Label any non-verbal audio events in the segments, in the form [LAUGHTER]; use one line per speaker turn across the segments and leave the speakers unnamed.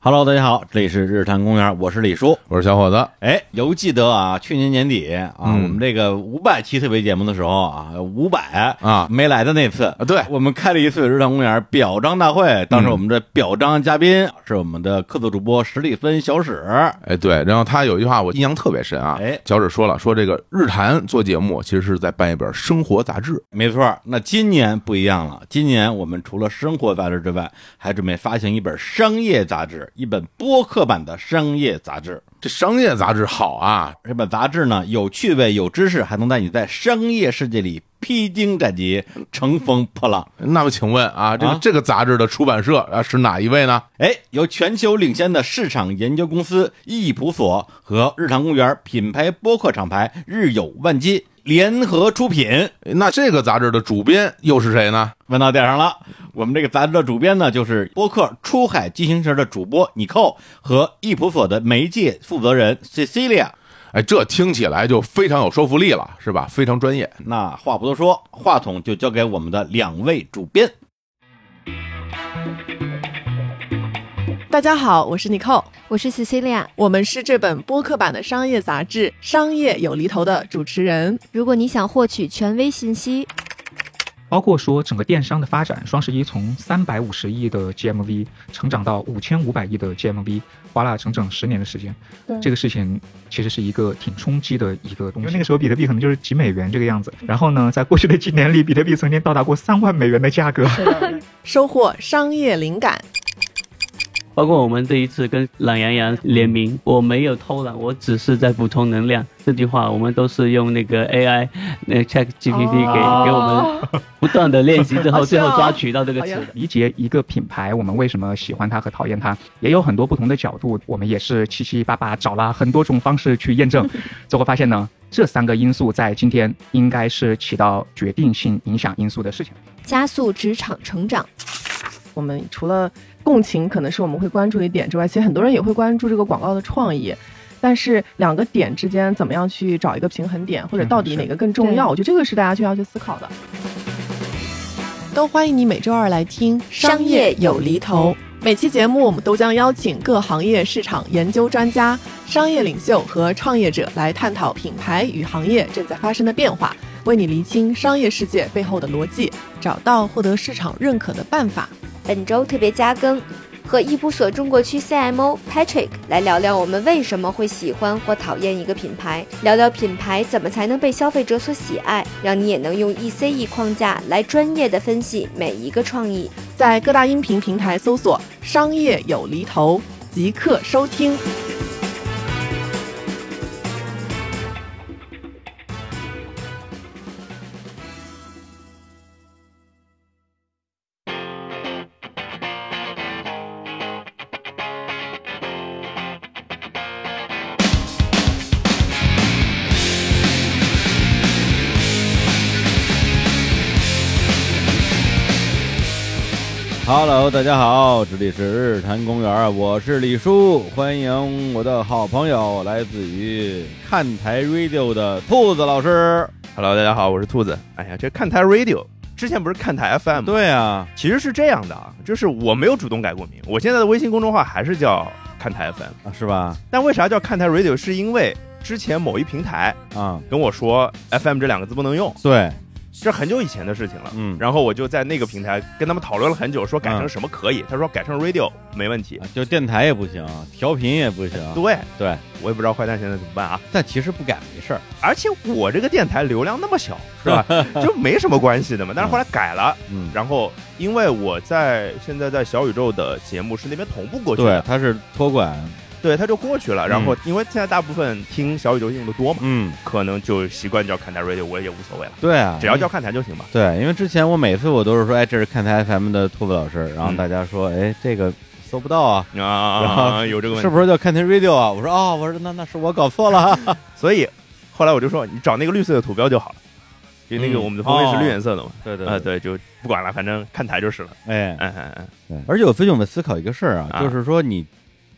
Hello，大家好，这里是日坛公园，我是李叔。
我是小伙子，
哎，犹记得啊，去年年底啊，
嗯
我们这个五百期特别节目的时候啊，五百
啊
没来的那次啊
对
我们开了一次日坛公园表彰大会，当时
嗯
我们的表彰嘉宾是我们的客座主播史蒂芬小史，
哎对，然后他有一句话我印象特别深啊，
哎
脚趾说了，说这个日坛做节目其实是在办一本生活杂志，
没错，那今年不一样了。今年我们除了生活杂志之外，还准备发行一本商业杂志，一本播客版的商业杂志。
这商业杂志好啊，
这本杂志呢，有趣味，有知识，还能带你在商业世界里披荆斩棘、乘风破浪。
那么请问啊，这个、
啊
这个杂志的出版社啊是哪一位呢？
哎，由全球领先的市场研究公司易普所和日常公园品牌播客厂牌日有万金联合出品。
那这个杂志的主编又是谁呢？
问到点上了，我们这个杂志的主编呢，就是播客《出海进行时》的主播尼寇和易普所的媒介负责人 Cecilia。
哎，这听起来就非常有说服力了，是吧？非常专业。
那话不多说，话筒就交给我们的两位主编。
大家好，我是 Nicole，
我是 Cecilia。
我们是这本播客版的商业杂志《商业有厘头》的主持人。
如果你想获取权威信息，
包括说整个电商的发展，双十一从三百五十亿的 GMV 成长到五千五百亿的 GMV，花了整整十年的时间。这个事情其实是一个挺冲击的一个东西，因为那个时候比特币可能就是几美元这个样子。然后呢，在过去的几年里，比特币曾经到达过三万美元的价格。
收获商业灵感，
包括我们这一次跟懒羊羊联名，我没有偷懒，我只是在补充能量。这句话我们都是用那个 AI，那 Chat GPT 给、给我们不断的练习之后，
哦好
最
笑啊
后抓取到这个词
好呀
[LAUGHS]
的。
理解一个品牌，我们为什么喜欢它和讨厌它，也有很多不同的角度。我们也是七七八八找了很多种方式去验证，最后发现呢，这三个因素在今天应该是起到决定性影响因素的事情。
加速职场成长。
我们除了共情可能是我们会关注的一点之外，其实很多人也会关注这个广告的创意。但是两个点之间怎么样去找一个平衡点，或者到底哪个更重要？我觉得这个是大家需要去思考的。都欢迎你每周二来听《
商业有厘头》。
每期节目我们都将邀请各行业市场研究专家、商业领袖和创业者来探讨品牌与行业正在发生的变化，为你厘清商业世界背后的逻辑，找到获得市场认可的办法。
本周特别加更，和易普所中国区 CMO Patrick 来聊聊我们为什么会喜欢或讨厌一个品牌，聊聊品牌怎么才能被消费者所喜爱，让你也能用 ECE 框架来专业的分析每一个创意。
在各大音频平台搜索“商业有厘头”，即刻收听。
Hello，大家好，这里是日坛公园，啊我是李叔，欢迎我的好朋友，来自于看台 Radio 的兔子老师。
Hello，大家好，我是兔子。哎呀，这看台 Radio 之前不是看台 FM 吗？，
对啊，
其实是这样的啊，就是我没有主动改过名，我现在的微信公众号还是叫看台 FM。
啊是吧？
但为啥叫看台 Radio？是因为之前某一平台
啊，
跟我说 FM 这两个字不能用，
对，啊
这很久以前的事情了。
嗯
然后我就在那个平台跟他们讨论了很久，说改成什么可
嗯
以，他说改成 Radio 没问题。
就电台也不行，调频也不行，
对，
对，
我也不知道坏蛋现在怎么办啊！
但其实不改没事儿，
而且我这个电台流量那么小，是
[LAUGHS]
吧？就没什么关系的嘛。但是后来改了，
嗯，
然后因为我在现在在小宇宙的节目是那边同步过去啊
对
的，，
它是托管，
对，他就过去了。然后因为现在大部分听小宇宙用的多嘛，
嗯，
可能就习惯叫看台 radio，我也无所谓了，
对啊，
只要叫看台就行吧。
对，因为之前我每次我都是说，哎，这是看台 FM 的兔子老师，然后
嗯
大家说，哎，这个搜不到啊，然后
啊，有这个问
是
题，
不是叫看台 Radio 啊？我说哦，我说那那是我搞错了。
所以后来我就说你找那个绿色的图标就好了，因为那
嗯
个
哦
我们的封面是绿颜色的嘛。
对对
啊，，对，就不管了，反正看台就是了。
哎，
嗯嗯嗯，
而且我最近我在思考一个事儿啊，
啊
就是说你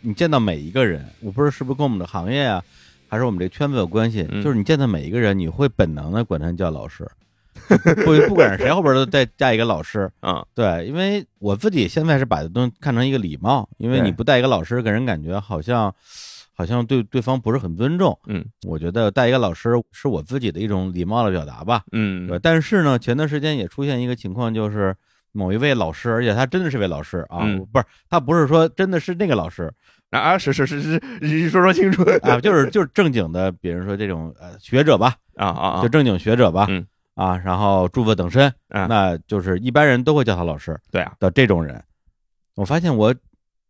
你见到每一个人，我不知道是不是跟我们的行业啊，还是我们这圈子有关系，
嗯
就是你见到每一个人，你会本能的管他叫老师， [LAUGHS] 不不管是谁后边都再加一个老师，
嗯，
对，因为我自己现在是把东西看成一个礼貌，因为
对
你不带一个老师，给人感觉好像好像对对方不是很尊重。
嗯，
我觉得带一个老师是我自己的一种礼貌的表达吧。对，
嗯，
但是呢，前段时间也出现一个情况，就是某一位老师，而且他真的是位老师啊，
嗯
我不是他不是说真的是那个老师
啊啊，是是是是，你说说清楚
啊，
[LAUGHS]
就是就是正经的，比如说这种呃学者吧，
啊啊
就正经学者吧，
嗯
啊，然后住字等身，
啊啊，
那就是一般人都会叫他老师
对啊，
的这种人。我发现我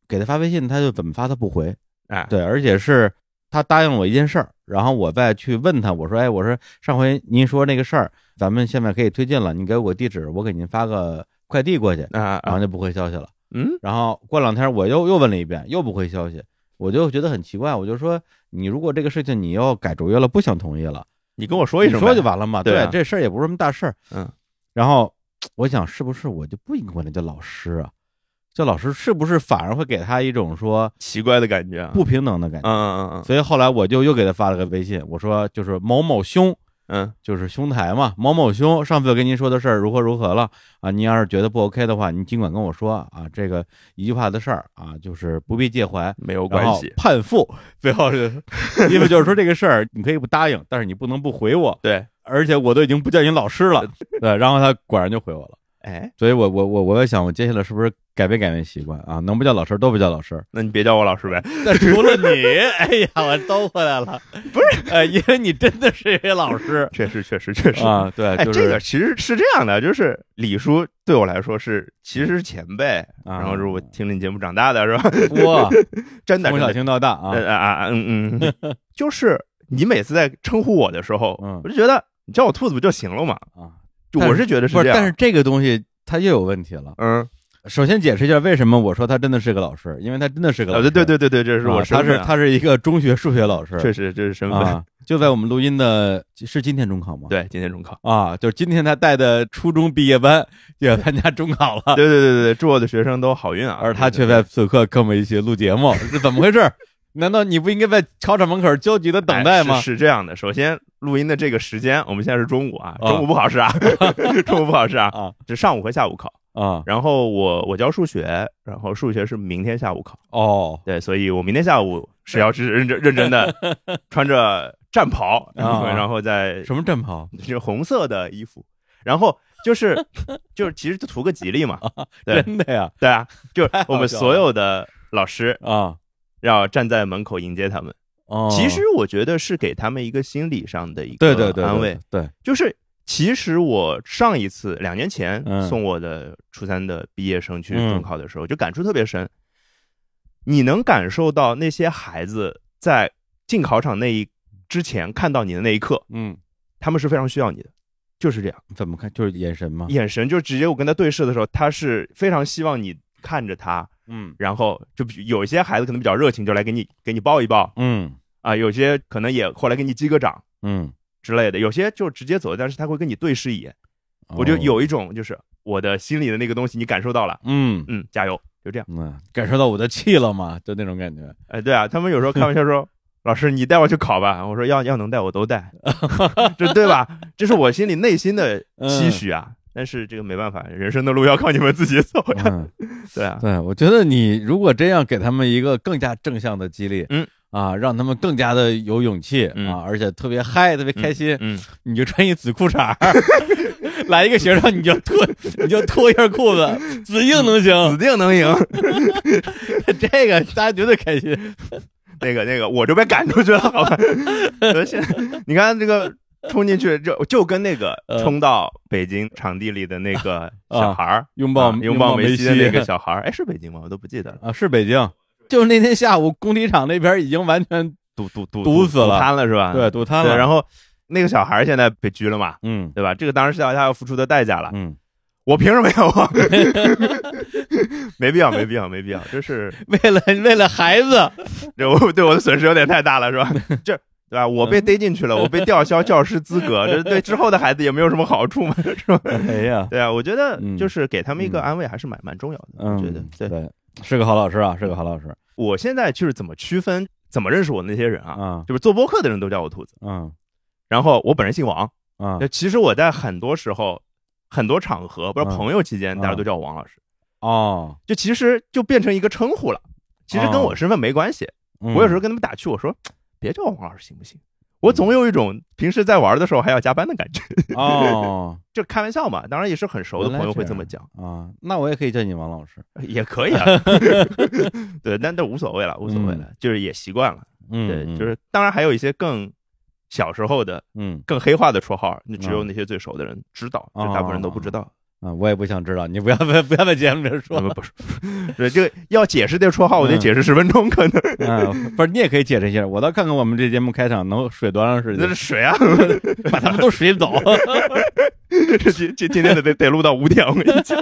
给他发微信，他就怎么发他不回，
哎，
对，而且是他答应我一件事儿，然后我再去问他，我说，哎，我说上回您说那个事儿，咱们现在可以推进了，你给我地址，我给您发个快递过去，
啊
然
啊，
后就不回消息了。
嗯
然后过两天我又又问了一遍，又不回消息，我就觉得很奇怪，我就说，你如果这个事情你要改主意了，不想同意了。
你跟我说一
你
声呗，
说就完了嘛。
对啊
这事儿也不是什么大事儿。
嗯，
然后我想，是不是我就不应该管他叫老师啊？叫老师是不是反而会给他一种说
奇怪的感觉啊，
不平等的感
嗯，
觉？
嗯嗯嗯
所以后来我就又给他发了个微信，我说就是某某兄，
嗯
就是兄台嘛，某某兄，上次跟您说的事儿如何如何了啊？您要是觉得不 OK 的话，您尽管跟我说啊，这个一句话的事儿啊，就是不必介怀。
没有
然
关
后
系， [LAUGHS]
盼复，最后是，因为就是说这个事儿，你可以不答应，但是你不能不回我。
对，
而且我都已经不叫你老师了，
[LAUGHS]
对，然后他果然就回我了，
哎，
所以我我我我在想，我接下来是不是改变改变习惯啊？能不叫老师都不叫老师，
那你别叫我老师
[LAUGHS]
呗，
那除了你，哎呀，我兜回来了，不是，呃，因为你真的是一位老
[LAUGHS]
师
确实确实确实。
啊，对，
哎，
就
这个
是
其实是这样的，就是李叔对我来说是其实是前辈，
啊
然后是我听着你节目长大的，是吧？ [LAUGHS]
哇，
真的，
从
真
小
的
听到大啊，
呃啊啊嗯嗯
[LAUGHS]
嗯，就是你每次在称呼我的时候
嗯，
我就觉得你叫我兔子不就行了嘛？
啊，
就
但
我
是
是觉得
不
这
是，
样，
但是这个东西它又有问题了。
嗯，
首先解释一下为什么我说他真的是个老师，因为他真的是个老
啊
师，
对对对对对，这是
啊
我身
他是
份啊
他是一个中学数学老师，
确实这 [LAUGHS] 是身份，
啊，就在我们录音的是今天中考吗？
对，今天中考。
啊，就是今天他带的初中毕业班就要参加中考了，
对对对对对，祝我的学生都好运啊！
而他
真
却
的
在此刻跟我们一起录节
[LAUGHS]
目，是怎么回事？难道你不应该在考场门口焦急的 [LAUGHS] 等待
哎
吗？
是是这样的，首先录音的这个时间，我们现在是中午啊，
啊
中午不考
[LAUGHS]
试啊，中午不考试啊，
啊
是上午和下午考。
啊
然后我我教数学，然后数学是明天下午考，
哦
对，所以我明天下午是要是认真认真
[LAUGHS]
的穿着战袍，
啊
然后再
什么战袍？
是红色的衣服，然后就是 [LAUGHS] 就是其实就图个吉利嘛，对
真的呀
对啊，就是
啊 [LAUGHS] 太好
我们
笑
所
了
有的老师
啊
要站在门口迎接他们。
哦，
其实我觉得是给他们一个心理上的一
对
个
对对
呃安慰，
对对
就是其实我上一次两年前
嗯
送我的初三的毕业生去
嗯
中考的时候，就感触特别深。你能感受到那些孩子在进考场那一之前看到你的那一刻，
嗯，
他们是非常需要你的，就是这样。
怎么看就是眼神吗？
眼神就直接我跟他对视的时候，他是非常希望你看着他，
嗯
然后就比有一些孩子可能比较热情，就来给你给你抱一抱
嗯
啊，有些可能也后来给你击个掌。
嗯，
之类的，有些就直接走，但是他会跟你对视一眼，我就
哦
有一种就是我的心里的那个东西你感受到了，
嗯
嗯，加油，就这样。
嗯，感受到我的气了吗？就那种感
[LAUGHS]
觉。
哎，对啊，他们有时候开玩笑说。老师，你带我去考吧。我说要要能带我
[LAUGHS]
都带，这对吧？这是我心里内心的
嗯
期许啊。但是这个没办法，人生的路要靠你们自己走呀。
嗯，
对啊，
对，我觉得你如果真要给他们一个更加正向的激励，
嗯
啊，让他们更加的有勇气、
嗯
啊，而且特别嗨，特别开心，
嗯，
你就穿一紫裤衩儿， [LAUGHS] 来一个学生你就脱，你就脱一下裤
[LAUGHS]
子，紫硬能
指
行，
定能赢。
嗯 [LAUGHS]
[LAUGHS]
这个大家绝对开心。
那个那个，我就被赶出去了，好吧？呃现在你看这个冲进去，就就跟那个
呃
冲到北京场地里的那
[LAUGHS]
个小孩儿，
拥抱、
啊
拥
拥抱
梅
梅西的那个
西
小孩儿，哎，是北京吗？我都不记得了，
啊，是北京，就是那天下午工体场那边已经完全
堵堵堵
堵死了
瘫了是吧？
对堵瘫
啊对，
了，
然
后
后那个小孩儿现在被拘了嘛，
嗯
对吧？这个当然是要他要付出的代价了。
嗯，
我凭什么要我？ [LAUGHS] 没必要，没必要，没必要，就是
[LAUGHS] 为了为了孩
[LAUGHS]
子，
这我对我的损失有点太大了，是吧？这对吧？我
嗯
被逮进去了，我被吊销教师资格，这对之后的孩子也没有什么好处嘛，是吧？
哎呀，
对啊，我觉得
嗯
就是给他们一个
嗯
安慰还是蛮蛮重要的。我觉得
嗯，
对，
对，是个好老师啊，是个好老师
我现在就是怎么区分、怎么认识我的那些人啊，
啊，
就是做播客的人都叫我兔子，
嗯
然后我本人姓王，
啊
那其实我在很多时候、很多场合，包括
嗯
朋友期间，大家
嗯
都叫我王老师，
哦，
就其实就变成一个称呼了。其实跟
哦
我身份没关系，
嗯
我有时候跟他们打趣，我说别叫我王老师行不行？我总有一种平时在玩的时候还要加班的感觉， [LAUGHS]
哦
就开玩笑嘛。当然也是很熟的朋友会这么讲，
啊，那我也可以叫你王老师，
也可以啊。对，但都无所谓了，无所谓了，就是也习惯了。
嗯，
对，
嗯
就是当然还有一些更小时候的、
嗯
更黑化的绰号，那只有
嗯
那些最熟的人知道，
哦
就大部分人都不知
[LAUGHS]
道。呃
啊，我也不想知道，你不要在 [LAUGHS] 不要在节目里说
不，不是， [LAUGHS] 对，这个要解释这个绰号，我得
嗯
解释十分钟，可能
嗯，不是，你也可以解释一下，我倒看看我们这节目开场能水多长时
那
间
是，谁啊？ [LAUGHS]
把他们都水走
这今今今天得得得录到五点，我跟你讲。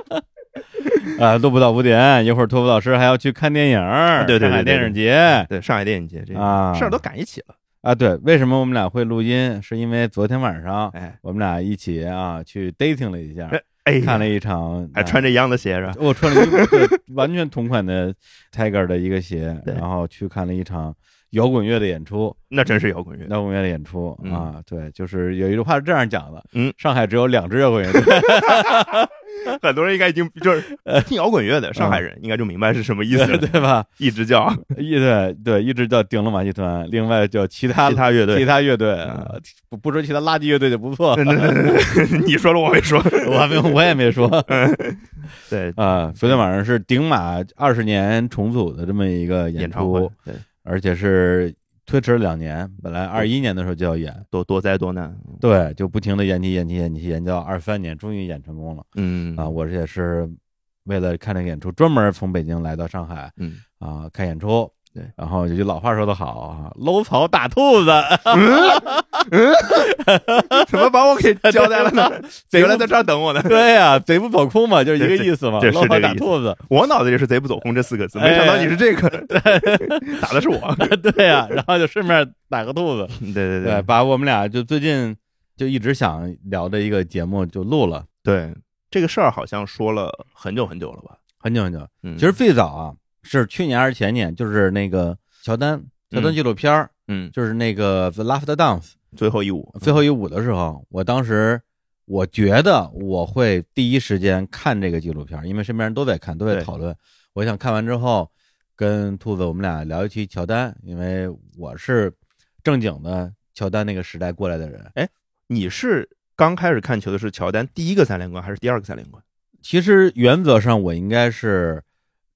啊，录不到五点，一会儿托福老师还要去看电影儿，
啊对对
上海
对对
电影节
对，上海电影节这
啊，
事儿都赶一起了，
啊，对，为什么我们俩会录音？是因为昨天晚上
哎
我们俩一起啊去 dating 了一下，
哎，
看了一场，啊
还穿着一样的鞋是吧？
我穿了一个对完全同款的 Tiger 的一个鞋，
[LAUGHS] 对
然后去看了一场摇滚乐的演出，
那真是摇滚乐队，
摇滚乐的演出、
嗯
啊，对，就是有一句话是这样讲的，
嗯
上海只有两支摇滚乐队， [LAUGHS]
很多人应该已经就是听摇滚乐的上海人应该就明白是什么意思了，
对吧？
一直叫
一对对，一支叫顶楼马戏团，另外叫其他
其他乐
其
队。，
他乐队，呃不不说其他垃圾乐队就不错
你说了我没说，
[LAUGHS] 我没有我也没说。
对
啊，昨天晚上是顶马二十年重组的这么一个
演唱会
出，
对
而且是推迟了两年，本来二一年的时候就要演，
多多灾多难，
对，就不停的延期、延期、延期，延到二三年，终于演成功了
嗯
啊！我也是为了看这个演出，专门从北京来到上海
嗯，
啊看演出。
对，
然后有句老话说得好啊，搂草打兔子， [LAUGHS]
怎么把我给交代了呢？
贼
原
不
来在这儿等我呢。
对呀、贼不走空嘛，就是一个意思嘛，
对对
搂
是
草
这个
打
意思
兔子，
我脑子里是“贼不走空”这四个字，没想到你是这个，打的是我。
[LAUGHS] 对呀、然后就顺便打个兔子，
对对
对，把我们俩就最近就一直想聊的一个节目就录了，
对，这个事儿好像说了很久很久了吧？
很久很久。
嗯，
其实最早啊是去年还是前年，就是那个乔丹乔丹
嗯
纪录片儿，
嗯，
就是那个《The Last Dance
最后一舞，》
最后一舞的时候，我当时。我觉得我会第一时间看这个纪录片儿，因为身边人都在看，都在
对
讨论。我想看完之后跟兔子我们俩聊一期乔丹，因为我是正经的乔丹那个时代过来的人。哎
你是刚开始看球的是乔丹第一个三连冠还是第二个三连冠？
其实原则上我应该是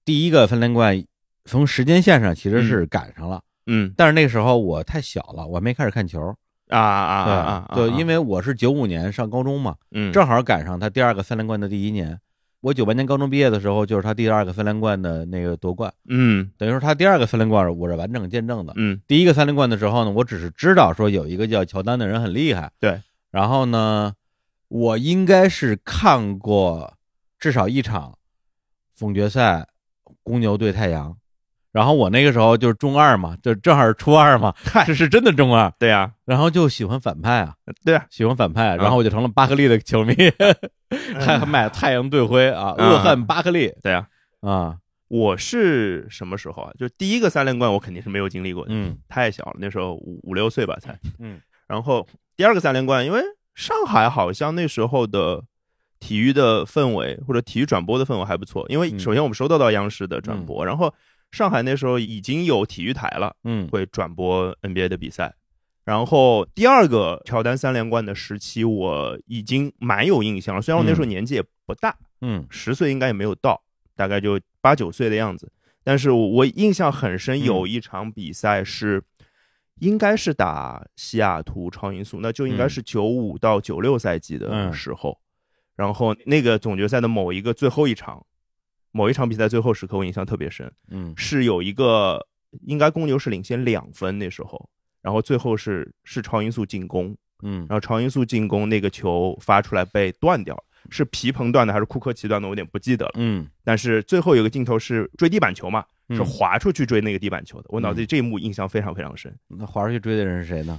第一个三连冠，从时间线上其实是赶上了，
嗯
但是那个时候我太小了，我还没开始看球。
啊啊
对，
啊啊啊！
对，因
为
为我是九五年上高中嘛，
嗯
正好赶上他第二个三连冠的第一年。我九八年高中毕业的时候，就是他第二个三连冠的那个夺冠，
嗯
等于说他第二个三连冠我是完整见证的。
嗯
第一个三连冠的时候呢，我只是知道说有一个叫乔丹的人很厉害，
对。
然后呢，我应该是看过至少一场总决赛，公牛对太阳。然后我那个时候就是中二嘛，就正好是初二嘛，这是真的中二。
对啊呀
然后就喜欢反派啊，
对啊，
喜欢反派，然后我就成了巴克利的球迷，还还买太阳队徽啊，
嗯
恶汉巴克利
对呀。
啊，
我是什么时候啊？就第一个三连冠，我肯定是没有经历过的，
嗯
太小了，那时候五五六岁吧才。
嗯，
然后第二个三连冠，因为上海好像那时候的体育的氛围或者体育转播的氛围还不错，因为
嗯
首先我们收到到央视的转播，然后上海那时候已经有体育台了，
嗯
会转播 NBA 的比赛。然后第二个乔丹三连冠的时期，我已经蛮有印象了，虽然我那时候年纪也不大，
嗯
十岁应该也没有到，大概就八九岁的样子。但是我我印象很深，
嗯
有一场比赛是，应该是打西雅图超音速，那就应该是九五到九六赛季的
嗯
时候。然后那个总决赛的某一个最后一场，某一场比赛最后时刻，我印象特别深，
嗯
是有一个应该公牛是领先两分那时候，然后最后是是超音速进攻，
嗯
然，后超音速进攻那个球发出来被断掉了，是皮蓬断的还是库科奇断的，我有点不记得了。
嗯，
但是最后有个镜头是追地板球嘛，
嗯
是滑出去追那个地板球的。我脑子里这一幕印象非常非常深，
那滑出去追的人是谁呢？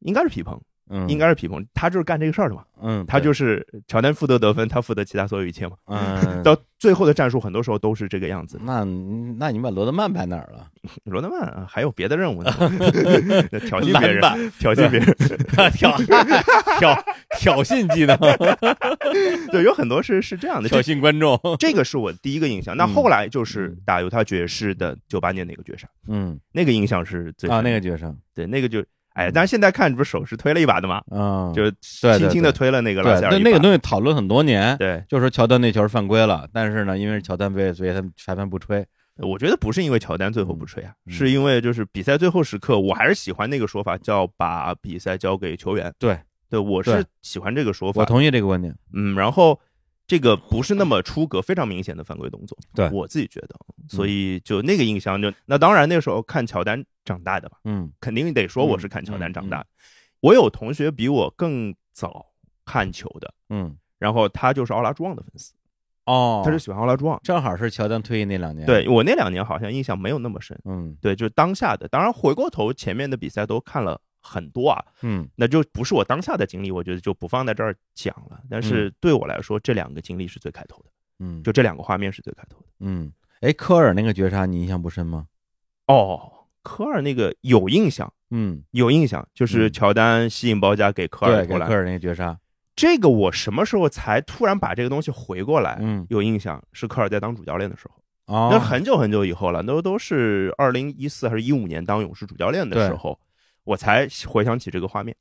应该是皮蓬，
嗯，
应该是皮蓬，他就是干这个事儿的嘛，
嗯，
他就是是乔丹负责得分，他负责其他所有一切嘛。
嗯，
到最后的战术，很多时候都是这个样子。
那你那你把罗德曼摆哪儿了？
罗德曼啊还有别的任务
[LAUGHS]
呢，挑衅别
篮
人，
板，
挑衅别人，
挑 [LAUGHS] 挑挑衅技
[LAUGHS]
能，
对，有很多是是这样的。
挑
这
衅观众。
这个是我第一个印象。那
嗯
后来就是
嗯
打犹他爵士的九八年那个绝杀，
嗯
那个印象是最
啊，
深的
那个决胜
对那个就哎，但是现在看不是手是推了一把的吗？
嗯，
就
对对
轻轻的推了那个拉
对，
塞尔
那
一
那个
把
东西讨论很多年，
对，
就说乔丹那球犯规了，但是呢，因为是乔丹杯，所以他们裁判不吹。
我觉得不是因为乔丹最后不吹啊，
嗯
是因为就是比赛最后时刻，我还是喜欢那个说法，叫把比赛交给球员。
对，
对我
对
是喜欢这个说
我
法。
同意这个观点。
嗯，然后这个不是那么出格，非常明显的犯规动作。
对嗯
我自己觉得，所以就那个印象就那当然那个时候看乔丹长大的吧，
嗯
肯定得说我是看乔丹长大
嗯
的。我有同学比我更早看球的，
嗯，
然后他就是奥拉朱旺的粉丝，
哦，
他是喜欢奥拉朱旺。
正好是乔丹退役那两年。，
对我那两年好像印象没有那么深。
嗯
对，就是当下的。当然，回过头前面的比赛都看了很多啊，
嗯
那就不是我当下的经历，我觉得就不放在这儿讲了。但是对我来说，这两个经历是最开头的，
嗯，
就这两个画面是最开头的。
嗯，哎，科尔那个绝杀你印象不深吗？
哦，科尔那个有印象，
嗯，
有印象，就是
嗯
乔丹吸引包夹给科尔
对，
过
给
来。
科尔那个绝杀，
这个我什么时候才突然把这个东西回过来？
嗯，
有印象是科尔在当主教练的时候，
哦，
哎那很久很久以后了，那都是二零一四还是一五年当勇士主教练的时
对
候，我才回想起这个画面。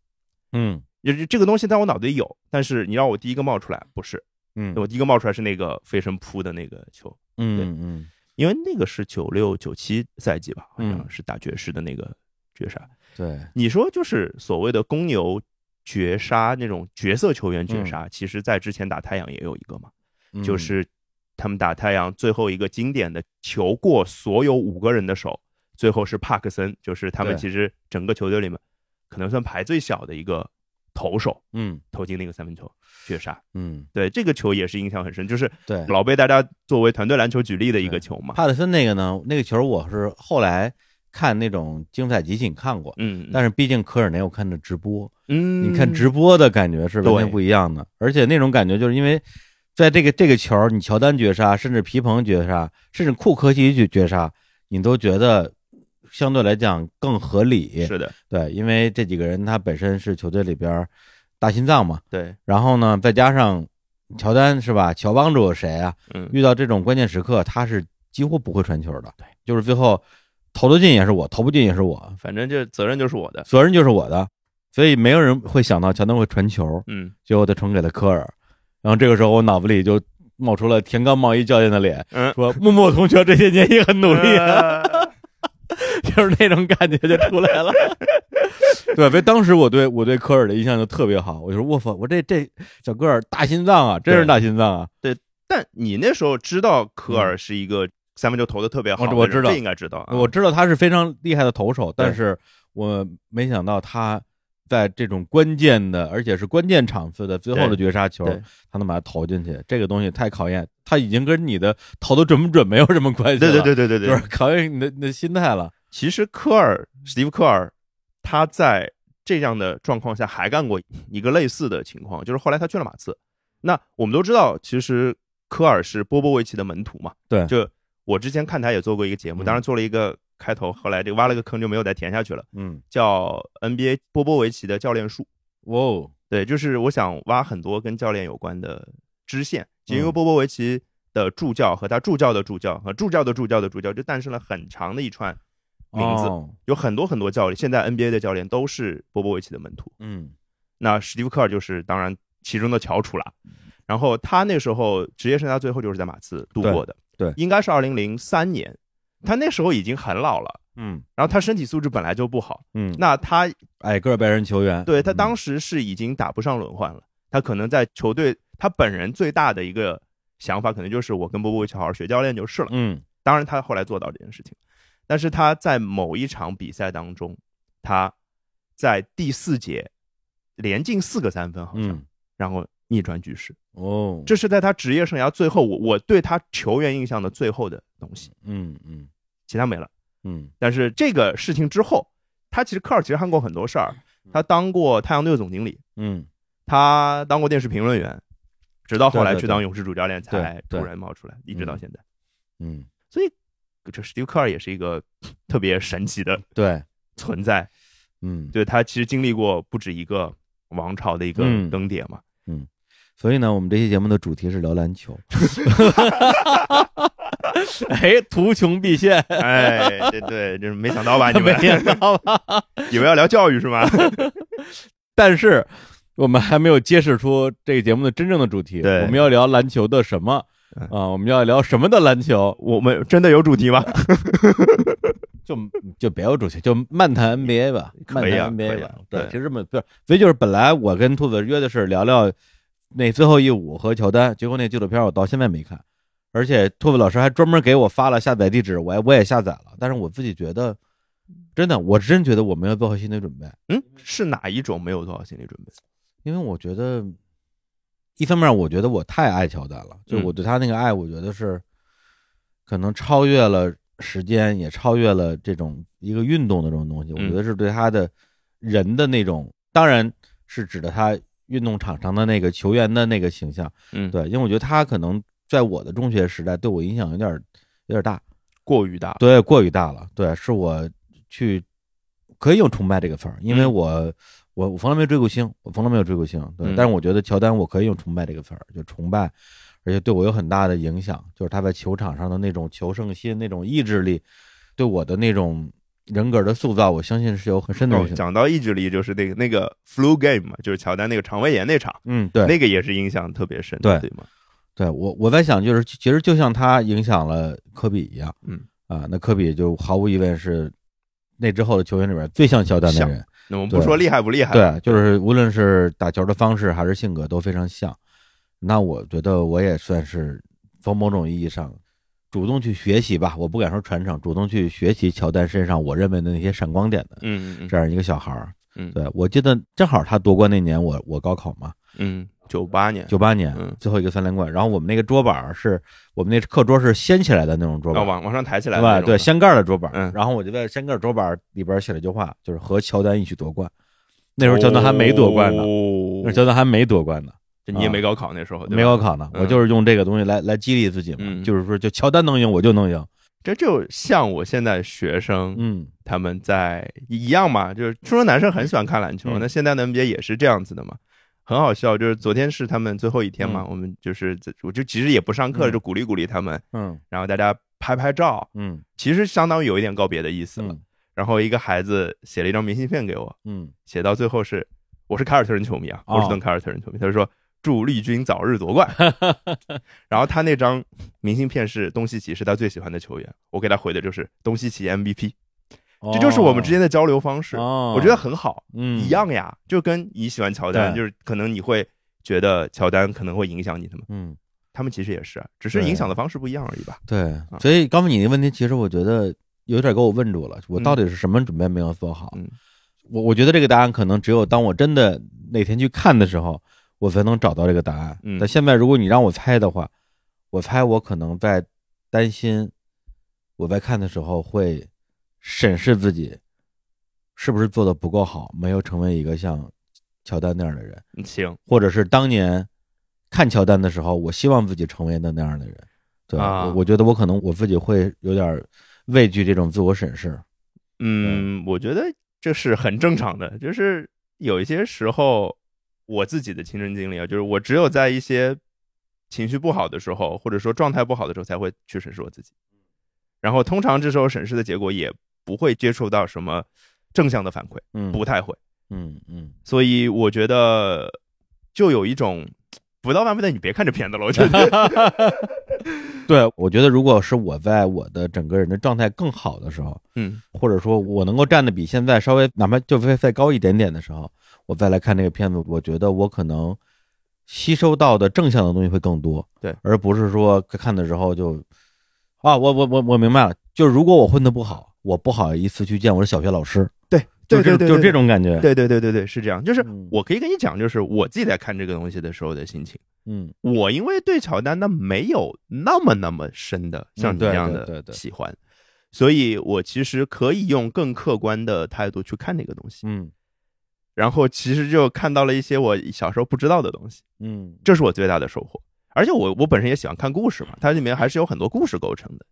嗯
也是这个东西在我脑子里有，但是你让我第一个冒出来，不是
嗯
我第一个冒出来是那个飞身扑的那个球，对
嗯嗯，
因为那个是九六九七赛季吧，好像
嗯
是打爵士的那个绝杀。
对，
你说就是所谓的公牛绝杀那种角色球员绝杀，其实在之前打太阳也有一个嘛，
嗯
就是他们打太阳最后一个经典的球过所有五个人的手，最后是帕克森，就是他们
对
其实整个球队里面可能算排最小的一个投手。
嗯
投进那个三分球绝杀。
嗯
对，这个球也是印象很深，就是
对，
老被大家作为团队篮球举例的一
对
个球嘛。
帕特森那个呢，那个球我是后来看那种精彩集锦看过。
嗯，
但是毕竟科尔那我看的直播，
嗯，
你看直播的感觉是完全
对
不一样的，而且那种感觉就是因为，在这个这个球儿，你乔丹绝杀，甚至皮蓬绝杀，甚至库科奇绝绝杀，你都觉得相对来讲更合理。
是的，
对，因为这几个人他本身是球队里边儿大心脏嘛，
对，
然后呢，再加上乔丹是吧？乔帮主谁啊？
嗯，
遇到这种关键时刻，他是几乎不会传球的。对，就是最后投得进也是我，投不进也是我，
反正这责任就是我的。
责任就是我的，所以没有人会想到乔丹会传球，
嗯
结果他传给了科尔。然后这个时候，我脑子里就冒出了田刚茂一教练的脸，
嗯，
说：“木木同学这些年也很努力啊。
呃
就是那种感觉就出来了。对，所以当时我对我对科尔的印象就特别好，我就说我操，我这这小个儿大心脏啊，真是大心脏啊！
[LAUGHS] 但你那时候知道科尔是一个三分球投的特别好的
我
人，
嗯我知道
这应该知道啊。
我知道他是非常厉害的投手，
对
但是我没想到他在这种关键的，而且是关键场次的最后的绝杀球
对对，
他能把它投进去，这个东西太考验，他已经跟你的投的准不准没有什么关系
对
了，
对对对对
就
对
是，考验你的你的心态了。
其实科尔史蒂夫科尔他在这样的状况下还干过一个类似的情况，就是后来他去了马刺。那我们都知道，其实科尔是波波维奇的门徒嘛。
对
就我之前看他也做过一个节目，
嗯
当然做了一个开头，后来这个挖了个坑就没有再填下去了，
嗯，
叫 NBA 波波维奇的教练术。
哇哦，
对，就是我想挖很多跟教练有关的支线，就因为
嗯
波波维奇的助教和他助教的助教和助教的助教的助教，就诞生了很长的一串名字。
哦
有很多很多教练，现在 NBA 的教练都是波波维奇的门徒。
嗯
那史蒂夫科尔就是当然其中的翘楚了。然后他那时候职业生涯最后就是在马刺度过的，
对对
应该是二零零三年。他那时候已经很老了，
嗯
然后他身体素质本来就不好，
嗯，
那他
矮个儿白人球员，嗯
对他当
时
时是已经打不上轮换了，他可能在球队他本人最大的一个想法，可能就是我跟波波维奇好好学教练就是了。
嗯
当然他后来做到这件事情，但是他在某一场比赛当中，他在第四节连进四个三分，好像，
嗯
然后逆转局势，
哦，
这是在他职业生涯最后，我我对他球员印象的最后的东西，
嗯嗯
其他没了。
嗯
但是这个事情之后，他其实科尔其实干过很多事儿，他当过太阳队的总经理，
嗯，
他当过电视评论员，直到后来
对对
去当勇士主教练才
对对
突然冒出来，一直到现在。
嗯，
这 Steve Kerr 也是一个特别神奇的
对，
存在，
嗯，
对他其实经历过不止一个王朝的一个
嗯
更迭
[LAUGHS]
嘛。
所以呢，我们这期节目的主题是聊篮球。 [LAUGHS] 哎，图穷匕见，
哎，对对，这没想到吧？你
没
们
想到吧？
[LAUGHS] 以为要聊教育
[LAUGHS]
是吗？
但是我们还没有揭示出这个节目的真正的主题。
对
我们要聊篮球的什么
嗯
啊？我们要聊什么的篮球？
我们真的有
[LAUGHS]
主题吗？
就就别有主题，就漫谈 NBA 吧，
可
漫
以啊
谈
可
NBA
以
吧
啊。
对，
对
其实这么不是，所以就是本来我跟兔子约的是聊聊那最后一舞和乔丹，结果那纪录片我到现在没看，而且兔子老师还专门给我发了下载地址，我也我也下载了，但是我自己觉得，真的，我真觉得我没有做好心理准备，
嗯，是哪一种没有做好心理准备？
因为我觉得，一方面我觉得我太爱乔丹了，就
嗯
我对他那个爱，我觉得是可能超越了时间，也超越了这种一个运动的这种东西。我觉
嗯
得是对他的人的那种，当然是指的他运动场上的那个球员的那个形象。
嗯，
对，因为我觉得他可能在我的中学时代对我影响有点有点大，
过于大了。
对，过于大了。对，是我去可以用崇拜这个词儿，因为
嗯
我、我我从来没追过星，我从来没有追过星。对，
嗯
但是我觉得乔丹，我可以用崇拜这个词儿，就崇拜，而且对我有很大的影响，就是他在球场上的那种求胜心、那种意志力，对我的那种人格的塑造，我相信是有很深的影
哦
响。
讲到意志力，就是那个那个 flu game 嘛，就是乔丹那个肠胃炎那场，
嗯，对，
那个也是印象特别深的，
对
对吗？
对我我在想，就是其实就像他影响了科比一样，
嗯
啊，那科比就毫无疑问是那之后的球员里边最像乔丹的
像
人。
那我们
对
不说厉害不厉害，
对，啊就是无论是打球的方式还是性格都非常像。那我觉得我也算是从某种意义上主动去学习吧，我不敢说传承，主动去学习乔丹身上我认为的那些闪光点的
嗯嗯
这样一个小孩儿。
嗯
对我记得正好他夺冠那年我，我高考嘛，
嗯，九八年
九八年
嗯
最后一个三连冠，然后我们那个桌板儿是我们那课桌是掀起来的那种桌
啊，
板，
往往上抬起来
对
的那
吧？
种
对，掀盖儿的桌板儿，
嗯
然后我就在掀盖儿桌板儿里边儿写了一句话，就是和乔丹一起夺冠。那时候乔丹还没夺冠呢，
哦
那乔丹还没夺冠呢，
这你也没高考那时候，对吧
没高，考呢，
嗯
我就是用这个东西来来激励自己嘛，
嗯
就是说，就乔丹能赢，我就能赢。
这就像我现在学生
嗯
他们在一样嘛，就是初中男生很喜欢看篮球，
嗯
那现在的 NBA 也是这样子的嘛。很好笑，就是昨天是他们最后一天嘛，我们就是在我就其实也不上课
嗯
了，就鼓励鼓励他们，
嗯
然后大家拍拍照，
嗯
其实相当于有一点告别的意思了。
嗯
然后一个孩子写了一张明信片给我，
嗯，
写到最后是我是凯尔特人球迷啊，
哦
波士顿凯尔特人球迷，他就说祝绿军早日
[LAUGHS]
夺冠。然后他那张明信片是东契奇，是他最喜欢的球员，我给他回的就是东契奇 MVP，
哦
这就是我们之间的交流方式，
哦
我觉得很好，
嗯
一样呀，就跟你喜欢乔丹，
对
就是可能你会觉得乔丹可能会影响你的嘛，
嗯
他们其实也是，啊只是
对
影响的方式不一样而已吧。
对，
嗯
所以刚才你的问题，其实我觉得有点给我问住了，我到底是什么准备没有做好？
嗯
我我觉得这个答案可能只有当我真的哪天去看的时候，我才能找到这个答案。
嗯
但现在如果你让我猜的话，我猜我可能在担心我在看的时候会审视自己是不是做的不够好，没有成为一个像乔丹那样的人，
行
或者是当年看乔丹的时候，我希望自己成为的那样的人。对，
啊
我我觉得我可能我自己会有点畏惧这种自我审视。
嗯，我觉得这是很正常的，就是有一些时候我自己的亲身经历啊，就是我只有在一些情绪不好的时候，或者说状态不好的时候，才会去审视我自己。然后通常这时候审视的结果也不会接触到什么正向的反馈，
嗯，
不，太会。
嗯嗯，
所以我觉得就有一种不到万不得你别看这片子了，我觉 [LAUGHS] 得
[LAUGHS] 对，我觉得如果是我在我的整个人的状态更好的时候，
嗯
或者说我能够站得比现在稍微哪怕就再再高一点点的时候，我再来看这个片子，我觉得我可能吸收到的正向的东西会更多，
对，
而不是说看的时候就啊，我我我我明白了，就是如果我混得不好，我不好意思去见我的小学老师，
对对
就这
对，
就这种感觉，，
对对对对对是这样，就是
嗯
我可以跟你讲，就是我自己在看这个东西的时候的心情。
嗯
我因为对乔丹呢没有那么那么深的像你
对
那样
嗯对对
的
对
喜欢，所以我其实可以用更客观的态度去看这个东西。
嗯
然后其实就看到了一些我小时候不知道的东西，
嗯
这是我最大的收获。而且我我本身也喜欢看故事嘛，它里面还是有很多故事构成的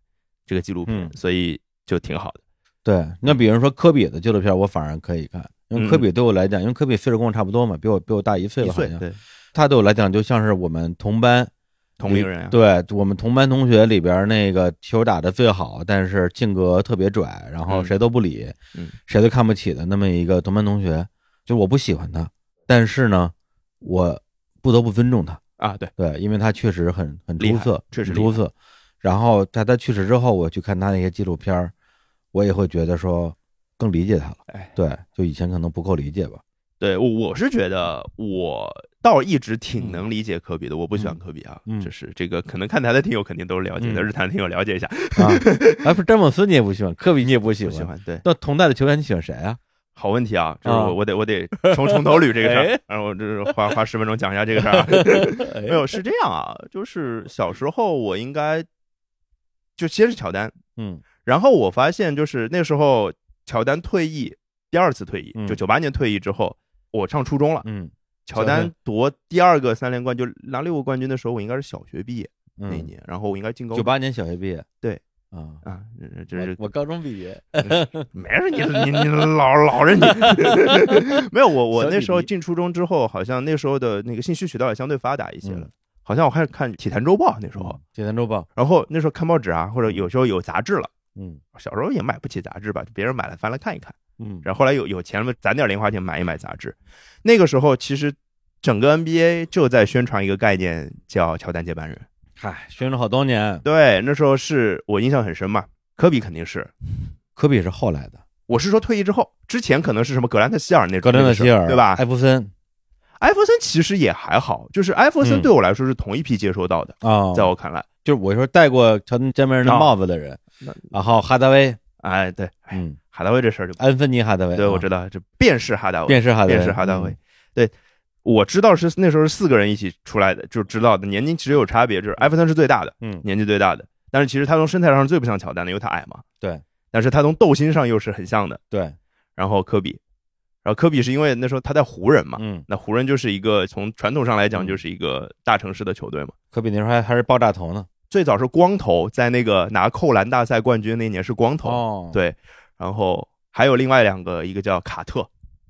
这个纪录片
嗯，
所以就挺好的。
对，那比如说科比的纪录片，我反而可以看，因为科比对我来讲，因为科比岁数跟我差不多嘛，比我比我大一岁
嗯一
了，好
岁
像
对
他对我来讲就像是我们同班
同龄人啊，
对我们同班同学里边那个球打得最好，但是性格特别拽，然后
嗯
谁都不理，
嗯
谁都看不起的那么一个同班同学，就我不喜欢他，但是呢，我不得不尊重他，
啊，对，
对，因为他确实很很
厉
出
害
色，
确实
很
厉
出
害
色。然后在他去世之后，我去看他那些纪录片儿，我也会觉得说更理解他了。
哎，
对，就以前可能不够理解
[LAUGHS]
吧。
对我我是觉得我倒一直挺能理解科比的，我不喜欢科比啊，
嗯
就是这个可能看台的听友肯定都是了解的，
嗯
日坛听友了解一下，
啊，哎，不是詹姆斯你也不喜欢，科比你也不喜
不
欢，
喜欢对。
那同代的球员你喜欢谁啊？
好问题啊，就是
啊
我我得我得从从头捋这个事
哎
儿，然后我就是花花十分钟讲一下这个事儿啊。 [LAUGHS] 没有是这样啊，就是小时候我应该就先是乔丹，
嗯
然后我发现就是那时候乔丹退役，第二次退役
嗯，
就九八年退役之后，我上初中了。
嗯
乔
丹
丹夺第二个三连冠，就拿六个冠军的时候，我应该是小学毕业那一
嗯，
年，然后我应该进高
九八年小学毕业。
对
啊，
啊，这这是
我我高中毕业。
没事，你你你老
[LAUGHS]
老人你没有我我
小
那时候
弟弟
进初中之后，好像那时候的那个信息渠道也相对发达一些了，
嗯
好像我开始看《体坛周报》那时候，
《铁三嗯周报》
然后那时候看报纸啊，或者有时候有杂志了，
嗯
小时候也买不起杂志吧，别人买了翻来看一看，
嗯
然后后来有有钱了攒点零花钱买一买杂志，那个时候其实整个 NBA 就在宣传一个概念叫乔丹接班人，
嗨，宣传好多年。
对，那时候是我印象很深嘛，科比肯定是，
科比是后来的，
我是说退役之后，之前可能是什么格兰特希尔那种，
格兰特希尔哎
对吧？
艾弗森
艾弗森其实也还好，就是艾弗森
嗯
对我来说是同一批接收到的，
啊，
在我看来，
就是我说戴过乔丹詹姆斯的
啊
帽子的人
那，
然后哈达威，
哎，对，哎，
嗯，
哈达威这事儿就
安芬尼哈达威，
对我
啊
知道，这便是哈达威，
便是哈达威，
便是哈达威，啊嗯对。我知道是那时候是四个人一起出来的，就知道的年龄其实有差别，就是艾弗森是最大的，
嗯，嗯，
年纪最大的，但是其实他从身材上是最不像乔丹的，因为他矮嘛。
对，
但是他从斗心上又是很像的。
对，
然后科比，然后科比是因为那时候他在湖人嘛，
嗯，
那湖人就是一个从传统上来讲
嗯
就是一个大城市的球队嘛。
科比那时候还还是爆炸头呢，
最早是光头，在那个拿扣篮大赛冠军那年是光头，
哦，，
对，然后还有另外两个，一个叫卡特，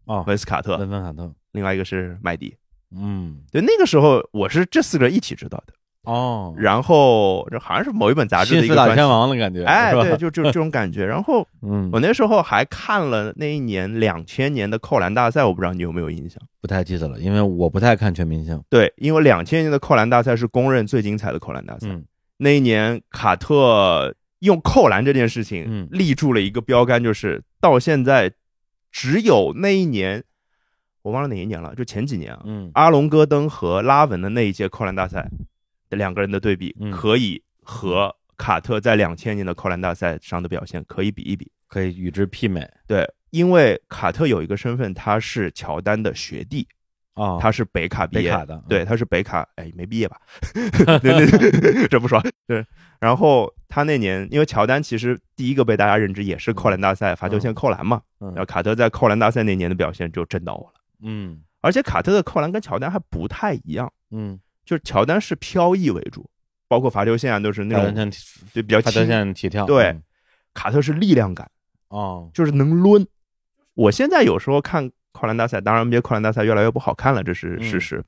哦，
文斯卡特，
温芬卡特，
另外一个是麦迪。
嗯，
对，那个时候我是这四个人一起知道的，
哦，
然后这好像是某一本杂志
新
的一
四
个
大
专
天
题，
王的感觉，
哎，
是吧
对，，就就这种感
[LAUGHS]
觉。然后
嗯
我，那时候还看了那一年两千年的扣篮大赛，我不知道你有没有印象？
不太记得了，因为我不太看全明星，
对，因为两千年的扣篮大赛是公认最精彩的扣篮大赛。
嗯
那一年卡特用扣篮这件事
嗯
情立住了一个标杆，就是到现在只有那一年，我忘了哪一年了，就前几年啊，
嗯，
阿隆戈登和拉文的那一届扣篮大赛的两个人的对比
嗯，
可以和卡特在两千年的扣篮大赛上的表现可以比一比。
可以与之媲美
对，因为卡特有一个身份，他是乔丹的学弟，
啊，
他是北卡毕
北
业
卡的嗯
对，他是北卡，哎，没毕业吧？ [LAUGHS] 对对， [LAUGHS] 这不说。对，然后他那年，因为乔丹其实第一个被大家认知也是扣篮大赛罚球线扣篮嘛，
嗯
然后卡特在扣篮大赛那年的表现就震到我了。
嗯
而且卡特的扣篮跟乔丹还不太一样，
嗯，
就是乔丹是飘逸为主，包括罚球线啊都是那
发
种
现
对比较
发
轻，
现起跳，
对
嗯，
卡特是力量感，
哦，
就是能抡。我现在有时候看扣篮大赛，当然 NBA 扣篮大赛越来越不好看了，这
嗯
是事实。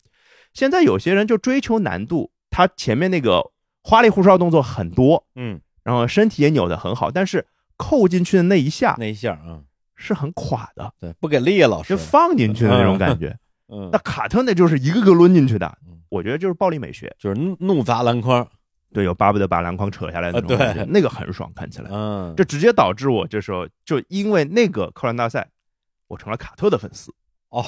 现在有些人就追求难度，他前面那个花里胡哨动作很多，
嗯，
然后身体也扭得很好，但是扣进去的那一下
那一下啊，
是很垮的，
对，不给力，老师
就，放进去的那种感
[LAUGHS]
觉。
嗯
那，卡特那就是一个个抡进去的
嗯，
我觉得就是暴力美学，
就是怒怒砸篮筐，
对，有巴不得把篮筐扯下来的那种
啊对
感觉，那个很爽，看起来。
嗯，
这直接导致我这时候就因为那个扣篮大赛，我成了卡特的粉丝。
哦，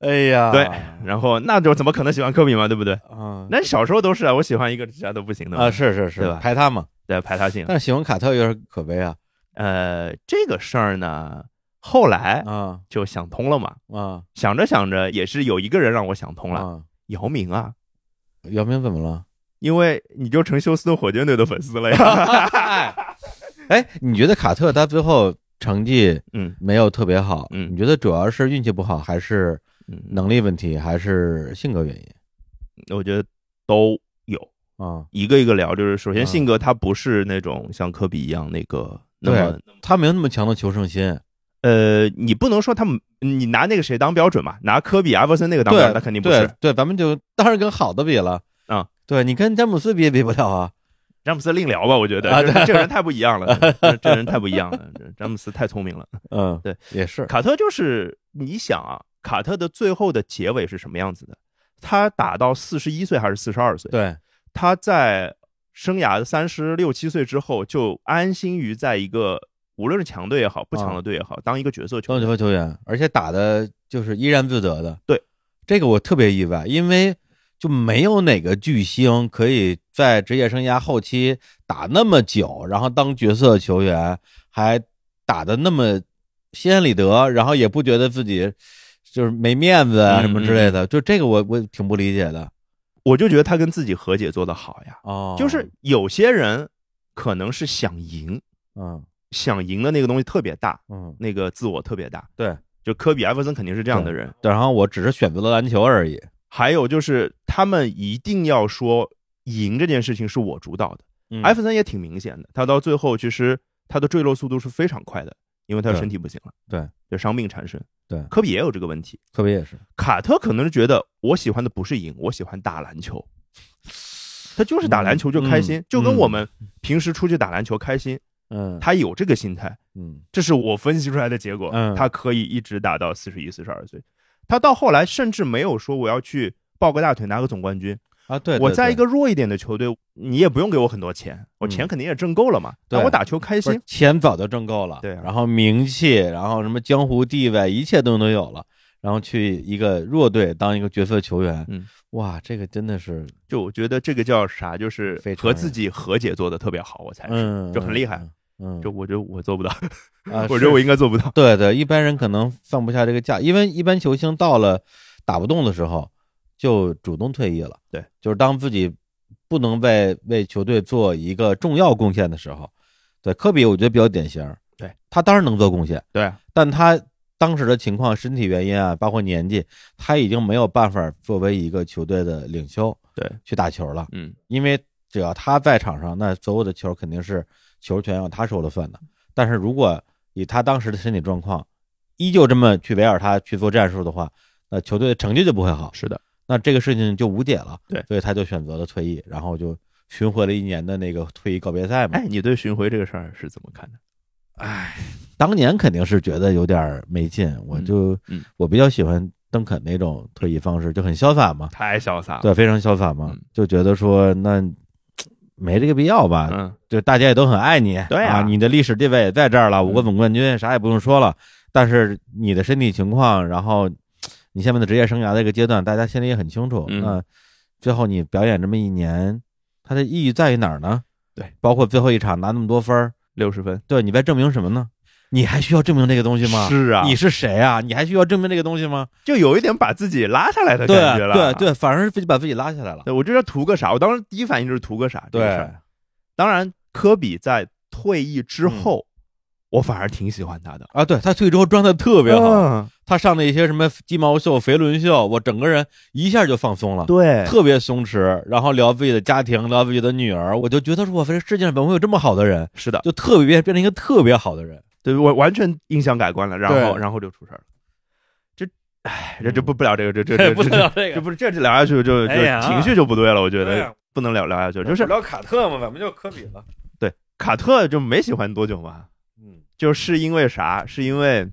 哎呀，
对，然后那就怎么可能喜欢科比嘛，对不对？
嗯，
那小时候都是啊，我喜欢一个其他都不行的嘛
啊，是是
对
是，
吧
排他嘛，
对排他性。
但是喜欢卡特有点可悲啊，
呃，这个事儿呢，后来
啊
就想通了嘛，
啊
想着想着也是有一个人让我想通了，
啊，
姚明啊，
姚明怎么
[LAUGHS]
了？
因为你
啊
就成休斯顿火箭队的粉丝了呀。
哎，你觉得卡特他最后成绩
嗯
没有特别好，
嗯
你觉得主要是运气不好，还是
嗯，
能力问题，还是性格原因
我觉得都有
啊？
一个一个聊。就是首先
嗯
性格他不是那种像科比一样那个那
对啊
么
他没有那么强的求胜心，
呃，你不能说他们，你拿那个谁当标准嘛？拿科比、艾弗森那个当标准，那肯定不
对
是。
对，咱们就当然跟好的比了
啊。
对你跟詹姆斯比也比不了啊，
詹姆斯另聊吧，我觉得、
啊
就是
对
这个人太不一
[LAUGHS]
样了，这这人太不一样了，这詹姆斯太聪明了。
嗯，
对，
也是，
卡特就是你想啊，卡特的最后的结尾是什么样子的？他打到四十一岁还是四十二岁？
对，
他在生涯的三十六七岁之后，就安心于在一个无论是强队也好，不强的队也好，当一个角色球
啊当
员。
球球员，而且打的就是依然自得的。
对，
这个我特别意外，因为就没有哪个巨星可以在职业生涯后期打那么久，然后当角色球员还打的那么心安理得，然后也不觉得自己就是没面子啊
嗯
什么之类的。就这个我我挺不理解的。
我就觉得他跟自己和解做得好呀。
哦，
就是有些人可能是想赢，
嗯
想赢的那个东西特别大，
嗯，
那个自我特别大。
对，
就科比、艾弗森肯定是这样的人。
然后我只是选择了篮球而已。
还有就是他们一定要说赢这件事情是我主导的。
嗯
艾弗森也挺明显的，他到最后其实他的坠落速度是非常快的，因为他
对
身体不行了，
对，
就伤病缠身。
对
科比也有这个问题。
特别也是，
卡特可能是觉得我喜欢的不是赢，我喜欢打篮球。他就是打篮球就开心，
嗯嗯
就跟我们平时出去打篮球开心，
嗯，
他有这个心态。
嗯
这是我分析出来的结果。
嗯
他可以一直打到四十一、四十二岁，他到后来甚至没有说我要去抱个大腿拿个总冠军。
啊，对，
我
对
在
对嗯
一个弱一点的球队，你也不用给我很多钱，我钱肯定也挣够了嘛。
对
但我打球开
不是
心，
钱早就挣够了，
对啊
然后名气，然后什么江湖地位，一切都能有了，然后去一个弱队当一个角色球员，
嗯，
哇，这个真的是，
就我觉得这个叫啥，就是
非常
和自己和解做的特别好，我才是。
嗯，
就很厉害
嗯，嗯，
就我觉得我做不到，
啊
我觉得我
是
应该做不到。
对对，一般人可能放不下这个架，因为一般球星到了打不动的时候，就主动退役了，
对，
就是当自己不能为为球队做一个重要贡献的时候，对，科比我觉得比较典型，
对
他当然能做贡献。
对，
但他当时的情况、身体原因啊，包括年纪，他已经没有办法作为一个球队的领袖，
对，
去打球了。
嗯，
因为只要他在场上，那所有的球肯定是球权要他说了算的。但是如果以他当时的身体状况，依旧这么去围绕他去做战术的话，那球队的成绩就不会好。
是的，
那这个事情就无解了。
对
所以他就选择了退役，然后就巡回了一年的那个退役告别赛嘛。
哎，你对巡回这个事儿是怎么看的？
当年肯定是觉得有点儿没劲，我就、
嗯嗯
我比较喜欢邓肯那种退役方式，就很潇洒嘛，
太潇洒了，
对，非常潇洒嘛
啊嗯，
就觉得说那嘖没这个必要吧，
嗯，
就大家也都很爱你，
对
啊
啊嗯
你的历史地位也在这儿了，五个总冠军啥也不用说了，但是你的身体情况，然后嘖你下面的职业生涯的一个阶段，大家心里也很清楚，
嗯
那最后你表演这么一年，它的意义在于哪儿呢？
对，
包括最后一场拿那么多分儿，
六十分
对，你在证明什么呢？你还需要证明这个东西吗？
是啊，
你是谁啊？你还需要证明这个东西吗？
就有一点把自己拉下来的
对啊
感觉了，
对对，反而是自己把自己拉下来了。
对，我就知道图个啥，我当时第一反应就是图个啥。这个
对
事儿，当然科比在退役之
嗯
后，我反而挺喜欢他的，
啊，对他退役之后状态特
特
别好，
嗯、
他上那些什么鸡毛秀、肥伦秀，我整个人一下就放松了，
对，
特别松弛。然后聊自己的家庭，聊自己的女儿，我就觉得说，我这世界上怎么会有这么好的人？
是的，
就特别变变成一个特别好的人。
对我完全印象改观了，然后
对嗯
然后就出事儿了。这，哎，这这不不聊这个，
[LAUGHS]
这这
不
这
聊这
这不是这聊下去就就
哎呀
情绪就不对了，我觉
对
得
呀
不能聊聊下去，就是
聊卡特嘛，咱们就科比了。
卡特就没喜欢多久嘛，
嗯，
就是因为啥？是因为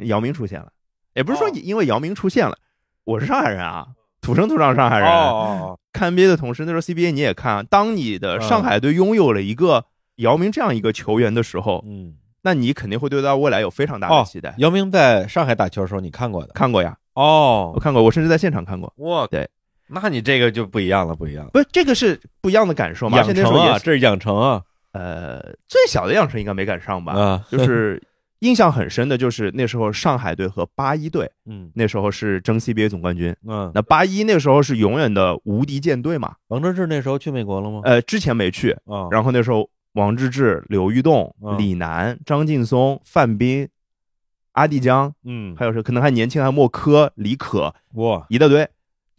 姚明出现了，也不是说
哦
因为姚明出现了，我是上海人啊，土生土长上海人，
哦，
看 NBA 的同时，那时候 CBA 你也看啊，当你的上海队拥有了一个姚明这样一个球员的时候，
嗯，哦
那你肯定会对他未来有非常大的期待。
姚明在上海打球的时候，你看过的？
看过呀，
哦
我看过，我甚至在现场看过。
哇，
对，
那你这个就不一样了，不一样了。
不是，这个是不一样的感受嘛。而且
养
那时
成
候也
啊，
是
这是养成啊，
呃，最小的养成应该没赶上吧？
啊，
就是印象很深的，就是那时候上海队和八一队，
嗯
那时候是争 CBA 总冠军。
嗯。
那八一那时候是永远的无敌舰队嘛？
王哲志那时候去美国了吗？
呃，之前没去，
啊，
然后那时候王治郅、柳玉栋、
嗯
李楠、张劲松、范斌、阿弟江，
嗯，
还有谁？可能还年轻，还有莫科、李可
哇，
一大堆，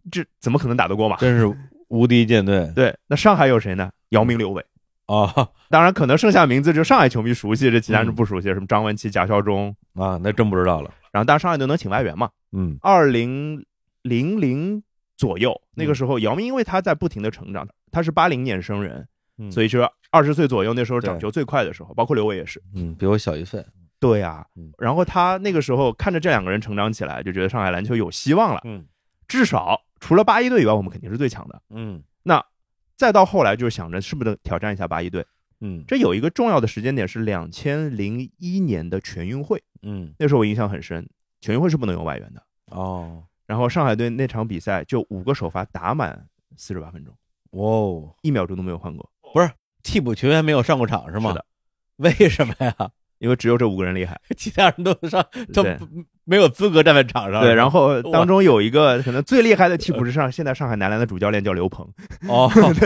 这怎么可能打得过嘛？
真是无敌舰队 [LAUGHS]
对，那上海有谁呢？姚明、刘伟。
啊
当然，可能剩下名字就上海球迷熟悉，这其他人
嗯
不熟悉，什么张文琪、贾孝忠。
啊，那真不知道了。
然后，当然上海队能请外援嘛？
嗯
二零零零左右那
嗯
个时候，姚明因为他在不停的成长，他是八零年生人，
嗯
所以就是二十岁左右那时候长
对
球最快的时候，包括刘伟也是。
嗯，比我小一岁。
对呀、
嗯
然后他那个时候看着这两个人成长起来，就觉得上海篮球有希望了。
嗯
至少除了八一队以外，我们肯定是最强的。
嗯
再到后来，就是想着是不是能挑战一下八一队。
嗯
这有一个重要的时间点是两千零一年的全运会，
嗯
那时候我印象很深。全运会是不能用外援的。
哦
然后上海队那场比赛就五个首发打满四十八分钟，
哇哦，
一秒钟都没有换过，
替补球员没有上过场是吗？
是的，
为什么呀？ [LAUGHS]
因为只有这五个人厉害。
其他人都上都
对
没有资格站在场上。
对，然
后
后当中有一个可能最厉害的替补是上现在上海男篮的主教练叫刘鹏。
哦， [LAUGHS]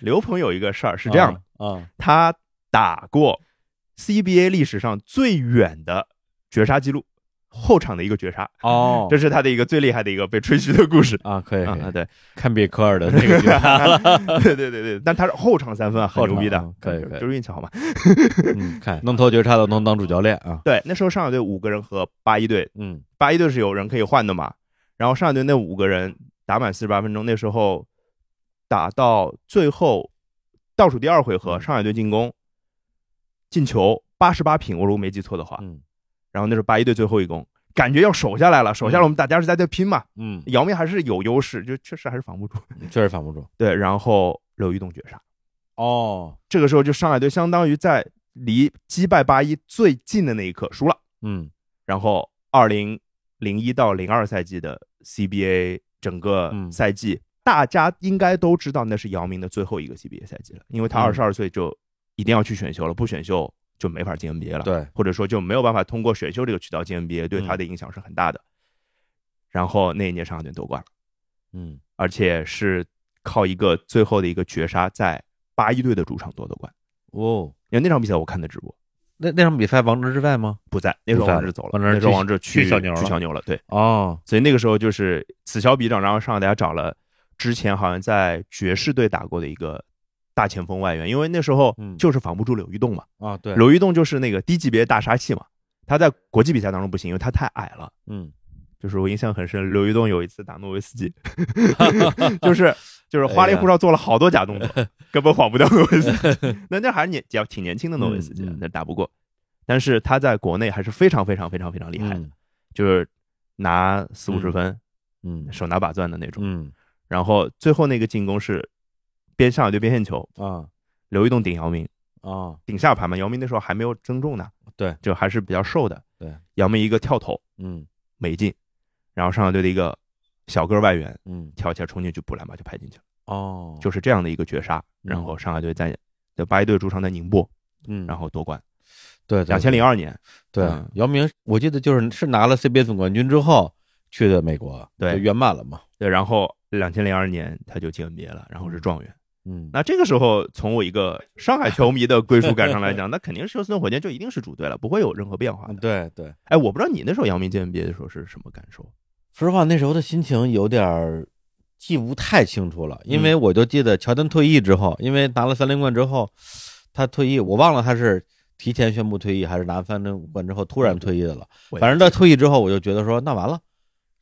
刘鹏有一个事儿是这样的，
啊
他打过 CBA 历史上最远的绝杀记录，后场的一个绝杀，
哦
这是他的一个最厉害的一个被吹嘘的故事。
啊，可以可以
啊，对，
堪比科尔的那个
[LAUGHS] 对对对对，但他是后场三分啊，很
后场
牛逼的
啊，可以可以
就是运气好嘛。
[LAUGHS] 嗯，看能投绝杀的能当主教练啊，
对，那时候上海队五个人和八一队，
嗯
八一队是有人可以换的嘛。然后上海队那五个人打满四十八分钟，那时候打到最后倒数第二回合，上海队进攻进球八十八平，我如果没记错的话，
嗯
然后那是八一队最后一攻，感觉要守下来了，守下来我们大家是在这拼嘛。
嗯，
姚明还是有优势，就确实还是防不住。 [LAUGHS]
确实防不住
对，然后刘玉栋绝杀，
哦，
这个时候就上海队相当于在离击败八一最近的那一刻输了。
嗯
然后二零零一到零二赛季的 CBA 整个
嗯
赛季，大家应该都知道那是姚明的最后一个 CBA 赛季了，因为他
嗯
二十二岁就一定要去选秀了，不选秀就没法进 NBA 了，，
对，嗯
或者说就没有办法通过选秀这个渠道进 NBA，对他的影响是很大的。然后那一年上海队夺冠了，
嗯
而且是靠一个最后的一个绝杀，在八一队的主场夺得冠。
哦，
因为那场比赛我看的直播，
那那场比赛王治之在吗？
不在那时
不
候
在
王治走了，
王治
那时候
去
王治
去小牛
去
了
小牛了，对。
哦，
所以那个时候就是此消彼长，然后上海大家找了之前好像在爵士队打过的一个大前锋外援，因为那时候
嗯
就是防不住柳玉栋嘛，
啊对，
柳玉栋就是那个低级别大杀器嘛，他在国际比赛当中不行，因为他太矮了。
嗯
就是我印象很深，柳玉栋有一次打诺维斯基， [LAUGHS] 就是就是花
哎
里胡哨做了好多假
[LAUGHS]
动作，根本晃不掉诺维斯基。那那还是年比较挺年轻的诺维斯基啊
嗯嗯，
那打不过。但是他在国内还是非常非常非常非常厉害的，
嗯
就是拿四五十分，
嗯
手拿把攥的那种。
嗯
然后最后那个进攻是边上海队边线球，
啊
刘玉栋顶姚明，
啊
顶下盘嘛。姚明那时候还没有增重呢，
对，
就还是比较瘦的。
对，
姚明一个跳投
嗯
没进，然后上海队的一个小个儿外援
嗯
跳起来冲进去补篮板就拍进去了，
哦，
就是这样的一个绝杀。
嗯
然后上海队在在八一队主场在宁波，
嗯
然后夺冠。
对
两千零二年，
对
嗯
姚明，我记得就是是拿了 CBA 总冠军之后去的美国，
对
就圆满了嘛，
对，然后两千零二年他就进 NBA 了，然后是状元。
嗯
那这个时候，从我一个上海球迷的归属感上来
[LAUGHS]
讲，那肯定是休斯顿火箭就一定是主队了，不会有任何变化的。
啊对对，
哎，我不知道你那时候姚明进 NBA 的时候是什么感受？
说实话，那时候的心情有点儿记不太清楚了，因为我就记得乔丹退役之后，因为拿了三连冠之后，他退役，我忘了他是提前宣布退役还是拿三连冠之后突然退役的了。
我也
反正他退役之后，我就觉得说那完了，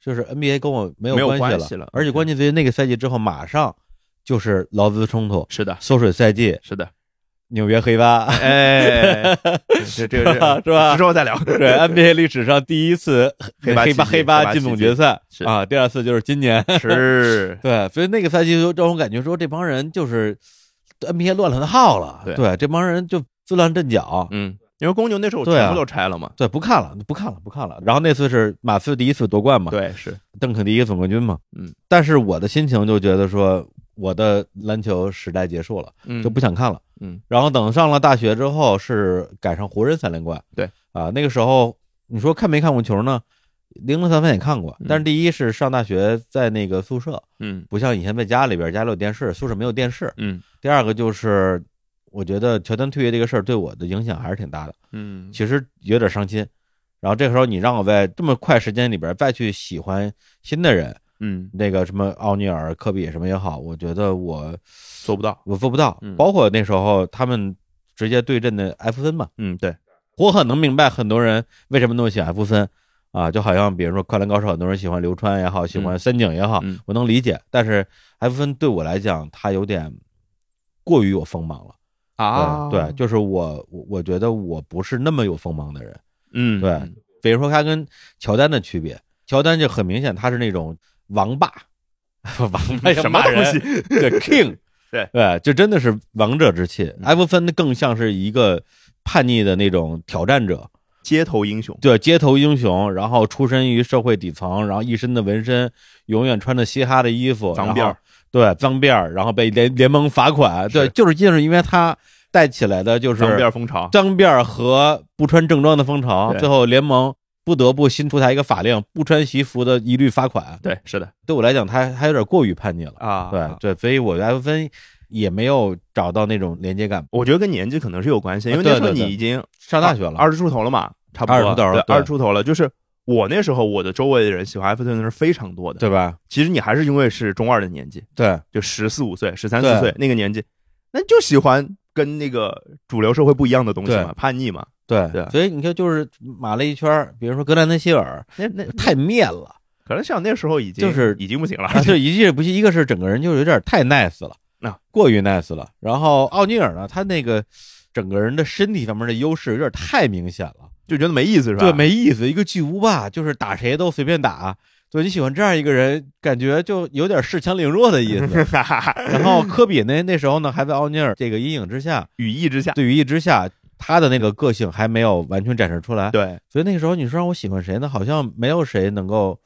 就是 NBA 跟我没有
没有
系
关
了，
系了
而且关键在于那个赛季之后，马上就是劳资冲突、
是的，
缩水赛季，
是的，
纽约黑八。
哎，这这
是吧
这
[LAUGHS] 是吧
之后再聊。
对 NBA 历史上第一次
[LAUGHS] 黑八
八黑
奇迹
黑
黑
八
八
进
奇
总
迹
决赛
是
啊，第二次就是今年，
[LAUGHS] 是，
[LAUGHS] 对，所以那个赛季就让我感觉说，这帮人就是 NBA 乱了套了，
对
这帮人就自乱阵脚，
嗯，因为公牛那时候
对啊
全部都拆了嘛。
对，不看了，不看了，不看了。然后那次是马刺第一次夺冠嘛，，
对，是
邓肯第一个总冠军嘛，
嗯，
但是我的心情就觉得说，我的篮球时代结束了，
嗯
就不想看了，
嗯。
然后等上了大学之后，是赶上湖人三连冠，
对，
啊，那个时候你说看没看过球呢？零零散散也看过，但是
嗯
第一是上大学在那个宿舍，
嗯
不像以前在家里边，家里有电视，宿舍没有电视，
嗯
第二个就是我觉得乔丹退役这个事儿对我的影响还是挺大的，
嗯，
其实有点伤心。然后这个时候你让我在这么快时间里边再去喜欢新的人，
嗯，
那个什么奥尼尔、科比什么也好，我觉得我
做不到，
我做不到
嗯。
包括那时候他们直接对阵的艾弗森嘛，
嗯，对，
我很能明白很多人为什么那么喜欢艾弗森啊，就好像比如说《灌篮高手》，很多人喜欢流川也好，喜欢三井也好，
嗯
我能理解。但是艾弗森对我来讲，他有点过于有锋芒了
啊，
对，对，就是我我我觉得我不是那么有锋芒的人。
嗯，
对，比如说他跟乔丹的区别，乔丹就很明显他是那种王霸， [LAUGHS] 王霸
嗯什么东西？ [LAUGHS]
对 king，
对
对，就真的是王者之
嗯
气。艾弗森更像是一个叛逆的那种挑战者，
街头英雄，
对，街头英雄，然后出身于社会底层，然后一身的纹身，永远穿着嘻哈的衣服，
脏
然后
辫儿，
对，脏辫儿，然后被联联盟罚款，对，
是
就是就是因为他带起来的就是
脏辫风潮，
脏辫儿和不穿正装的风潮，
对
最后联盟不得不新出台一个法令，不穿西服的一律罚款。
对，是的
对我来讲，他还有点过于叛逆了。
啊，
对对，所以我的艾弗森也没有找到那种连接感。
我觉得跟年纪可能是有关系，因为
啊对
那时候
对
你
对
已经
上大学了，
二十出头了嘛，差不多
二十出头了
对
对
二十出头了。就是我那时候，我的周围的人喜欢艾弗顿的是非常多的。
对吧？
其实你还是因为是中二的年纪，
对
就十四五岁、十三
对
四岁那个年纪，那就喜欢跟那个主流社会不一样的东西嘛，
对
叛逆嘛。
对
对
所以你看，就是马了一圈儿，比如说格兰德希尔，
那那
太灭了，
可能像那时候已经
就是
已经不行了，
[LAUGHS] 啊，就一个不是一个是整个人就是有点太 nice 了，
啊
过于 nice 了。然后奥尼尔呢，他那个整个人的身体方面的优势有点太明显了。
就觉得没意思是吧？ [LAUGHS]
对，没意思，一个巨无霸，就是打谁都随便打。对你喜欢这样一个人，感觉就有点恃强凌弱的意 [LAUGHS] 思。然后科比那那时候呢，还在奥尼尔这个阴影之下，
羽翼之下，
对于一之下，他的那个个性还没有完全展示出来。
对，
所以那个时候，你说让我喜欢谁呢？好像没有谁能够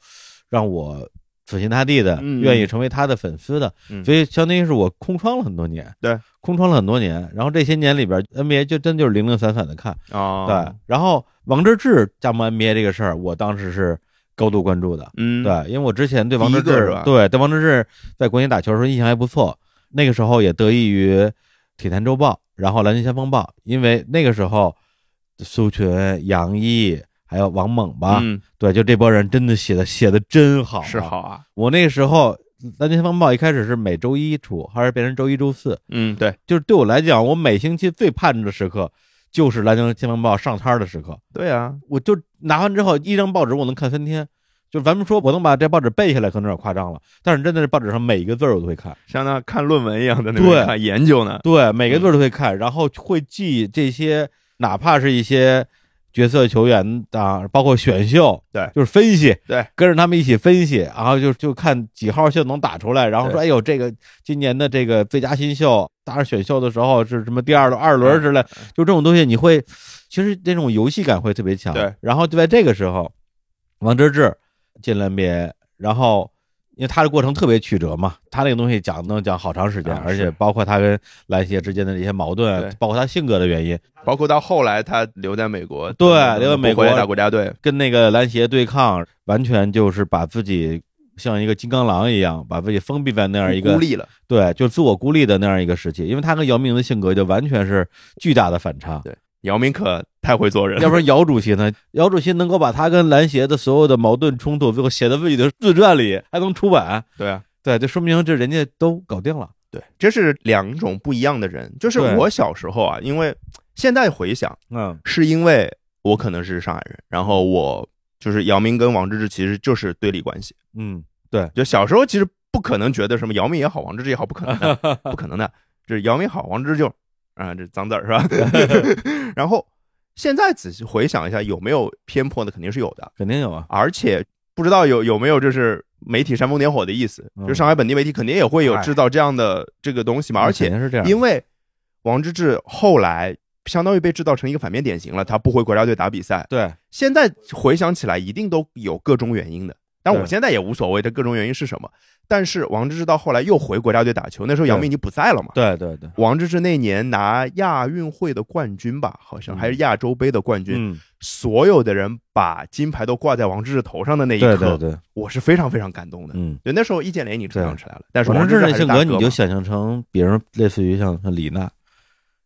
让我死心塌地的、
嗯
愿意成为他的粉丝的。
嗯
所以相当于是我空窗了很多年，
对，
空窗了很多年。然后这些年里边，NBA 就真就是零零散散的看。
哦，
对，，然后王治郅加盟 NBA 这个事儿，我当时是高度关注的。
嗯，
对，因为我之前对王治
第一个是吧
郅，对对王治郅在国内打球的时候印象还不错，那个时候也得益于《体坛周报》，然后《篮球先锋报》，因为那个时候苏群、杨毅还有王猛吧，
嗯，
对，就这波人真的写的写的真啊好，
是。好啊，
我那个时候《篮球先锋报》一开始是每周一出，后来变成周一、周四，
嗯，对
就是对我来讲，我每星期最盼着的时刻就是《篮球新闻报》上摊儿的时刻。
对啊，
我就拿完之后，一张报纸我能看三天。就咱们说我能把这报纸背下来，可能有点夸张了，但是真的是报纸上每一个字儿我都会看，
像那看论文一样的那种
对
看研究呢，
对，每个
嗯
字儿都会看，然后会记这些，哪怕是一些角色球员啊，包括选秀，
对
就是分析，
对，
跟着他们一起分析，然后就就看几号秀能打出来，然后说，哎呦，这个今年的这个最佳新秀，当然选秀的时候是什么第二轮、二
嗯
轮之类，就这种东西，你会其实那种游戏感会特别强。
对，
然后就在这个时候，王治郅进了 NBA，然后。因为他的过程特别曲折嘛，他那个东西讲能讲好长时间，
啊
而
是
且包括他跟篮协之间的一些矛盾啊
对，
包括他性格的原因，
包括到后来他留在美国，
对
能不能
留在美国
不回来打国家队，
跟那个篮协对抗，完全就是把自己像一个金刚狼一样，把自己封闭在那样一个
孤立了，
对，就自我孤立的那样一个时期。因为他跟姚明的性格就完全是巨大的反差。
姚明可太会做人了，
要不然姚主席呢？姚主席能够把他跟篮协的所有的矛盾冲突，最后写在自己的自传里，还能出版，
对啊。
对，这说明这人家都搞定了。
对，这是两种不一样的人。就是
对
我小时候啊，因为现在回想，
嗯
是因为我可能是上海人，然后我就是姚明跟王治郅其实就是对立关系。
嗯，
就小时候其实不可能觉得什么姚明也好，王治郅也好，不可能
[LAUGHS]
的，不可能的。这姚明好，王治郅就啊，这脏字儿是吧？ [LAUGHS] 然后现在仔细回想一下，有没有偏颇的，肯定是有的。
肯定有啊。
而且不知道有有没有就是媒体煽风点火的意思，
嗯
就上海本地媒体肯定也会有
哎
制造这样的这个东西嘛，而且
肯定是这啊样，
因为王治郅后来相当于被制造成一个反面典型了，他不回国家队打比赛。
对
现在回想起来，一定都有各种原因的。但我
对
现在也无所谓，这各种原因是什么？但是王治郅到后来又回国家队打球，那时候姚明已经不在了嘛。
对对对，
王治郅那年拿亚运会的冠军吧，好像
嗯
还是亚洲杯的冠军，
嗯，
所有的人把金牌都挂在王治郅头上的那一
对
刻，
对对，
我是非常非常感动的。
嗯。
对，那时候易建联已经成长起来了，但是
王
王治
治郅
郅还
的
是
性
大
格，
哥
你
嘛
就想象成，比如类似于像像李娜，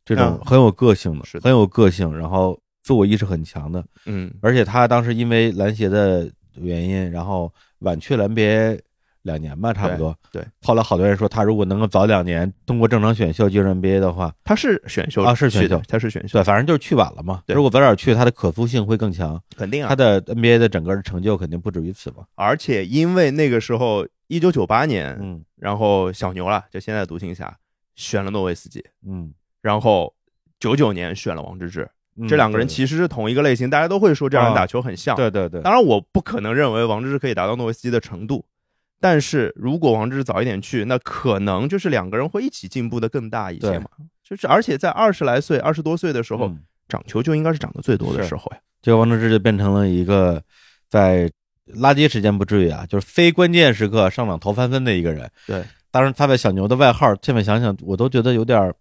这种
嗯
很有个性的，
是的
很有个性，然后自我意识很强的，
嗯
而且他当时因为篮协的原因，然后晚去篮别两年吧，差不多。
对对
后来好多人说他如果能够早两年通过正常选秀进入 NBA 的话，
他是选秀
啊是
去的
选秀
他是选秀
对，，反正就是去晚了嘛。
对
如果早点去，他的可塑性会更强，
肯定啊
他。的 NBA 的整个的成就肯定不止于此嘛。
而且因为那个时候一九九八年，
嗯
然后小牛了，就现在的独行侠选了诺维斯基，
嗯，
然后九九年选了王治郅，
嗯
这两个人其实是同一个类型，大家都会说这两人
啊
打球很像。
对对对，对
当然我不可能认为王治郅可以达到诺维斯基的程度，但是如果王治郅早一点去，那可能就是两个人会一起进步的更大一些
对
嘛。就是而且在二十来岁、二十多岁的时候，
嗯
长球就应该是长得最多的时候呀。
这个王治郅就变成了一个在垃圾时间不至于啊，就是非关键时刻上场投三分的一个人。
对，
当然他在小牛的外号，现在想想我都觉得有点儿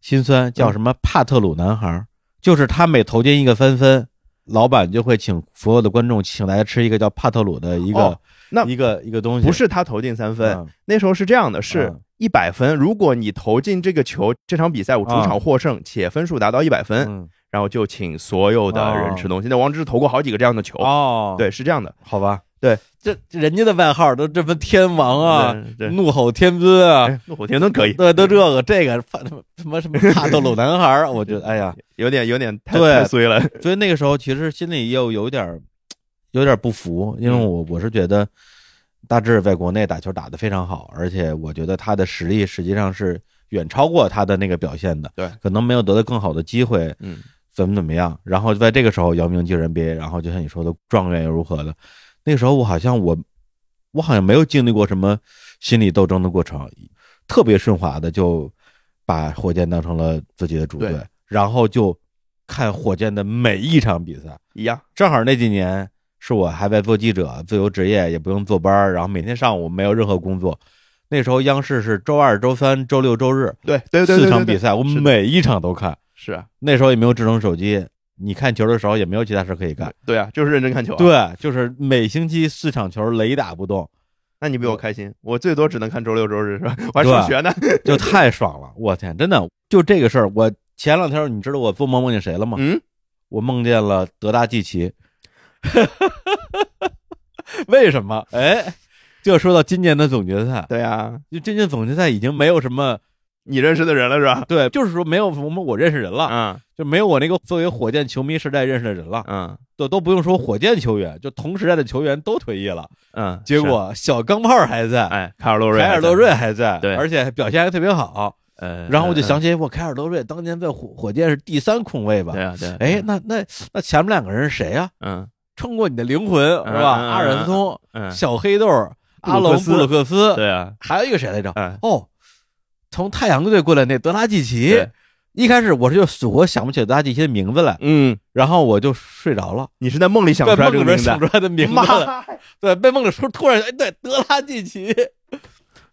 心酸，
嗯
叫什么帕特鲁男孩儿，就是他每投进一个三分。老板就会请所有的观众请大家吃一个叫帕特鲁的一个、
哦那
一个一个东西，
不是他投进三分，
嗯
那时候是这样的，是
嗯
一百分。如果你投进这个球，这场比赛我主场获胜，且分数达到一百分，
嗯
然后就请所有的人吃东西。那王治郅投过好几个这样的球，
哦，
对，，是这样的
好吧，
对，
这这人家的外号都这么天王啊，
嗯对对
怒吼天尊啊，
哎，怒
[LAUGHS]
火天尊可以，
对，都这个这个他妈什么什么帕特鲁男孩儿，我觉得哎
[LAUGHS]
呀，
有点有点太
对
太衰了，
所以那个时候其实心里又有点儿有点儿不服，因为我我是觉得大志在国内打球打得非常好，而且我觉得他的实力实际上是远超过他的那个表现的，
对，
可能没有得到更好的机会，
嗯，
怎么怎么样。然后在这个时候，姚明进人 NBA，然后就像你说的状元又如何的，那个时候我好像我我好像没有经历过什么心理斗争的过程，特别顺滑的就把火箭当成了自己的主队
对，
然后就看火箭的每一场比赛。
一样。
正好那几年是我还在做记者，自由职业，也不用坐班儿，然后每天上午没有任何工作。那时候央视是周二、周三、周六、周日
对对对对，
四场
对
比
对
赛，我
是的
每一场都看。
是啊，
那时候也没有智能手机，你看球的时候也没有其他事可以干。
对啊，就是认真看球、啊。，
对，就是每星期四场球，雷打不动，
那你比我开心，我最多只能看周六周日是吧？我还
啊
上学呢。
就太爽了！我天，真的就这个事儿，我前两天你知道我做梦梦见谁了吗？
嗯，
我梦见了德大季
[LAUGHS]
奇。为什么？哎，就说到今年的总决赛，
对啊，
就今年总决赛已经没有什么
你认识的人了是吧？
对，啊就是说没有什么我认识人了，
嗯
就没有我那个作为火箭球迷时代认识的人了，
嗯
都都不用说火箭球员，就同时代的球员都退役了，
嗯，
结果小钢炮还
是
在，
哎，凯尔洛瑞，
凯尔洛瑞，还在，
对
而且表现还特别好。
呃，
然后我就想
起，
起，哎我凯尔洛瑞当年在火火箭是第三控卫吧
对？啊对啊，
哎，那那那前面两个人是谁啊？
嗯
穿过你的灵魂是吧？
嗯嗯嗯
阿忍松、
嗯，
小黑豆、阿
布鲁克
隆、
斯
布鲁克 [LAUGHS] 斯，
对啊，
还有一个谁来着？
嗯
哦，从太阳队过来那德拉季奇
对。
一开始我是就死活想不起德拉季奇的名字来，
嗯，
然后我就睡着了，
你是在梦里想
在
出来
梦
这个
里
名
边
字
想
啊？
出来的名字了。
妈，
[LAUGHS] 对，被梦里说突然哎，对，德拉季奇，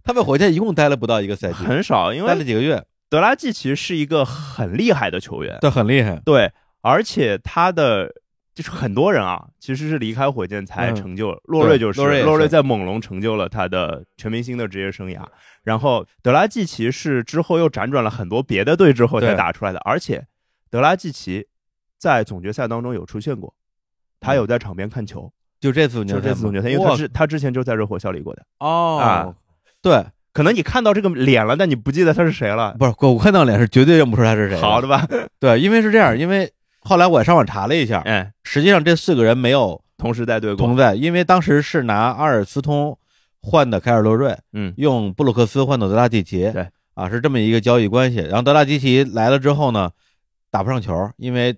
他在火箭一共待了不到一个赛季，
很少，因
待了
为
几个月，
德拉季其实是一个很厉害的球员，
对，很厉害。
对，而且他的就是很多人啊，其实是离开火箭才
嗯
成就，洛瑞就是
洛瑞也是
洛瑞在猛龙成就了他的全明星的职业生涯，然后德拉季奇是之后又辗转了很多别的队之后才
对
打出来的，而且德拉季奇在总决赛当中有出现过，他有在场边看球，
就这次总决赛
就
吗，
是这次总决赛，因为
哇
他是他之前就在热火效力过的，
哦
啊，
对，
可能你看到这个脸了，但你不记得他是谁了，
不是我看到脸是绝对认不出他是谁。
好的，
[LAUGHS]
吧？
对，因为是这样，因为后来我也上网查了一下，
哎，
实际上这四个人没有
同时带队过，
同在，因为当时是拿阿尔斯通换的凯尔洛瑞，
嗯
用布鲁克斯换的德拉季奇，
对，
啊，是这么一个交易关系。然后德拉季奇来了之后呢，打不上球，因为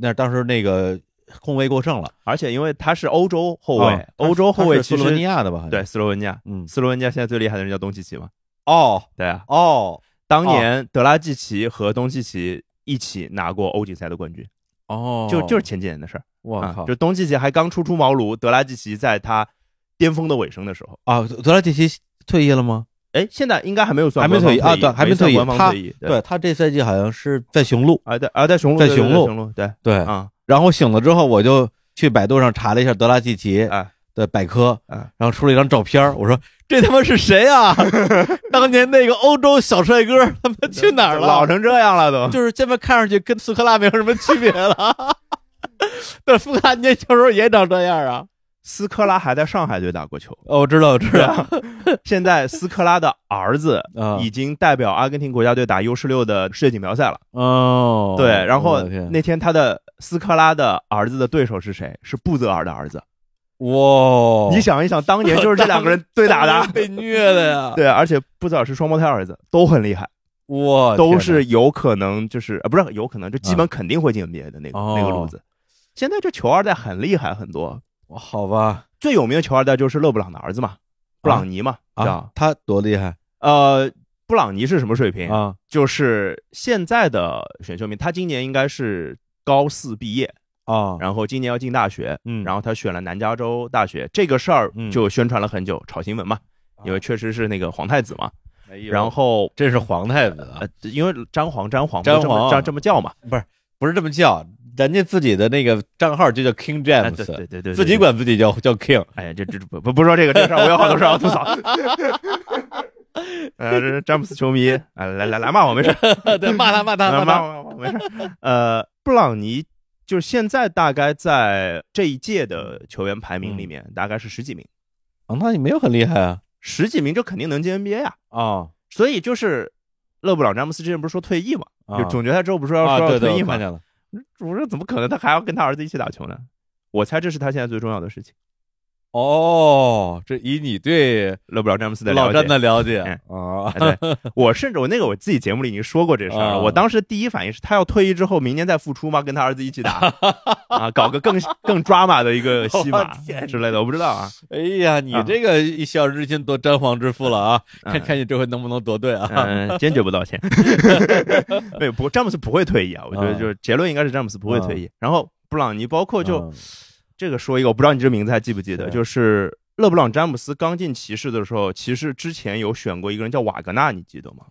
那当时那个控卫过剩了，
而且因为他是欧洲后卫，
啊
欧洲后
他
卫
是
其
斯洛文尼
实
亚的吧？好像
对，斯洛文尼亚，
嗯，
斯洛文尼亚现在最厉害的人叫东契奇嘛？
哦
对啊，
哦
当年德拉季奇和东契奇一起拿过欧锦赛的冠军，
哦，
就就是前几年的事儿。
我
啊
靠
就东契奇还刚初出茅庐，德拉季奇在他巅峰的尾声的时候，
啊，德拉季奇退役了吗？
哎，现在应该还没有算
还没
官方
退役啊对还没
算
退役
官方
他
退役啊对
对他这赛季好像是在雄鹿，
啊在啊在雄鹿
在
对对
雄
对
鹿
雄鹿对
对
啊
然后醒了之后，我就去百度上查了一下德拉季奇，
哎
的百科，
嗯
然后出了一张照片儿，我说这他妈是谁啊？ [LAUGHS] 当年那个欧洲小帅哥他妈 [LAUGHS] 去哪儿了？
老成这样
[LAUGHS]
了都。
就是现在看上去跟斯科拉没有什么区别了。 [LAUGHS] 但斯科拉年小时候也长这样啊！
斯科拉还在上海队打
[LAUGHS]
过球，
哦，我知道，我知道啊、
现在斯科拉的儿子
嗯
已经代表阿根廷国家队打 U 十六的世界锦标赛了。
哦，
对，然
我
后
的天
那天他的斯科拉的儿子的对手是谁？是布泽尔的儿子。
哇，
你想一想，当年就是这两个人对打的。
[LAUGHS] 被虐的 [LAUGHS] 呀！
对，而且布泽尔是双胞胎儿子，都很厉害，
哇，
都
哦天哪嗯
是有可能就是呃，不是有可能，就基本肯定会进 NBA 的那个、
哦
那个路子。现在这球二代很厉害，很多
好吧？
最有名的球二代就是勒布朗的儿子嘛，布朗尼嘛，叫、
啊，他多厉害
呃，布朗尼是什么水平？
啊！
就是现在的选秀名，他今年应该是高四毕业，
啊，
然后今年要进大学，
嗯
然后他选了南加州大学，这个事儿
嗯啊
就宣传了很久，炒新闻嘛，因为确实是那个皇太子嘛，
哎
然后。
这是皇太子啊
呃，，因为詹皇，詹皇，
詹
这
皇
么这这么叫嘛？
不是这么叫，人家自己的那个账号就叫 King
哎
James，
对对对对，
自己
滚。
管自己叫叫 King，
哎呀，这这不不不说这个这事儿，我有好多事儿要吐槽。 [LAUGHS] 呃，这是詹姆斯球迷，啊，来来来骂我没事，
[LAUGHS] 对，骂他 [LAUGHS] 骂
啊
他
骂
骂
我骂我没事。呃，布朗尼就是现在大概在这一届的球员排
嗯
名里面，大概是十几名，
他，哦那你没有很厉害啊
十几名就肯定能进 NBA 啊。
啊
所以就是勒布朗詹姆斯之前不是说退役嘛，
啊
就总决赛之后不是要
啊！
说
对
要
对，
退役
我
嘛
看？见了，
我说怎么可能他还要跟他儿子一起打球呢？我猜这是他现在最重要的事情。
哦，这以你对
勒布朗詹姆斯的
老
了解
詹的了解
嗯
啊，
[LAUGHS] 哎对我甚至我那个我自己节目里已经说过这事儿
啊
了。我当时第一反应是他要退役之后，明年再复出吗？跟他儿子一起打啊，搞个
[LAUGHS]
更更 drama 的一个戏码
我天
之类的，我不知道啊。
[LAUGHS] 哎呀，你这个一笑之心夺詹皇之腹了啊！
嗯
[LAUGHS] 看看你这回能不能夺对啊？
嗯，坚决不道
[LAUGHS]
歉。 [LAUGHS] 对，不，詹姆斯不会退役啊。我觉得
啊
就是结论应该是詹姆斯不会退役。然后布朗尼，包括
啊嗯
就这个说一个，我不知道你这名字还记不记得，
对
就是勒布朗詹姆斯刚进骑士的时候，骑士之前有选过一个人叫瓦格纳，你记得吗？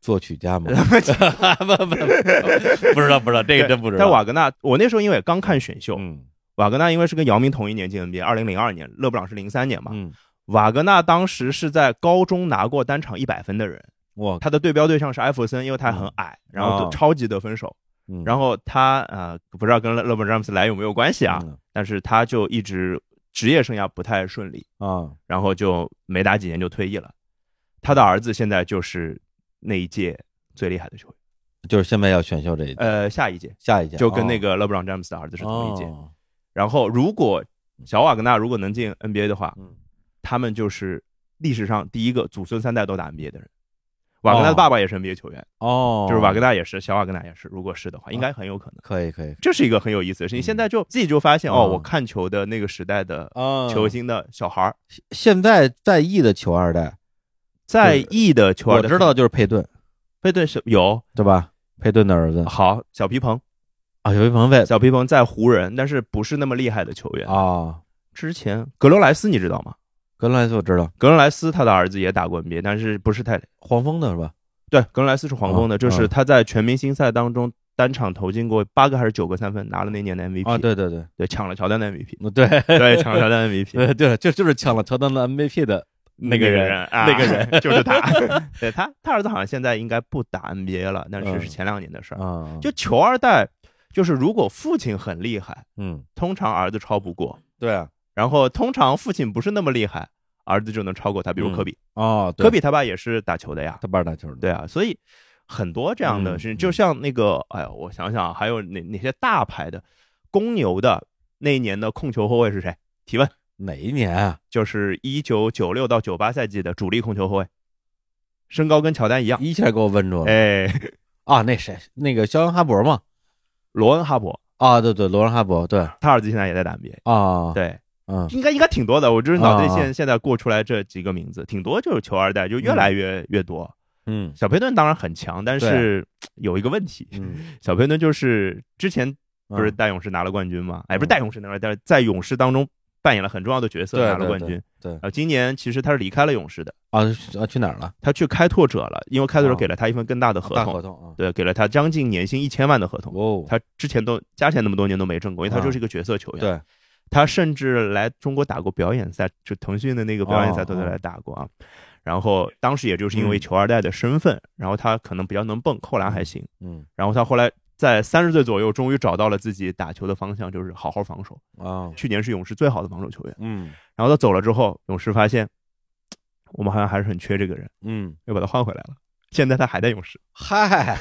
作曲家嘛， [LAUGHS] 不不不，不知道不知道，这个真不知道。
但瓦格纳，我那时候因为也刚看选秀，
嗯
瓦格纳因为是跟姚明同一年进 NBA，二零零二年，勒布朗是零三年嘛。
嗯，
瓦格纳当时是在高中拿过单场一百分的人，
我
他的对标对象是艾弗森，因为他很矮，然后
啊
就超级得分手。
嗯
然后他呃，不知道跟勒勒布朗詹姆斯来有没有关系啊，
嗯
但是他就一直职业生涯不太顺利，
啊
然后就没打几年就退役了。他的儿子现在就是那一届最厉害的球员，
就是现在要选秀这一届
呃，下一届
下一届
就跟那个勒布朗詹姆斯的儿子是同一届。
哦
然后如果小瓦格纳如果能进 NBA 的话，
嗯
他们就是历史上第一个祖孙三代都打 NBA 的人。瓦格纳的爸爸也是 NBA 球员，
哦，嗯
就是瓦格纳也是，小瓦格纳也是。如果是的话，应该很有可能。
可以可以
这是一个很有意
嗯
思的事情。现在就自己就发现
哦
哦，我看球的那个时代的
啊
球星的小孩儿，
嗯现在在役的球二代，
在役的球
我
员，
知道就是佩顿
佩顿是有
对吧？佩顿的儿子
好小皮蓬，
啊，有一鹏飞
小皮蓬在湖人，但是不是那么厉害的球员。
啊，
之前格罗莱斯你知道吗？
格兰斯我知道，
格罗莱斯他的儿子也打过 NBA，但是不是太
黄蜂的是吧？
对，格伦莱斯是黄蜂
啊
的，就
啊
是他在全明星赛当中单场投进过八个还是九个三分，拿了那年的 MVP
啊，对对对
对抢了乔丹的 MVP，
[LAUGHS] 对
对，
[LAUGHS]
抢了乔丹的 MVP，
对对，就就是抢了乔丹的 MVP 的那个人
人，啊
那个 [LAUGHS] 人
就是他， [LAUGHS] 对他，他儿子好像现在应该不打 NBA 了，但
嗯
是是前两年的事儿。
啊，
就球二代，就是如果父亲很厉害，
嗯，
通常儿子超不过，
对啊，
然后通常父亲不是那么厉害，儿子就能超过他，比如科比，
哦，对
科比他爸也是打球的呀，
他爸打球的，
对啊，所以很多这样的
嗯
事情，
嗯
就像那个，哎呀，我想想啊，还有哪哪些大牌的，公牛的那一年的控球后卫是谁？提问，
哪一年
哎
啊？
就是一九九六到九八赛季的主力控球后卫，身高跟乔丹一样，
一下给我问住了
哎，
啊！那谁，那个肖恩哈伯嘛？
罗恩哈伯，
啊，对对，罗恩哈伯，对
他儿子现在也在打 NBA，
啊，，
对， [LAUGHS]
嗯
应该应该挺多的，我就是脑袋
啊
现现在过出来这几个名字，挺多，就是球二代就越来越越多。
嗯
小佩顿当然很强，但是有一个问题，
嗯，
小佩顿就是之前 [LAUGHS] 不是
嗯
带勇士拿了冠军吗？哎，
嗯
不是带勇士拿了，但是在勇士当中扮演了很重要的角色，
对
拿了冠军。
对对
啊，今年其实他是离开了勇士的，
啊啊去哪儿了？
他去开拓者了，因为开拓者
哦
给了他一份更大的合
大
同，
合同啊，
对，给了他将近年薪一千万的合同。
哦，
他之前都加起来那么多年都没挣过，因为他
啊
就是一个角色球员。
对，
他甚至来中国打过表演赛，就腾讯的那个表演赛都
哦
在
哦嗯
来打过啊。然后当时也就是因为球二代的身份，然后他可能比较能蹦，扣篮还行。
嗯
然后他后来在三十岁左右，终于找到了自己打球的方向，就是好好防守。 [LAUGHS]
啊，
去年是勇士最好的防守球员。
嗯
然后他走了之后，勇士发现我们好像还是很缺这个人，
嗯，
又把他换回来了。现在他还在勇士， [LAUGHS]
嗨，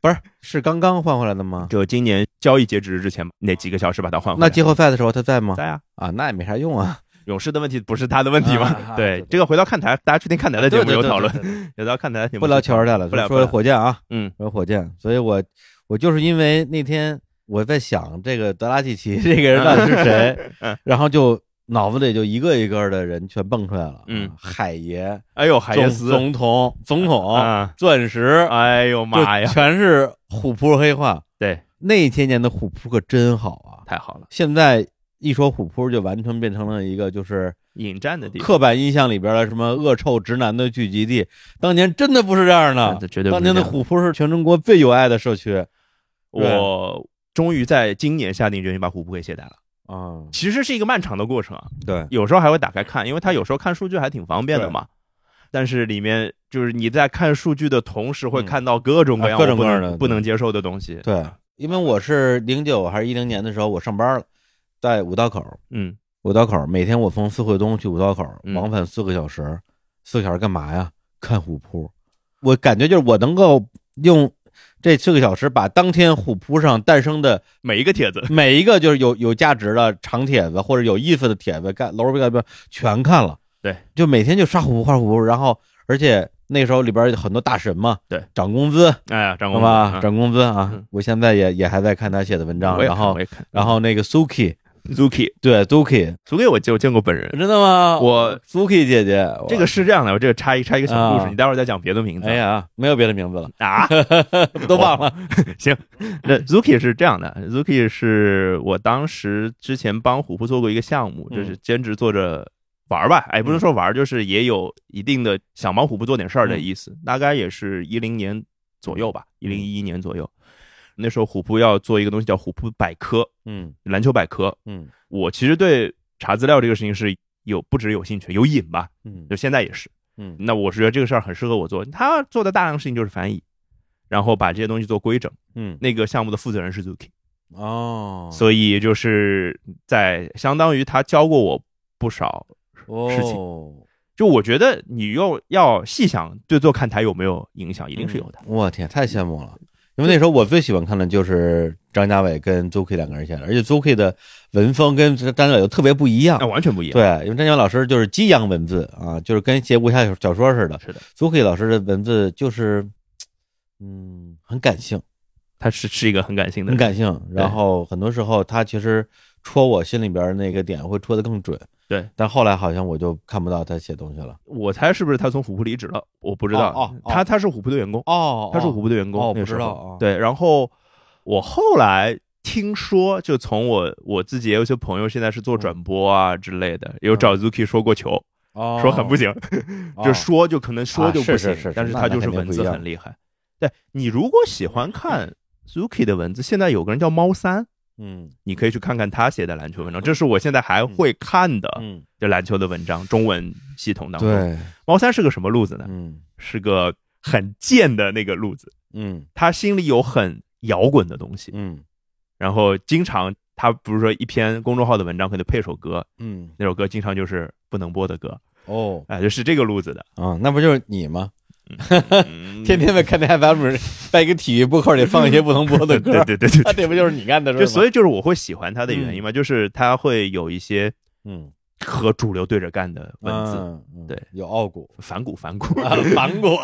不是是刚刚换回来的吗？
就今年交易截止日之前那几个小时把他换回来。
那季后赛的时候他在吗？
在啊，
啊，那也没啥用啊。
勇士的问题不是他的问题吗？
啊
对，
啊
这个回到看台，大家去听看台的节目有讨论，
对对对对对
有到看台的节目
不聊球儿去了，
不聊不
说
聊
火箭啊，
嗯，
说火箭，所以我我就是因为那天我在想这个德拉季奇 [LAUGHS] 这个人到底是
嗯
谁，然后就脑子里就一个一个的人全蹦出来了，
嗯
啊，海爷、
哎呦，海耶
总
斯，
总统、总统、
啊，
钻石，
哎呦妈呀
就，全是虎扑黑话。
对，
那些年的虎扑可真好啊，
太好了，
现在一说虎扑就完全变成了一个就是
引战的地方，
刻板印象里边的什么恶臭直男的聚集地，当年真的不是这样的，
这绝对不
啊当
是这
年的
样
虎扑是全中国最有爱的社区对
我终于在今年下定决心把虎扑给卸载了。
啊，
其实是一个漫长的过程啊，
对，
有时候还会打开看，因为它有时候看数据还挺方便的嘛。但是里面就是你在看数据的同时，会
嗯
看到各种各样
啊各种
我不能
各样的
不能接受的东西。
对，因为我是零九还是一零年的时候，我上班了，在五道口，
嗯，
五道口每天我从四惠东去五道口，
嗯
往返四个小时，四个小时干嘛呀？看虎扑，我感觉就是我能够用这四个小时把当天虎扑上诞生的
每一个帖子， [LAUGHS]
每一个就是有有价值的长帖子或者有意思的帖子，干楼干干全看了。
对，
就每天就刷虎扑画虎扑，然后而且那时候里边有很多大神嘛，
对，
涨工资
哎呀，张
是
工
吧？
啊，
涨工资啊
嗯！
我现在也也还在看他写的文章，
我也
然
看
后
我也看，
然后那个 Suki
Zuki
对 Suki
足给我见我见过本人。
真的吗？
我
Suki 姐姐
这个是这样的，我这个插一插一个小故事，
啊
你待会儿再讲别的名字。
哎呀，没有别的名字了，
啊，
都忘了。
行，那 Zuki 是这样的，Zuki 是我当时之前帮虎扑做过一个项目，
嗯
就是兼职做着玩儿吧，哎，不能说玩儿，就是也有一定的想帮虎扑做点事儿的意思，大概也是一零年左右吧，一零一一年左右，那时候虎扑要做一个东西叫虎扑百科，
嗯
篮球百科，
嗯
我其实对查资料这个事情是有不止有兴趣，有瘾吧，
嗯
就现在也是。
嗯
那我是觉得这个事儿很适合我做。他做的大量事情就是翻译，然后把这些东西做规整。
嗯
那个项目的负责人是 Zuki，、
哦，
所以就是在相当于他教过我不少。事情
哦
就我觉得你又要细想对做看台有没有影响，一
一
定是有的。
嗯我天，太羡慕了！因为那时候我最喜欢看的就是张家伟跟 Zuki 两个人写的，而且 Zuki 的文风跟张家伟又特别不一样
那、。完全不一样。
对，因为张家伟老师就是激扬文字啊，就是跟写武侠小说似的。
是的，
Zuki 老师的文字就是，嗯，很感性，
他是是一个很感性的
很
人。
感性。然后很多时候他其实戳我心里边那个点会戳得更准。
对，
但后来好像我就看不到他写东西了。
我猜是不是他从虎扑离职了？我不知道。
哦哦哦
他他是虎扑的员工，
哦
他是虎扑的员工。
哦，
那
不
个时
知
候
道啊。，
对，然后我后来听说，就从我我自己也有些朋友现在是
嗯
做转播啊之类的，有找 Zuki 说过球，
哦，
说很不行，就
哦
说就可能说
啊
就是不
是
行，
是是
但是
那
他
那
就是
肯定
文
不
字
一样
很厉害。对你如果喜欢看 Zuki 的文字，现在有个人叫猫三。
嗯
你可以去看看他写的篮球文章，这是我现在还会看的
嗯，
这篮球的文章，中文系统当中。，
对，
猫三是个什么路子呢？
嗯
是个很贱的那个路子，
嗯
他心里有很摇滚的东西，
嗯。
然后经常他不是说一篇公众号的文章可能配首歌，
嗯，
那首歌经常就是不能播的歌，
哦
哎，就是这个路
[LAUGHS]
子的，
啊，那不就是你吗？
嗯
天天在看台 FM，在一个体育播客里放一些不能播的歌，
对 [LAUGHS] 对对对
那
对，
这不就是你干的事
就
吗？
所以就是我会喜欢他的原因嘛，就是他会有一些
嗯，
和主流对着干的文字，
嗯，嗯
对
有傲骨
反骨反骨
啊，反骨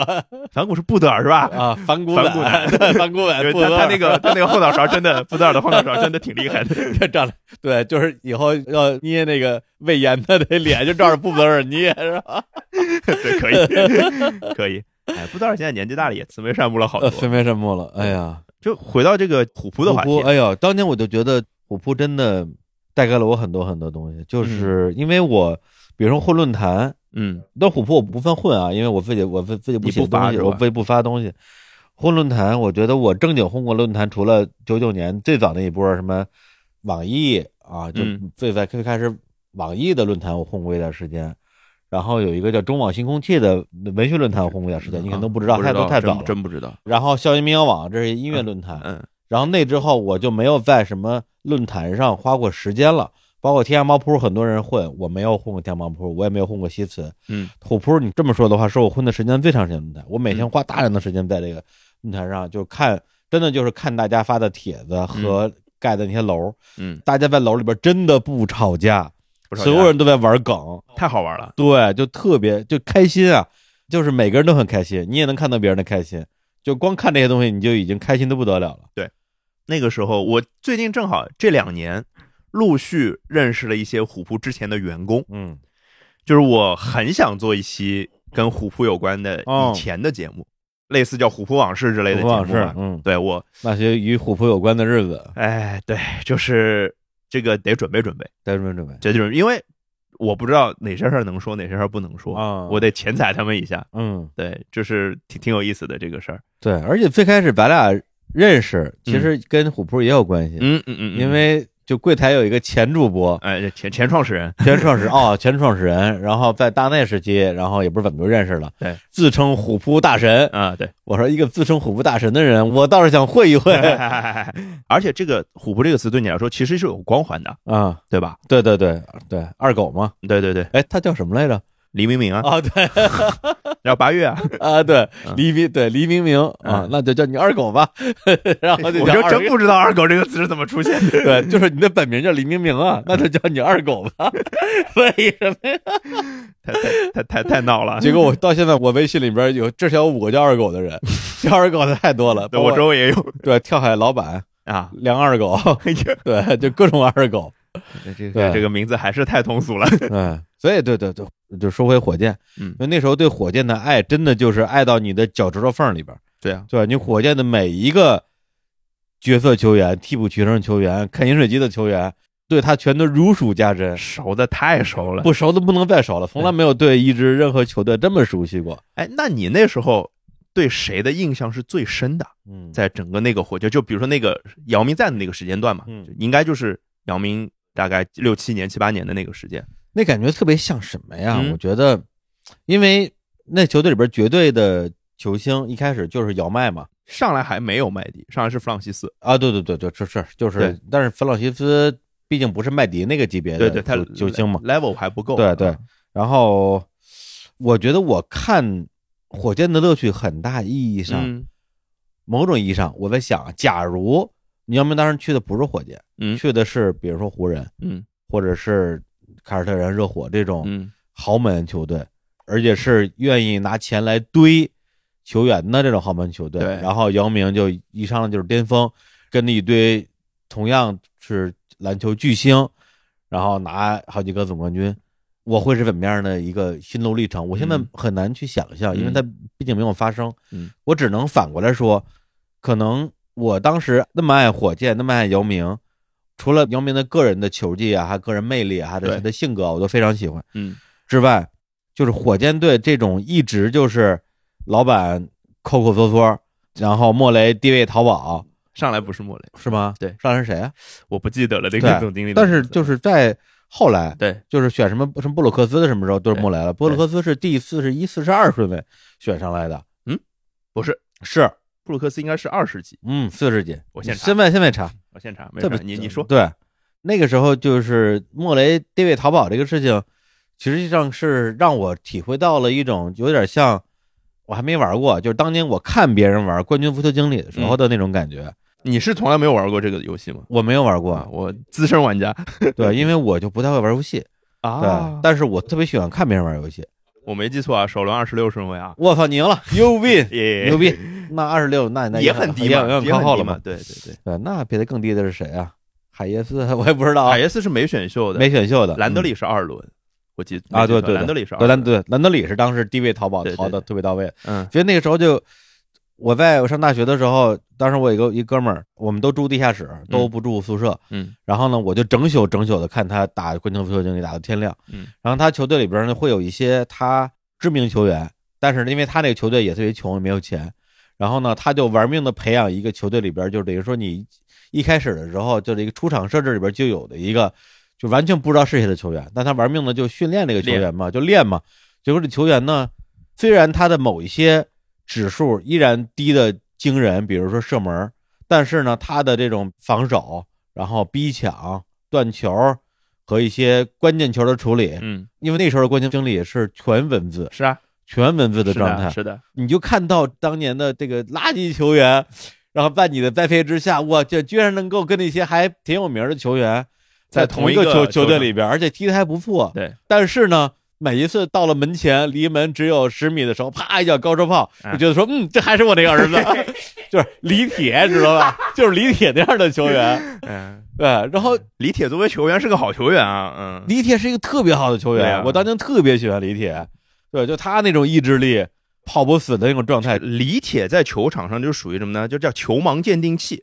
反骨是布德尔是吧？
啊，反骨
反骨男
版，反骨
因
版，
为
不
他
得
他那
[LAUGHS]
个他那个后脑勺真的，布德尔的后脑勺真的挺厉害的。 [LAUGHS]
就长得对，就是以后要捏那个魏延的那脸，就照着不得尔捏是吧？
对，可以，可以。哎，布德尔现在年纪大了，也慈眉善目了好
呃，分
多。
眉善目了，哎呀，
就回到这个虎扑的话
虎
题
扑，哎呦，当年我就觉得虎扑真的带给了我很多很多东西，就是因为我，比如说混论坛，
嗯，
但虎扑我不算混啊，因为我自己我自自己不
你
写
不发
东西，
是吧
我自己不发东西。混论坛，我觉得我正经混过论坛，除了九九年最早那一波什么网易啊，就
嗯
最在最开始网易的论坛我混过一段时间，然后有一个叫中网新空气的文学论坛我混过一段时间，你可能都不知道，
嗯
太
啊不知
多
道，
太早
真
了。啊
真不知道。
然后校园民谣网这是音乐论坛，
嗯，
然后那之后我就没有在什么论坛上花过时间了，包括天下猫扑很多人混，我没有混过天下猫扑，我也没有混过西祠。
嗯，
虎扑你这么说的话，是我混的时间最长时间的论坛，我每天花大量的时间在这个论坛上，就看真的就是看大家发的帖子和盖的那些楼，
嗯，
大家在楼里边真的不吵架，
不吵架
所有人都在玩梗，
太好玩了。
对，就特别就开心啊，就是每个人都很开心，你也能看到别人的开心，就光看这些东西你就已经开心的不得了了。
那个时候，我最近正好这两年陆续认识了一些虎扑之前的员工，
嗯
就是我很想做一期跟虎扑有关的
哦
以前的节目，类似叫《虎扑往事》之类的
不
节
枉
目
是
嘛。
嗯，
对我，
那些与虎扑有关的日子，
哎，对，就是这个得准备准备，
再准备准备
这就是因为我不知道哪些事儿能说，哪些事儿不能说，
啊
我得前踩他们一下。
嗯，
对，就是挺挺有意思的这个事儿。
对，而且最开始咱俩认识，其
嗯
实跟虎扑也有关系，
嗯嗯嗯，，
因为就柜台有一个前主播
[LAUGHS] 哎前前创始人，
前创始哦，前创始人，然后在大内时期，然后也不是怎么就认识了，
对，
自称虎扑大神。
啊对，
我说一个自称虎扑大神的人，我倒是想会一会
[LAUGHS] 而且这个“虎扑”这个词对你来说其实是有光环的，
[LAUGHS] 啊。
对吧？
对对对对，二狗嘛，
对对对，
哎，他叫什么来着？
黎明明啊，
啊，对
然后八月啊，
啊，对，
嗯
黎明，对黎明明啊
嗯，
那就叫你二狗吧。然后就
[LAUGHS] 我
哦叫
就
二
真不知道“二狗”这个词是怎么出现
[LAUGHS]
的。
对，就是你的本名叫李明明 [LAUGHS] 啊，那就叫你二狗吧。 [LAUGHS] 为什么呀？
太太太太太闹了。
结果我到现在，我微信里边有至少有五个叫二狗 [LAUGHS] 的人，叫二狗的太多了。
[LAUGHS] 对
包括
我周围也有
对跳海老板
啊，
梁二狗，
哎呀，
[LAUGHS] 对，就各种二狗。
这
对
个 [LAUGHS] 这个名字还是太通俗了。
嗯，所以对对对，就说回火箭，
嗯
因为那时候对火箭的爱真的就是爱到你的脚趾头缝里边。
对啊，
对吧你火箭的每一个角色球员、替补球员、球员、看饮水机的球员，对他全都如数家珍。
熟的太熟了。
不熟的不能再熟了，从来没有对一支任何球队这么熟悉过。
哎，那你那时候对谁的印象是最深的？
嗯
在整个那个火箭，就比如说那个姚明在的那个时间段嘛，
嗯
就应该就是姚明大概六七年、七八年的那个时间。
那感觉特别像什么呀？
嗯
我觉得，因为那球队里边绝对的球星一开始就是姚麦嘛。
上来还没有麦迪，上来是弗朗西斯，
啊，对对对对，这是就是
对，
但是弗朗西斯毕竟不是麦迪那个级别
对
的
对，他
球球星嘛。
，level 还不够，啊
对对然后，我觉得我看火箭的乐趣很大意义上，
嗯
某种意义上，我在想，假如你姚明当时去的不是火箭，
嗯
去的是比如说湖人，
嗯
或者是凯尔特人、热火这种
嗯
豪门球队，而且是愿意拿钱来堆球员的这种豪门球队。
对
然后姚明就一上来就是巅峰，跟着一堆同样是篮球巨星，然后拿好几个总冠军。我会是怎么样的一个心路历程？我现在
嗯
很难去想象，因为
嗯
它毕竟没有发生。
嗯
我只能反过来说，可能我当时那么爱火箭，那么爱姚明，除了姚明的个人的球技啊，还有个人魅力啊，还有
对
他的性格啊，我都非常喜欢
嗯
之外，就是火箭队这种一直就是老板抠抠缩缩，然后莫雷低位淘宝
上来不是莫雷，
是吗？
对
上来是谁啊？
我不记得了这
对
个总经理的
但
名
是
字，
就是在后来，
对
就是选什么什么布鲁克斯的什么时候都是莫雷了，布鲁克斯是第四十一、四十二顺位选上来的，
嗯不是
是
布鲁克斯应该是二十几，
嗯四十几，
我现查
现在现在查。
我哦现查没
特别嗯
事，你你说，
对，那个时候就是莫雷低位淘宝这个事情，实际上是让我体会到了一种有点像我还没玩过，就是当年我看别人玩冠军足球经理的
嗯
时候的那种感觉。
你是从来没有玩过这个游戏吗？
我没有玩
哇， [LAUGHS]
过，
我资深玩家
对，因为我就不太会玩游戏，对，
[LAUGHS] 啊，
但是我特别喜欢看别人玩游戏。
我没记错啊，首轮二十六顺位啊，
我操，你赢了，You
[LAUGHS]
win，
也
牛逼！那二十六，那那
也很低
也
嘛，
很
也
靠
很
后
低
了
嘛，
嘛？
对对对。
对，那比他更低的是谁啊？海耶斯，我也不知道啊
海，耶斯是没选秀的，
没选秀的
兰德
嗯
里是二轮，我记
啊，对
没记错
对，
兰德里是二
对
轮，
兰对兰德里是当时低位淘宝
对对
淘的
对
特别到位，
嗯
所以那个时候就我在我上大学的时候，当时我有一个一哥们儿，我们都住地下室，都不住宿舍，
嗯
然后呢，我就整宿整宿的看他打冠军足球经理打到天亮，
嗯，
然后他球队里边呢会有一些他知名球员，但是因为他那个球队也特别穷，也没有钱，然后呢，他就玩命的培养一个球队里边，就等于说你一开始的时候就这个出场设置里边就有的一个，就完全不知道是谁的球员，但他玩命的就训练这个球员嘛，就练嘛。结果这球员呢，虽然他的某一些指数依然低的惊人，比如说射门，但是呢，他的这种防守，然后逼抢、断球和一些关键球的处理，
嗯，
因为那时候的冠军经理是全文字，
是啊，
全文字的
是
状
的，
态，
是的，
你就看到当年的这个垃圾球员， [LAUGHS] 然后在你的栽培之下，哇，这居然能够跟那些还挺有名的球员在
在
同
同
一
一
个
个
球
球
球队
场
里边，而且踢得还不错。
对，
但是呢，每一次到了门前，离门只有十米的时候，啪一脚高射炮，
哎
就觉得说，嗯，这还是我那个儿
[LAUGHS]
子，就是李铁，知道吧？就是李铁那样的球
[LAUGHS]
员。
嗯，
对，然后
李铁作为球员是个好球员啊，嗯，
李铁是一个特别好的球员，
对啊
我当年特别喜欢李铁，对，就他那种意志力、跑不死的那种状态。
李铁在球场上就属于什么呢？就叫球盲鉴定器。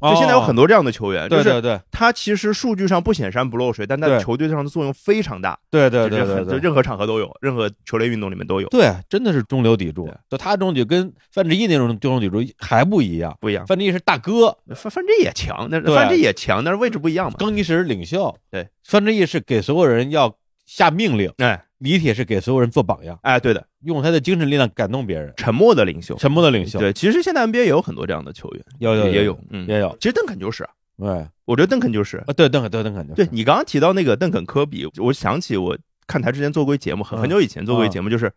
就现在有很
多，
多这样的球员，
哦对
就
对
是
对。
他其实数据上不显山不漏水，但他在
对
球队上的作用非常大，
对对对
就
对
是很就
对，
任何场合都有，任何球类运动里面都有，
对，真的是中流砥柱
对。
就他这种就跟范志毅那种中流砥柱还不一样，
不一样。啊
范志毅是大哥，
范范志也强，但是
对
范志也强，但是位置不一样嘛。
更衣室领袖。
对，
范志毅是给所有人要下命令，
哎
李铁是给所有人做榜样，
哎，对的，
用他的精神力量感动别人，
沉默的领袖，
沉默的领袖。
对，其实现在 NBA 也有很多这样的球员，
有有
也
有
有，嗯，
也有，
其实邓肯就是，
对啊，
我觉得邓肯就是，
对邓肯对邓肯就是
对你刚刚提到那个邓肯科比，我想起我看台之前做过一节目，很
嗯
很久以前做过一
嗯
节目，就是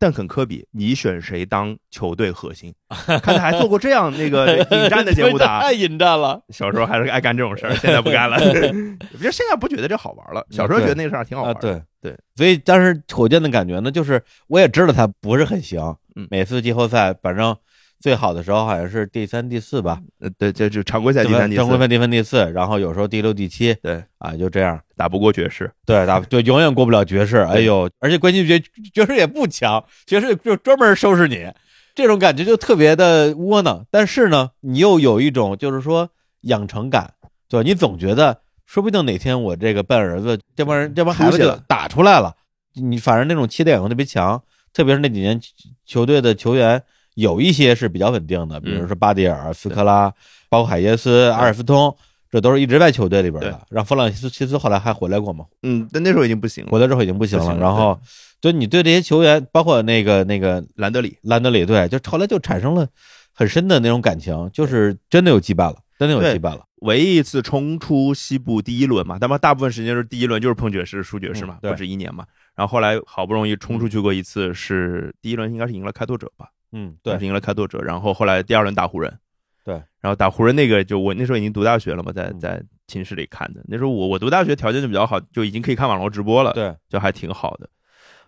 邓肯科比，你选谁当球队核 [LAUGHS] 心？看台还做过这样那
[LAUGHS]
[LAUGHS] 个呃引战的节目的啊，
太引战了。
小时候还是爱干这种事 [LAUGHS] 儿，现在不干了，就现在不觉得这好玩了，小时候觉得那事儿挺好
啊，
玩的，
对
对，
所以当时火箭的感觉呢，就是我也知道他不是很行，
嗯
每次季后赛反正最好的时候好像是第三、第四吧，
呃对，这就常规赛第三、第
正规
四，
分第分第四，然后有时候第六、第七，
对
啊，就这样，
打不过爵士，
对，打就永远过不了爵士。哎呦，而且关键爵爵士也不强，爵士就专门收拾你，这种感觉就特别的窝囊。但是呢，你又有一种就是说养成感，对吧？你总觉得说不定哪天我这个笨儿子这帮人这帮孩子
出息
就
了
打出来了，你反正那种期待感会特别强。特别是那几年球队的球员有一些是比较稳定的，比
嗯
如说巴蒂尔、斯科拉，包括海耶斯、阿尔斯通。这都是一直在球队里边
对
的，让弗朗西斯西斯后来还回来过嘛？
嗯，但那时候已经不行
回
了，
来之后已经不行
不
了。
行了
然后，就你对这些球员，包括那个那个
兰德里。
兰德里队，就后来就产生了很深的那种感情，就是真的有羁绊了，真的有
对
羁绊了。
唯一一次冲出西部第一轮嘛，但嘛大部分时间是第一轮就是碰爵士、输爵士嘛
嗯，对
不止一年嘛。然后后来好不容易冲出去过一次，是第一轮应该是赢了开拓者吧，
嗯，
是
对，
赢了开拓者。然后后来第二轮打湖人，
对
然后打湖人那个就我那时候已经读大学了嘛，在
嗯
在寝室里看的。那时候我我读大学条件就比较好，就已经可以看网络直播了，
对，
就还挺好的。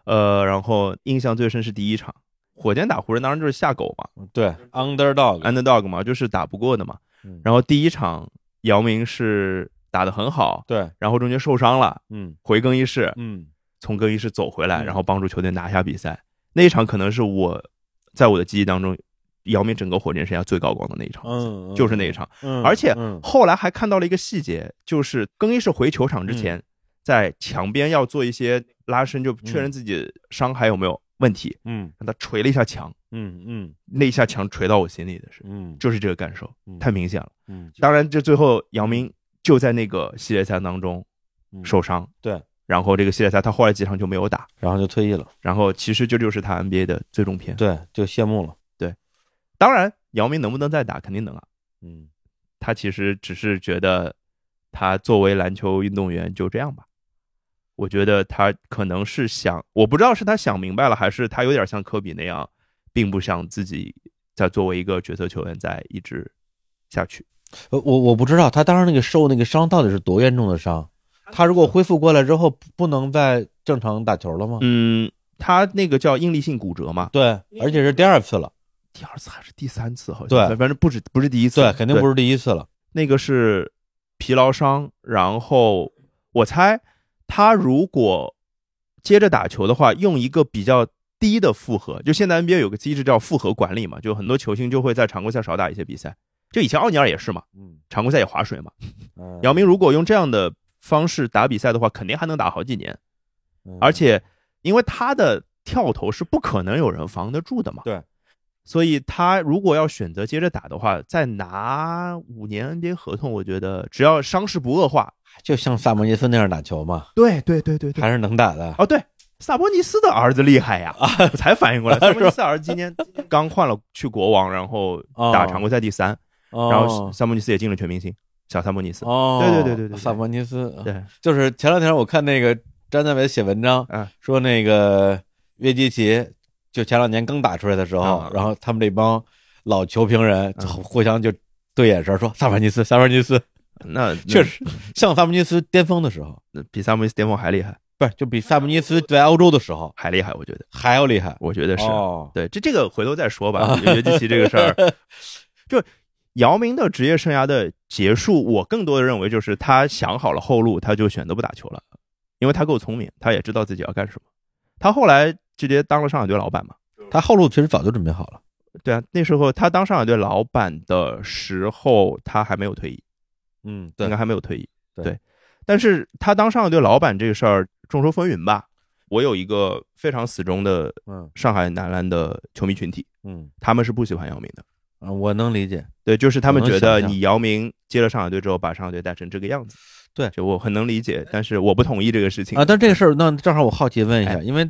呃，然后印象最深是第一场，火箭打湖人，当然就是下狗嘛
对，underdog，
，underdog 嘛，就是打不过的嘛。
嗯
然后第一场姚明是打得很好，
对，
然后中间受伤了，
嗯
回更衣室，
嗯，
从更衣室走回来，
嗯
然后帮助球队拿下比赛。那一场可能是我在我的记忆当中，姚明整个火箭生涯最高光的那一场，
嗯嗯
就是那一场。
嗯，
而且
嗯
后来还看到了一个细节，就是更衣室回球场之
嗯
前，在墙边要做一些拉伸，就确认自己伤还有没有问题，
嗯
让他捶了一下墙，
嗯嗯
那一下墙捶到我心里的是，
嗯，
就是这个感受，
嗯
太明显了。
嗯
当然，这最后姚明就在那个系列赛当中
嗯
受伤，
对，
然后这个系列赛他后来几场就没有打，
然后就退役了，
然后其实这就是他 NBA 的最终篇。
对，就谢幕了。
当然，姚明能不能再打，肯定能啊。
嗯，
他其实只是觉得他作为篮球运动员就这样吧。我觉得他可能是想，我不知道是他想明白了，还是他有点像科比那样，并不想自己在作为一个角色球员再一直下去。
呃我我不知道他当时那个受那个伤到底是多严重的伤，他如果恢复过来之后，不不能再正常打球了吗？
嗯，他那个叫应力性骨折嘛，
对，而且是第二次了。
第二次还是第三次，好像
对
反反正不止不是第一次，
对，肯定不是第一次了。
那个是疲劳伤，然后我猜他如果接着打球的话，用一个比较低的负荷，就现在 NBA 有个机制叫负荷管理嘛，就很多球星就会在常规赛少打一些比赛，就以前奥尼尔也是嘛，
嗯，
常规赛也划水嘛。姚嗯明如果用这样的方式打比赛的话，肯定还能打好几年，
嗯，
而且因为他的跳投是不可能有人防得住的嘛，
对。
所以他如果要选择接着打的话，再拿五年 NBA 合同，我觉得只要伤势不
[LAUGHS]
恶化，
就像萨博尼斯那样打球嘛，
对对对对对，
还是能打的。
哦对，萨博尼斯的儿子厉害呀！
啊
我才反应
[LAUGHS]
过来，萨博尼斯儿子今年今年刚换了去国王，然后打常规赛第三，然后
哦
萨博尼斯也进了全明星，小萨博尼斯。
哦，
对对对对对对
萨博尼斯，嗯
对，
就是前两天我看那个张家伟写文章
嗯，
说那个约基奇，就前两年刚打出来的时候
嗯，
然后他们这帮老球评人
嗯
互相就对眼神说萨博尼斯，萨博尼斯，
那
确实像萨博尼斯巅峰的时候，
那比萨博尼斯巅峰还厉害，
不是就比萨博尼斯在欧洲的时候
还厉害，我觉得，
还要厉害。
我觉得是。
哦，
对，这这个回头再说吧。约基奇这个事儿，就姚明的职业生涯的结束，我更多的认为就是他想好了后路，他就选择不打球了，因为他够聪明，他也知道自己要干什么。他后来直接当了上海队老板嘛。
他后路其实早就准备好了。
对啊，那时候他当上海队老板的时候，他还没有退役，
嗯，
应该还没有退役。
对
但是他当上海队老板这个事儿众说纷纭吧。我有一个非常死忠的
嗯
上海男篮的球迷群体，
嗯，
他们是不喜欢姚明的。
啊我能理解。
对，就是他们
我能
觉得
想象
你姚明接了上海队之后，把上海队带成这个样子，
对
就我很能理解，但是我不同意这个事情
啊，但这个事儿，那正好我好奇问一下，
哎
因为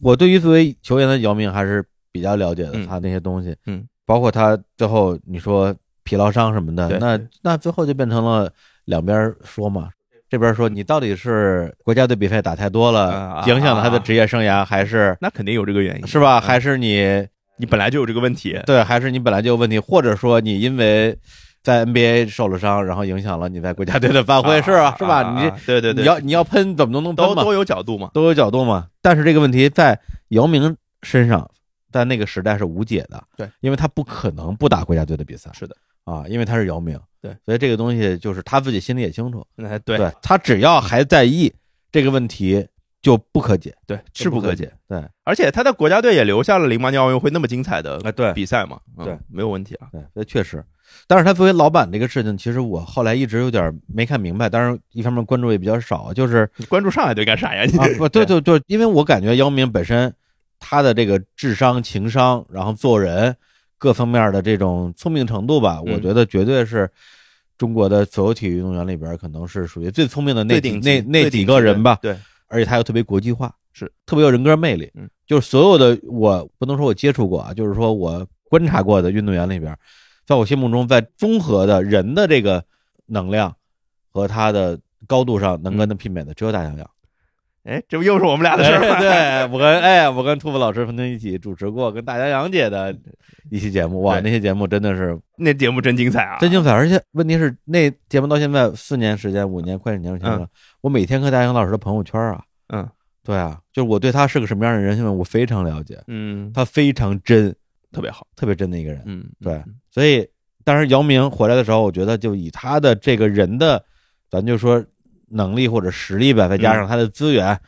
我对于作为球员的姚明还是比较了解的，
嗯
他那些东西，
嗯，
包括他最后你说疲劳伤什么的，
对
那那最后就变成了两边儿说嘛，这边儿说你到底是国家队比赛打太多了，
啊
影响了他的职业生涯，还是
那肯定有这个原因，
是吧？还是你
你本来就有这个问题，
对，还是你本来就有问题，或者说你因为在 NBA 受了伤，然后影响了你在国家队的发挥，是吧？是吧？你这
这对啊对对，
你要你要喷，怎么都能喷
都
嘛
都有角度嘛，
都有角度嘛。但是这个问题在姚明身上，在那个时代是无解的，
对，
因为他不可能不打国家队的比赛，
是的，
啊，因为他是姚明，
对，
所以这个东西就是他自己心里也清楚，
哎
对
对
他只要还在意这个问题，就不可解，
对，
就
势不可
可
解。，
对，
而且他在国家队也留下了零八年奥运会那么精彩的
啊对
比赛嘛，嗯
对，
没有问题啊，
对，这哎确实。但是他作为老板这个事情，其实我后来一直有点没看明白，当然一方面关注也比较少，
[LAUGHS]
就是
你关注上海队干啥呀？你
啊，不对对对，因为我感觉姚明本身他的这个智商、情商，然后做人各方面的这种聪明程度吧，我
嗯
觉得绝对是中国的所有体育运动员里边儿可能是属于最聪明的那
最
几
顶级
那那
最顶
几
级
个
的
人吧，
对，
而且他又特别国际化，
是
特别有人格魅力。
嗯，
就是所有的我不能说我接触过啊，就是说我观察过的运动员里边儿，在我心目中，在综合的人的这个能量和他的高度上能跟他媲美的，只有大洋洋。
哎，这不又 [LAUGHS] 是我们俩的事儿吗？
对，我跟哎，我跟兔子老师曾经一起主持过跟大家杨姐的一期节目，哇，
对
那些节目真的是
那节目真精彩啊，
真精彩，而且问题是那节目到现在四年时间，五年快五年时间了，我每天看大杨老师的朋友圈啊，
嗯，
对啊，就是我对他是个什么样的人，现在我非常了解，
嗯，
他非常真，
特别好，
特别真的一个人，
嗯，
对，所以当时姚明回来的时候，我觉得就以他的这个人的，咱就说能力或者实力吧，再加
嗯
上他的资源，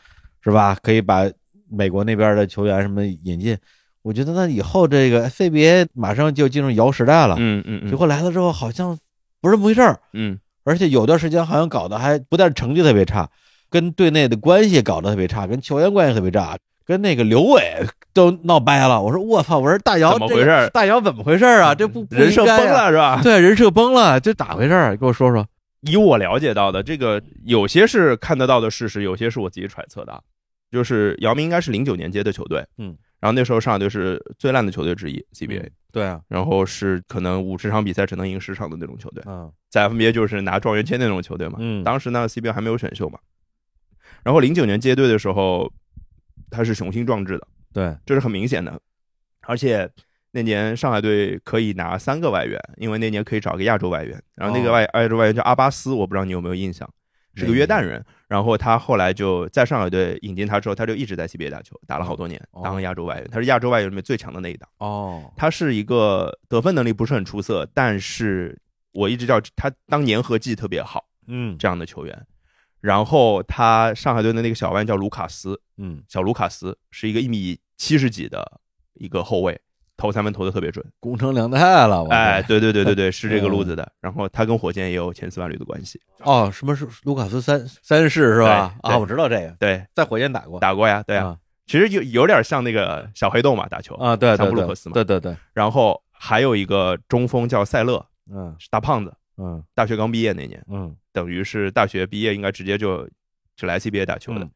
是吧？可以把美国那边的球员什么引进。我觉得那以后这个 CBA 马上就进入姚时代了，
嗯嗯
结
嗯
果来了之后好像不是那么回事儿，
嗯，
而且有段时间好像搞得还不但成绩特别差，跟队内的关系搞得特别差，跟球员关系特别差，跟那个刘伟都闹掰了。我说我操，我说大姚
怎么
这
回
个
事儿嗯
大姚怎么回事儿啊？这不不
人设
应
崩
该啊
了是吧？
对，人设崩了，这咋回事儿？给我说说。
以我了解到的，这个有些是看得到的事实，有些是我自己揣测的啊。就是姚明应该是零九年接的球队，
嗯，
然后那时候上海队是最烂的球队之一 CBA，、
对啊，
然后是可能五十场比赛只能赢十场的那种球队，
嗯
在 NBA 就是拿状元签那种球队嘛。
嗯
当时呢 CBA 还没有选秀嘛，然后零九年接队的时候，他是雄心壮志的，
对，
这是很明显的。而且那年上海队可以拿三个外援，因为那年可以找个亚洲外援，然后那个
哦
外亚洲外援叫阿巴斯，我不知道你有没有印象，是个
没
约
有
旦人。然后他后来就在上海队引进他之后，他就一直在 CBA 打球，打了好多年
哦，
当亚洲外援。他是亚洲外援里面最强的那一档。
哦，
他是一个得分能力不是很出色，但是我一直叫他当粘合剂特别好
嗯
这样的球员。然后他上海队的那个小外援叫卢卡斯，
嗯，
小卢卡斯是一个一米七十几的一个后卫，投三分投的特别准。
攻城两代了，我
哎，
这，
对对对对
[LAUGHS]
对，是这个路
嗯
子的。然后他跟火箭也有千丝万缕的关系。
哦，什么是卢卡斯三三世是吧？
对对
啊，我知道这个，
对，
在火箭打过，
打过呀，对呀、
啊
其实有有点像那个小黑洞嘛，打球
啊，对
像
对
布鲁
对
克斯，嘛
对对对，
然后还有一个中锋叫塞勒，
嗯
是大胖子，
嗯
大学刚毕业那年，
嗯
等于是大学毕业应该直接就就来 CBA 打球的
嗯，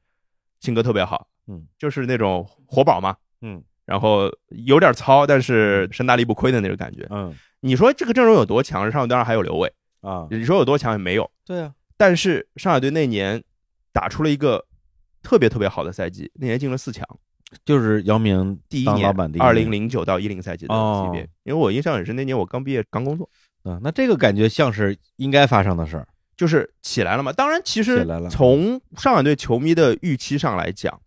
性格特别好，
嗯，
就是那种活宝嘛，
嗯
然后有点糙，但是身大力不亏的那种感觉。
嗯
你说这个阵容有多强？上海当然还有刘伟，
啊，
你说有多强也没有，
对啊，
但是上海队那年打出了一个特别特别好的赛季，那年进了四强，
就是姚明
第一
当
年
老板第一
二
年
零零九到一零赛季的
哦
CBA，、因为我印象很深，那年我刚毕业刚工作，
啊，那这个感觉像是应该发生的事儿，
就是起来了嘛。当然，
起
其实
来了
从上海队球迷的预期上来讲，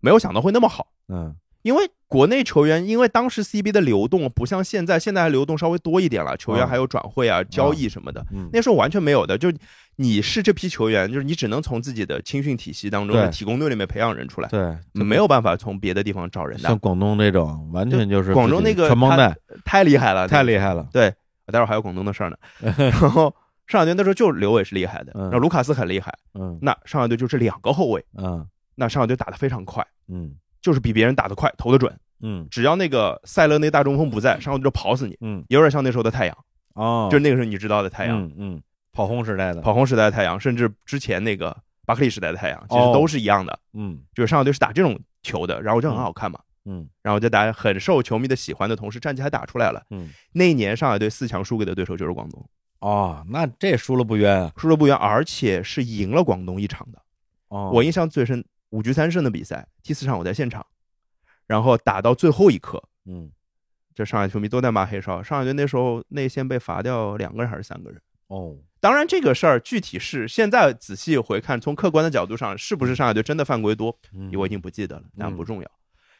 没有想到会那么好，
嗯
因为国内球员，因为当时 CBA 的流动不像现在，现在流动稍微多一点了，球员
嗯
还有转会啊、交易什么的，
嗯，
那时候完全没有的，就你是这批球员，就是你只能从自己的青训体系当中
对
的体工队里面培养人出来，
对，
没有办法从别的地方找人
像
的，
广东这种，完全就是
广州
自己
那个
传帮
他
带
太厉害了，
太
害。
厉害了，
对，待会儿还有广东的
[LAUGHS]
事儿呢。然后上海队那时候就刘伟是厉害的，
嗯
然后卢卡斯很厉害，
嗯
那上海队就这两个后卫，
嗯
那上海队打得非常快，
嗯
就是比别人打得快，投得准。
嗯
只要那个塞勒那大中锋不在，上海队就跑死你，
嗯，
有点像那时候的太阳，
哦，
就是那个时候你知道的太阳，
嗯嗯，跑轰时代的，
跑轰时代的太阳，甚至之前那个巴克利时代的太阳，其实
哦
都是一样的。
嗯
就是上海队是打这种球的，然后就很好看嘛。
嗯
然后就大家很受球迷的喜欢的同时，战绩还打出来了。
嗯，
那一年上海队四强输给的对手就是广东，
哦，那这输了不冤啊，
输了不冤，而且是赢了广东一场的。
哦，
我印象最深，五局三胜的比赛，第四场我在现场，然后打到最后一刻，
嗯
这上海球迷都在骂黑哨。上海队那时候内线被罚掉两个人还是三个人？
哦，
当然，这个事儿具体是现在仔细回看，从客观的角度上，是不是上海队真的犯规多，
嗯
我已经不记得了，但
嗯
不重要。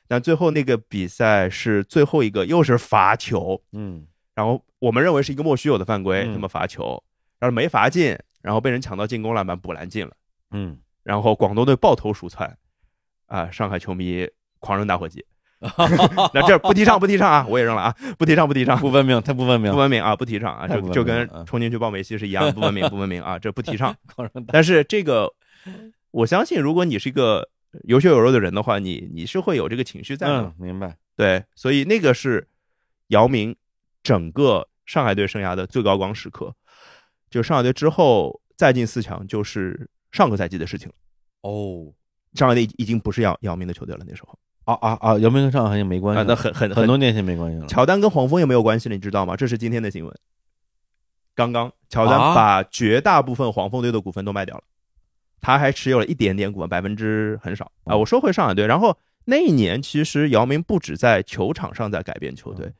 但最后那个比赛是最后一个，又是罚球，
嗯
然后我们认为是一个莫须有的犯规，
嗯
那么罚球，然后没罚进，然后被人抢到进攻篮板补篮进了，
嗯，
然后广东队抱头鼠窜，啊、上海球迷狂扔打火机。 [LAUGHS] 那这不提倡，不提倡啊！我也扔了啊，不提倡，不提倡，
不文明，太不文明
不，文明啊，不提倡啊，
太
就
不文
就
明
跟
了啊
冲进去抱梅西是一样的，不文明，不文明啊，这不
[LAUGHS]
提倡。
光荣大
但是这个，我相信，如果你是一个有血有肉的人的话，你你是会有这个情绪在的。
嗯，明白，
对，所以那个是姚明整个上海队生涯的最高光时刻。就上海队之后再进四强，就是上个赛季的事情了。
哦，
上海队已经不是姚姚明的球队了，那时候
啊啊啊，姚明跟上海也没关系
啊，
了，
那很很
很多年前没关系了，
乔丹跟黄蜂也没有关系了，你知道吗？这是今天的新闻。刚刚乔丹
啊
把绝大部分黄蜂队的股份都卖掉了，他还持有了一点点股份，百分之很少啊。我说回上海队，然后那一年其实姚明不止在球场上在改变球队，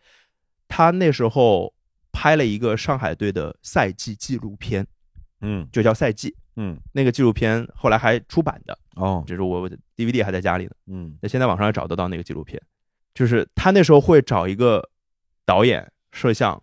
他那时候拍了一个上海队的赛季纪录片，
嗯
就叫《赛季》。
嗯，
那个纪录片后来还出版的，
哦，
就是我我的 DVD 还在家里呢。
嗯
那现在网上也找得到那个纪录片，就是他那时候会找一个导演、摄像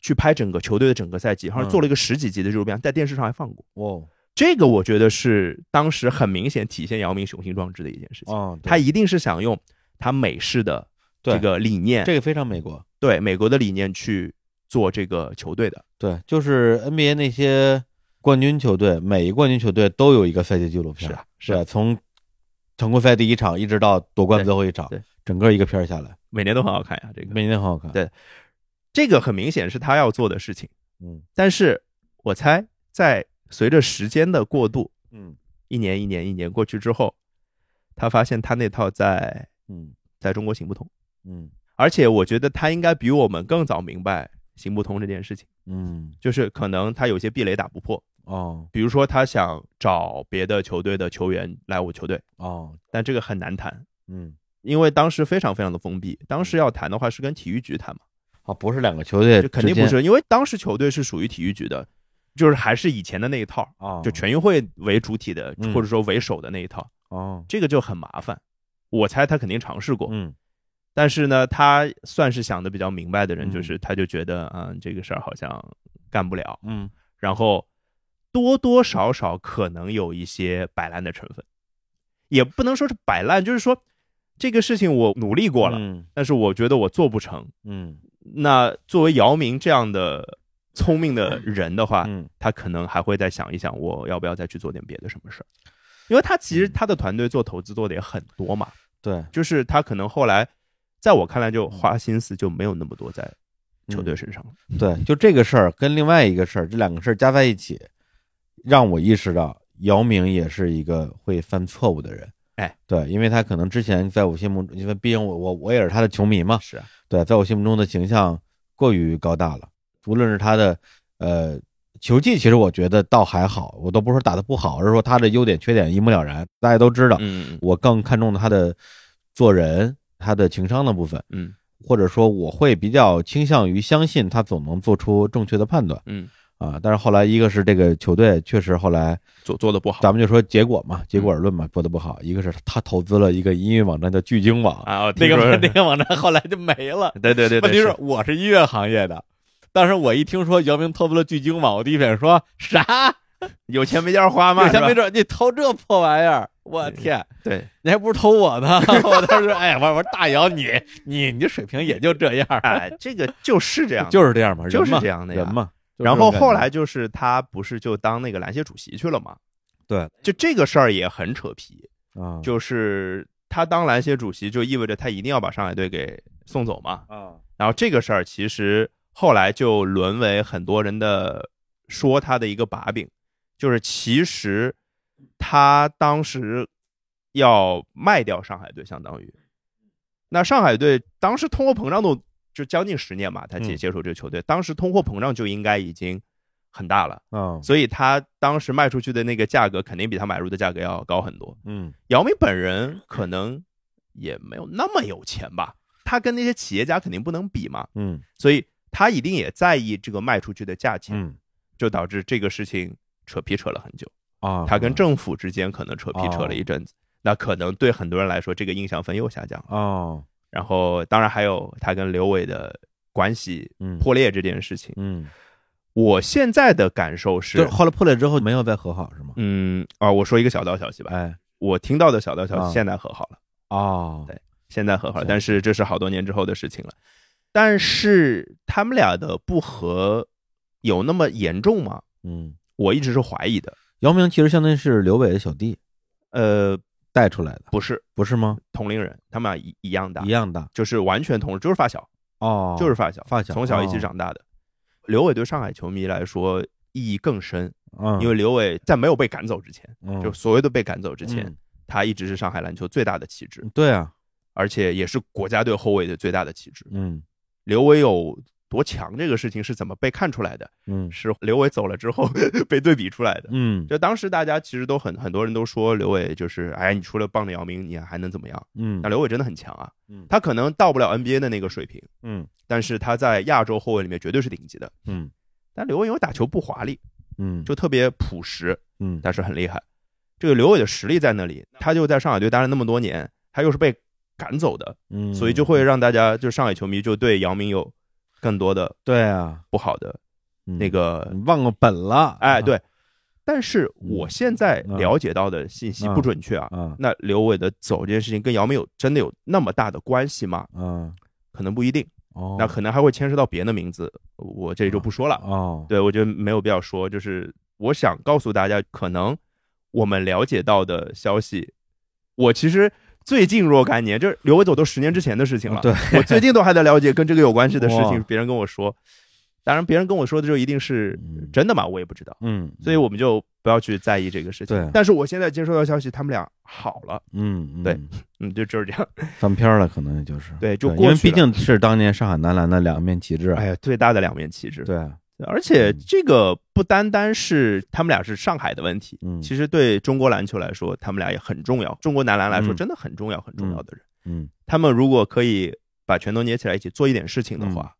去拍整个球队的整个赛季，
嗯
好像做了一个十几集的纪录片，在电视上还放过。
哦
这个我觉得是当时很明显体现姚明雄心壮志的一件事情，
哦，对
他一定是想用他美式的这
对
个理念，
这个非常美国，
对美国的理念去做这个球队的。
对，就是 NBA 那些冠军球队，每一个冠军球队都有一个赛季纪录片，
是啊，是
对，
啊，
从常规赛第一场一直到夺冠
对
最后一场
对，
整个一个片儿下来，
每年都很好看呀、这个
每年很好看。
对这个很明显是他要做的事情，
嗯
但是我猜在随着时间的过渡，
嗯
一年一年一年过去之后，他发现他那套在
嗯
在中国行不通，
嗯
而且我觉得他应该比我们更早明白行不通这件事情，
嗯，
就是可能他有些壁垒打不破，
哦
比如说他想找别的球队的球员来我球队，
哦，
但这个很难谈，
嗯，
因为当时非常非常的封闭，当时要谈的话是跟体育局谈嘛，
啊，不是两个球队之
就
间，
肯定不是，因为当时球队是属于体育局的，就是还是以前的那一套，
啊，
就全运会为主体的
嗯
或者说为首的那一套，
哦，
这个就很麻烦，我猜他肯定尝试过，
嗯
但是呢，他算是想的比较明白的人，
嗯
就是他就觉得，嗯，这个事儿好像干不了，
嗯
然后多多少少可能有一些摆烂的成分，也不能说是摆烂，就是说这个事情我努力过了，
嗯
但是我觉得我做不成。
嗯
那作为姚明这样的聪明的人的话，
嗯
他可能还会再想一想，
嗯
我要不要再去做点别的什么事儿，因为他其实他的团队做投资做的也很多嘛，
对，
就是他可能后来，在我看来
嗯
就花心思就没有那么多在球队身上了。
对，就这个事儿跟另外一个事儿，这两个事儿加在一起，让我意识到姚明也是一个会犯错误的人。
哎，
对，因为他可能之前在我心目中，因为毕竟我我我也是他的球迷嘛，
是啊，
对，在我心目中的形象过于高大了。无论是他的呃球技，其实我觉得倒还好，我都不是说打得不好，而是说他的优点缺点一目了然，大家都知道。
嗯
我更看重他的做人、他的情商的部分，
嗯
或者说我会比较倾向于相信他总能做出正确的判断
嗯，
啊。但是后来，一个是这个球队确实后来，
做做的不好嗯
咱们就说结果嘛，结果而论嘛，做的不好；一个是他投资了一个音乐网站叫聚精网，
啊，我
那
听说
个 [LAUGHS] 那个网站后来就没了。
对对对对，
问题是我是音乐行业的，当时我一听说姚明投资了聚精网，我第一反应说啥？
有钱没地儿花嘛，
有钱没
是吧
准儿你投这破玩意儿，我天！
对，
你还不如投我呢！ [LAUGHS] 我当时哎呀，我说大姚你你你水平也就这样，
哎，这个就是这
[LAUGHS]
样，
就是是这样嘛，人
就是
嘛
这样的呀
人嘛。就是
然
这种
后
感
后
觉
来就是他不是就当那个篮协主席去了嘛？
对，
就这个事儿也很扯皮，
啊
就是他当篮协主席就意味着他一定要把上海队给送走嘛。
啊
然后这个事儿其实后来就沦为很多人的说他的一个把柄，就是其实他当时要卖掉上海队，相当于那上海队当时通货膨胀都就将近十年嘛，他接
嗯
接手这个球队，当时通货膨胀就应该已经很大了，
啊
所以他当时卖出去的那个价格肯定比他买入的价格要高很多。
嗯
姚明本人可能也没有那么有钱吧，他跟那些企业家肯定不能比嘛，
嗯
所以他一定也在意这个卖出去的价钱，
嗯
就导致这个事情扯皮扯了很久。
啊，
他跟政府之间可能扯皮扯
哦
了一阵子，那可能对很多人来说，这个印象分又下降了。
哦
然后，当然还有他跟刘伟的关系
嗯
破裂这件事情。
嗯，
我现在的感受，
就是后来破裂之后没有再和好是吗？
嗯啊，我说一个小道消息吧，
哎
我听到的小道消
啊
息，现在和好了。
哦
对现在和好了，
对
但是这是好多年之后的事情了。但是他们俩的不和有那么严重吗？
嗯，
我一直是怀疑的。
姚明其实相当于是刘伟的小弟
呃，
带出来的，
不是
不是吗？
同龄人，他们俩一一样大，
一样大
就是完全同，就是发小，
哦，
就是发小，
发小
从小一起
哦
长大的。刘伟对上海球迷来说意义更深，
嗯，
因为刘伟在没有被赶走之前，
嗯
就所谓的被赶走之前
嗯，
他一直是上海篮球最大的旗帜，
对啊，
而且也是国家队后卫的最大的旗帜。
嗯
刘伟有多强这个事情是怎么被看出来的？
嗯
是刘伟走了之后 [LAUGHS] 被对比出来的。
嗯
就当时大家其实都很很多人都说刘伟就是，哎，你除了帮着姚明，你还能怎么样？
嗯
那刘伟真的很强啊
嗯，
他可能到不了 NBA 的那个水平，
嗯
但是他在亚洲后卫里面绝对是顶级的。
嗯
但刘伟因为打球不华丽，
嗯
就特别朴实，
嗯
但是很厉害。这个刘伟的实力在那里，他就在上海队待了那么多年，他又是被赶走的，
嗯，
所以就会让大家就上海球迷就对姚明有更多的
对啊，
不好的
嗯
那个
你忘了本了，啊
哎，对。但是我现在了解到的信息
嗯
不准确啊。
啊
那刘伟的走这件事情跟姚明有真的有那么大的关系吗？
啊
可能不一定，
哦，
那可能还会牵涉到别的名字，我这里就不说了。
哦，
对，我觉得没有必要说。就是我想告诉大家，可能我们了解到的消息，我其实最近若干年，就是刘伟走都十年之前的事情了。
啊对，
我最近都还在了解跟这个有关
[LAUGHS]
系的事
哇
情，别人跟我说，当然别人跟我说的就一定是
嗯
真的嘛，我也不知道。
嗯，
所以我们就不要去在意这个事情。
对
但是我现在接收到消息，他们俩好了，
嗯，嗯
对嗯，就就是这样。
翻篇儿了，可能也就是
对就
因
过
为
去
毕
了
竟是当年上海男篮的两面旗帜，
哎，呀，最大的两面旗帜。，
对，嗯
而且这个不单单是他们俩是上海的问题，
嗯
其实对中国篮球来说，他们俩也很重要。中国男篮来说，
嗯
真的很重要，很重要的人。
嗯
他们如果可以把拳头捏起来一起做一点事
嗯
情的话，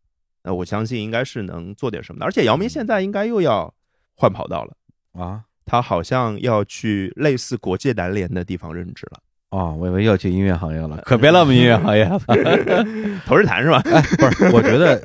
那我相信应该是能做点什么的。而且姚明现在应该又要换跑道了，
啊
他好像要去类似国际篮联的地方任职了，
哦，我以为要去音乐行业了，可别
[LAUGHS]
浪费音乐行业了，
投日坛是吧？ [LAUGHS]
哎，不是，我觉得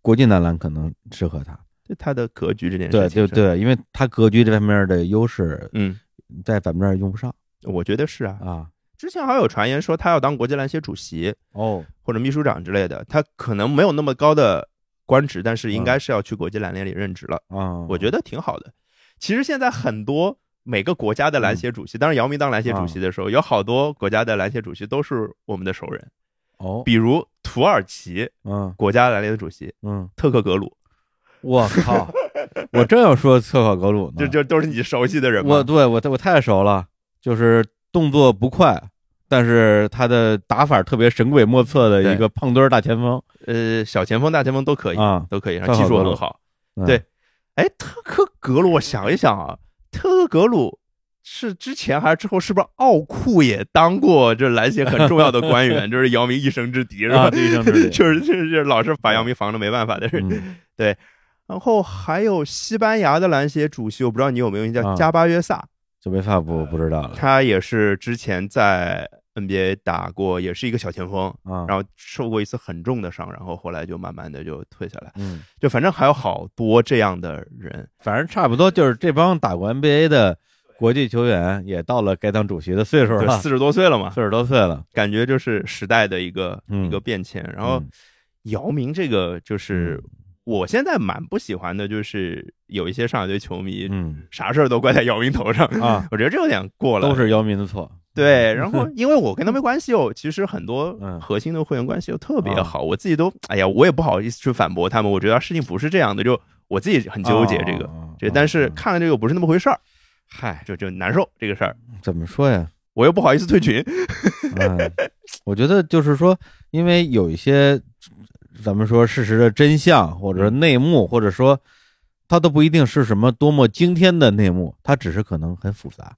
国际男篮可能适合他，
对他的格局这件
对
事
对
情，，
对，因为他格局这方面的优势
嗯，
在咱们这儿用不上
我觉得是啊。
啊，
之前还有传言说他要当国际篮协主席
哦，
或者秘书长之类的，他可能没有那么高的官职，但是应该是要去国际篮联里任职了。
啊，
我觉得挺好的。其实现在很多每个国家的篮协主席，当然姚明当篮协主席的时候，有好多国家的篮协主席都是我们的熟人，
哦，
比如土耳其
嗯
国家篮协主席
嗯，
特克格鲁，
我靠，我正要说策考格鲁呢，
这这都是你熟悉的人嘛。
我对我我太熟了，就是动作不快，但是他的打法特别神鬼莫测的一个胖墩儿大前锋
呃，小前锋、大前锋都可以，
啊，
都可以，然
特
后
克
技术
格
很
鲁
好。
嗯
对，哎，特克格鲁，我想一想啊，特克格鲁是之前还是之后，是不是奥库也当过这篮协很重要的
[LAUGHS]
官员？这是姚明一生之敌，是吧？
啊，对一 [LAUGHS] 生之敌。
[LAUGHS] 就是就是就是老是把姚明防着没办法的人。 [LAUGHS]
嗯
然后还有西班牙的篮协主席，我不知道你有没有印象，
啊
加巴约萨，
这没法不不知道了
他也是之前在 NBA 打过，也是一个小前锋，
啊，
然后受过一次很重的伤，然后后来就慢慢的就退下来。
嗯，
就反正还有好多这样的人，
反正差不多就是这帮打过 NBA 的国际球员也到了该当主席的岁数
就
了，
四十多岁了嘛，
岁数多岁了。
[LAUGHS] 感觉就是时代的一个、
嗯
一个变迁。然后
嗯
姚明这个就是我现在蛮不喜欢的，就是有一些上海队球迷
嗯
啥事儿都怪在姚明头上，
啊，
我觉得这有点过了。
都是姚明的错。
对，
[LAUGHS]
然后因为我跟他们关系哦，其实很多
嗯
核心的会员关系又特别好，我自己都哎呀，我也不好意思去反驳他们，我觉得事情不是这样的，就我自己很纠结这个。
啊
这但是
啊
看了这个不是那么回事儿，
嗨，
就就难受这个事儿，
嗯怎么说呀？
我又不好意思退群，
嗯，我觉得就是说，因为有一些咱们说事实的真相，或者说内幕，或者说它都不一定是什么多么惊天的内幕，它只是可能很复杂，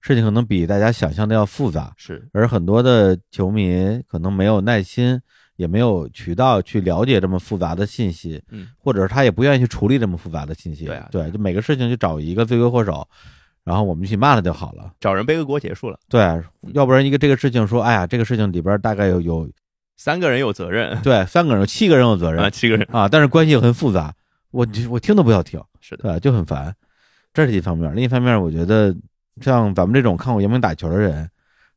事情可能比大家想象的要复杂，
是
而很多的球迷可能没有耐心。也没有渠道去了解这么复杂的信息，
嗯，
或者是他也不愿意去处理这么复杂的信息，
对啊对
对，就每个事情就找一个罪魁祸首，然后我们一起骂他就好了。
找人背个锅结束了，
对，要不然一个这个事情说，哎呀，这个事情里边大概有有
三个人有责任
对三个人有七个人有责任
啊，七个人
啊，但是关系很复杂，我我听都不要听，
是的，
对，就很烦，这是一方面。另一方面，我觉得像咱们这种看过姚明打球的人，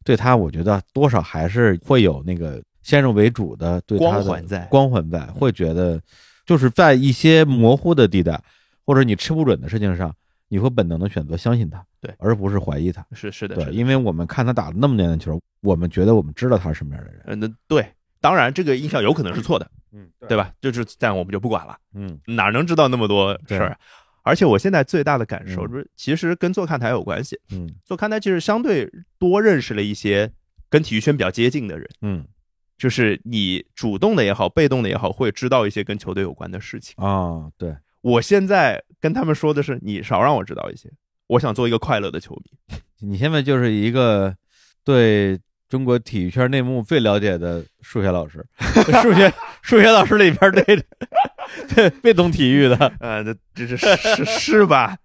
对他，我觉得多少还是会有那个先入为主的对他
光
的
环在嗯
光环在，会觉得就是在一些模糊的地带或者你吃不准的事情上，你会本能的选择相信他，
对
而不是怀疑他。
是是的，是
对，
的
因为我们看他打了那么多年的球，我们觉得我们知道他是什么样的人。
呃那对，当然这个印象有可能是错的，
嗯，
对吧？就是但我们就不管了。
嗯
哪能知道那么多事儿啊？而且我现在最大的感
嗯
受就是，其实跟做看台有关系。
嗯
做看台其实相对多认识了一些跟体育圈比较接近的人，
嗯
就是你主动的也好，被动的也好，会知道一些跟球队有关的事情。
啊，对，
我现在跟他们说的是，你少让我知道一些，我想做一个快乐的球迷。
你现在就是一个对中国体育圈内幕最了解的数学老师， [LAUGHS] 数学数学老师里边对对最懂体育的
呃，这这
[LAUGHS]
是是是吧？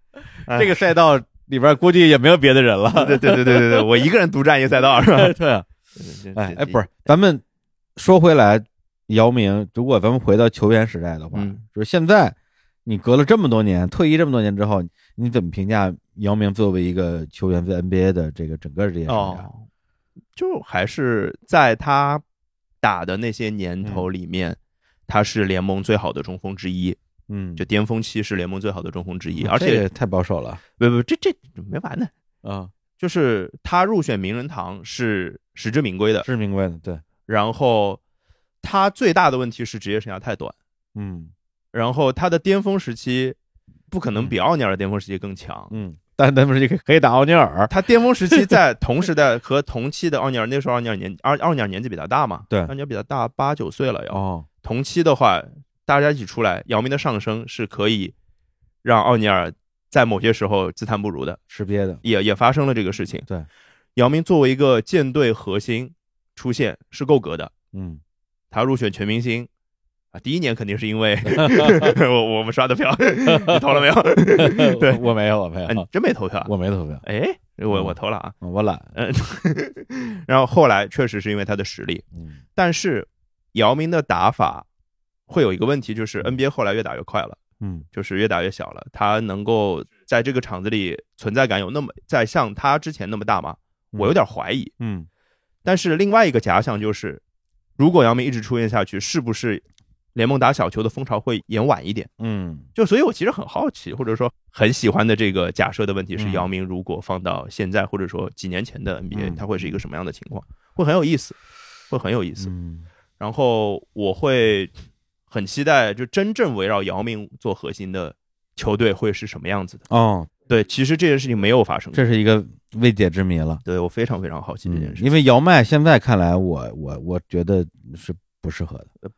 哎
这个赛道里边，估计也没有别的人了。 [LAUGHS]
对对对对对对，我一个人独占一赛道是吧？
对啊， [LAUGHS] 哎哎，不
是，
是，咱们说回来，姚明，如果咱们回到球员时代的话，
嗯
就是现在你隔了这么多年，退役这么多年之后，你怎么评价姚明作为一个球员在 NBA 的这个整个职业生涯？啊
哦，就还是在他打的那些年头里面，他是联盟最好的中锋之一，
嗯，
就巅峰期是联盟最好的中锋之一，
嗯
而
这
且
个太保守了
不不这这没完呢，
啊，
就是他入选名人堂是实至名归的，
是名贵的，对，
然后他最大的问题是职业生涯太短，
嗯
然后他的巅峰时期不可能比奥尼尔的巅峰时期更强。
嗯，但咱们是可以打奥尼 [LAUGHS] 尔，
他巅峰时期在同时代和同期的奥 [LAUGHS] 尼尔，那时候奥尼尔年奥奥尼尔年纪比他大嘛，
对
奥尼尔比他大八九岁了要，
哦，
同期的话，大家一起出来，姚明的上升是可以让奥尼尔在某些时候自叹不如的，
吃瘪的，
也也发生了这个事情。
对，
姚明作为一个舰队核心出现是够格的，
嗯
他入选全明星。啊，第一年肯定是
[LAUGHS]
因为 [LAUGHS] 我我们刷的票， [LAUGHS] 你投了没有？ [LAUGHS] 对，
我没有，我没
啊你
有，
真没投票啊？
我嗯没投票，
哎，我我投了啊。
我懒，
嗯，然后后来确实是因为他的实力，
嗯
但是姚明的打法会有一个问题，就是 NBA 后来越打越快了。
嗯
就是越打越小了。他能够在这个场子里存在感有那么在像他之前那么大吗？我有点怀疑。
嗯
但是另外一个假想就是，如果姚明一直出现下去，是不是联盟打小球的风潮会延晚一点。
嗯
就所以，我其实很好奇，或者说很喜欢的这个假设的问题是：
嗯
姚明如果放到现在，或者说几年前的 NBA，
嗯
他会是一个什么样的情况？会很有意思，会很有意思。
嗯
然后我会很期待，就真正围绕姚明做核心的球队会是什么样子的。
哦，
对，其实这件事情没有发生过，
这是一个未解之谜了。
对我非常非常好奇这件
嗯，
事情。
因为姚麦现在看来我，我我觉得是不适合的，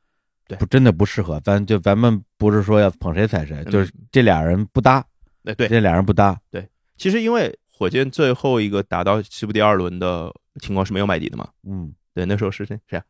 对
不真的不适合。咱就咱们不是说要捧谁踩谁，
嗯
就是这俩人不搭，
哎，对，
这俩人不搭。
其实因为火箭最后一个打到西部第二轮的情况是没有麦迪的嘛？
嗯，
对，那时候是谁？谁啊？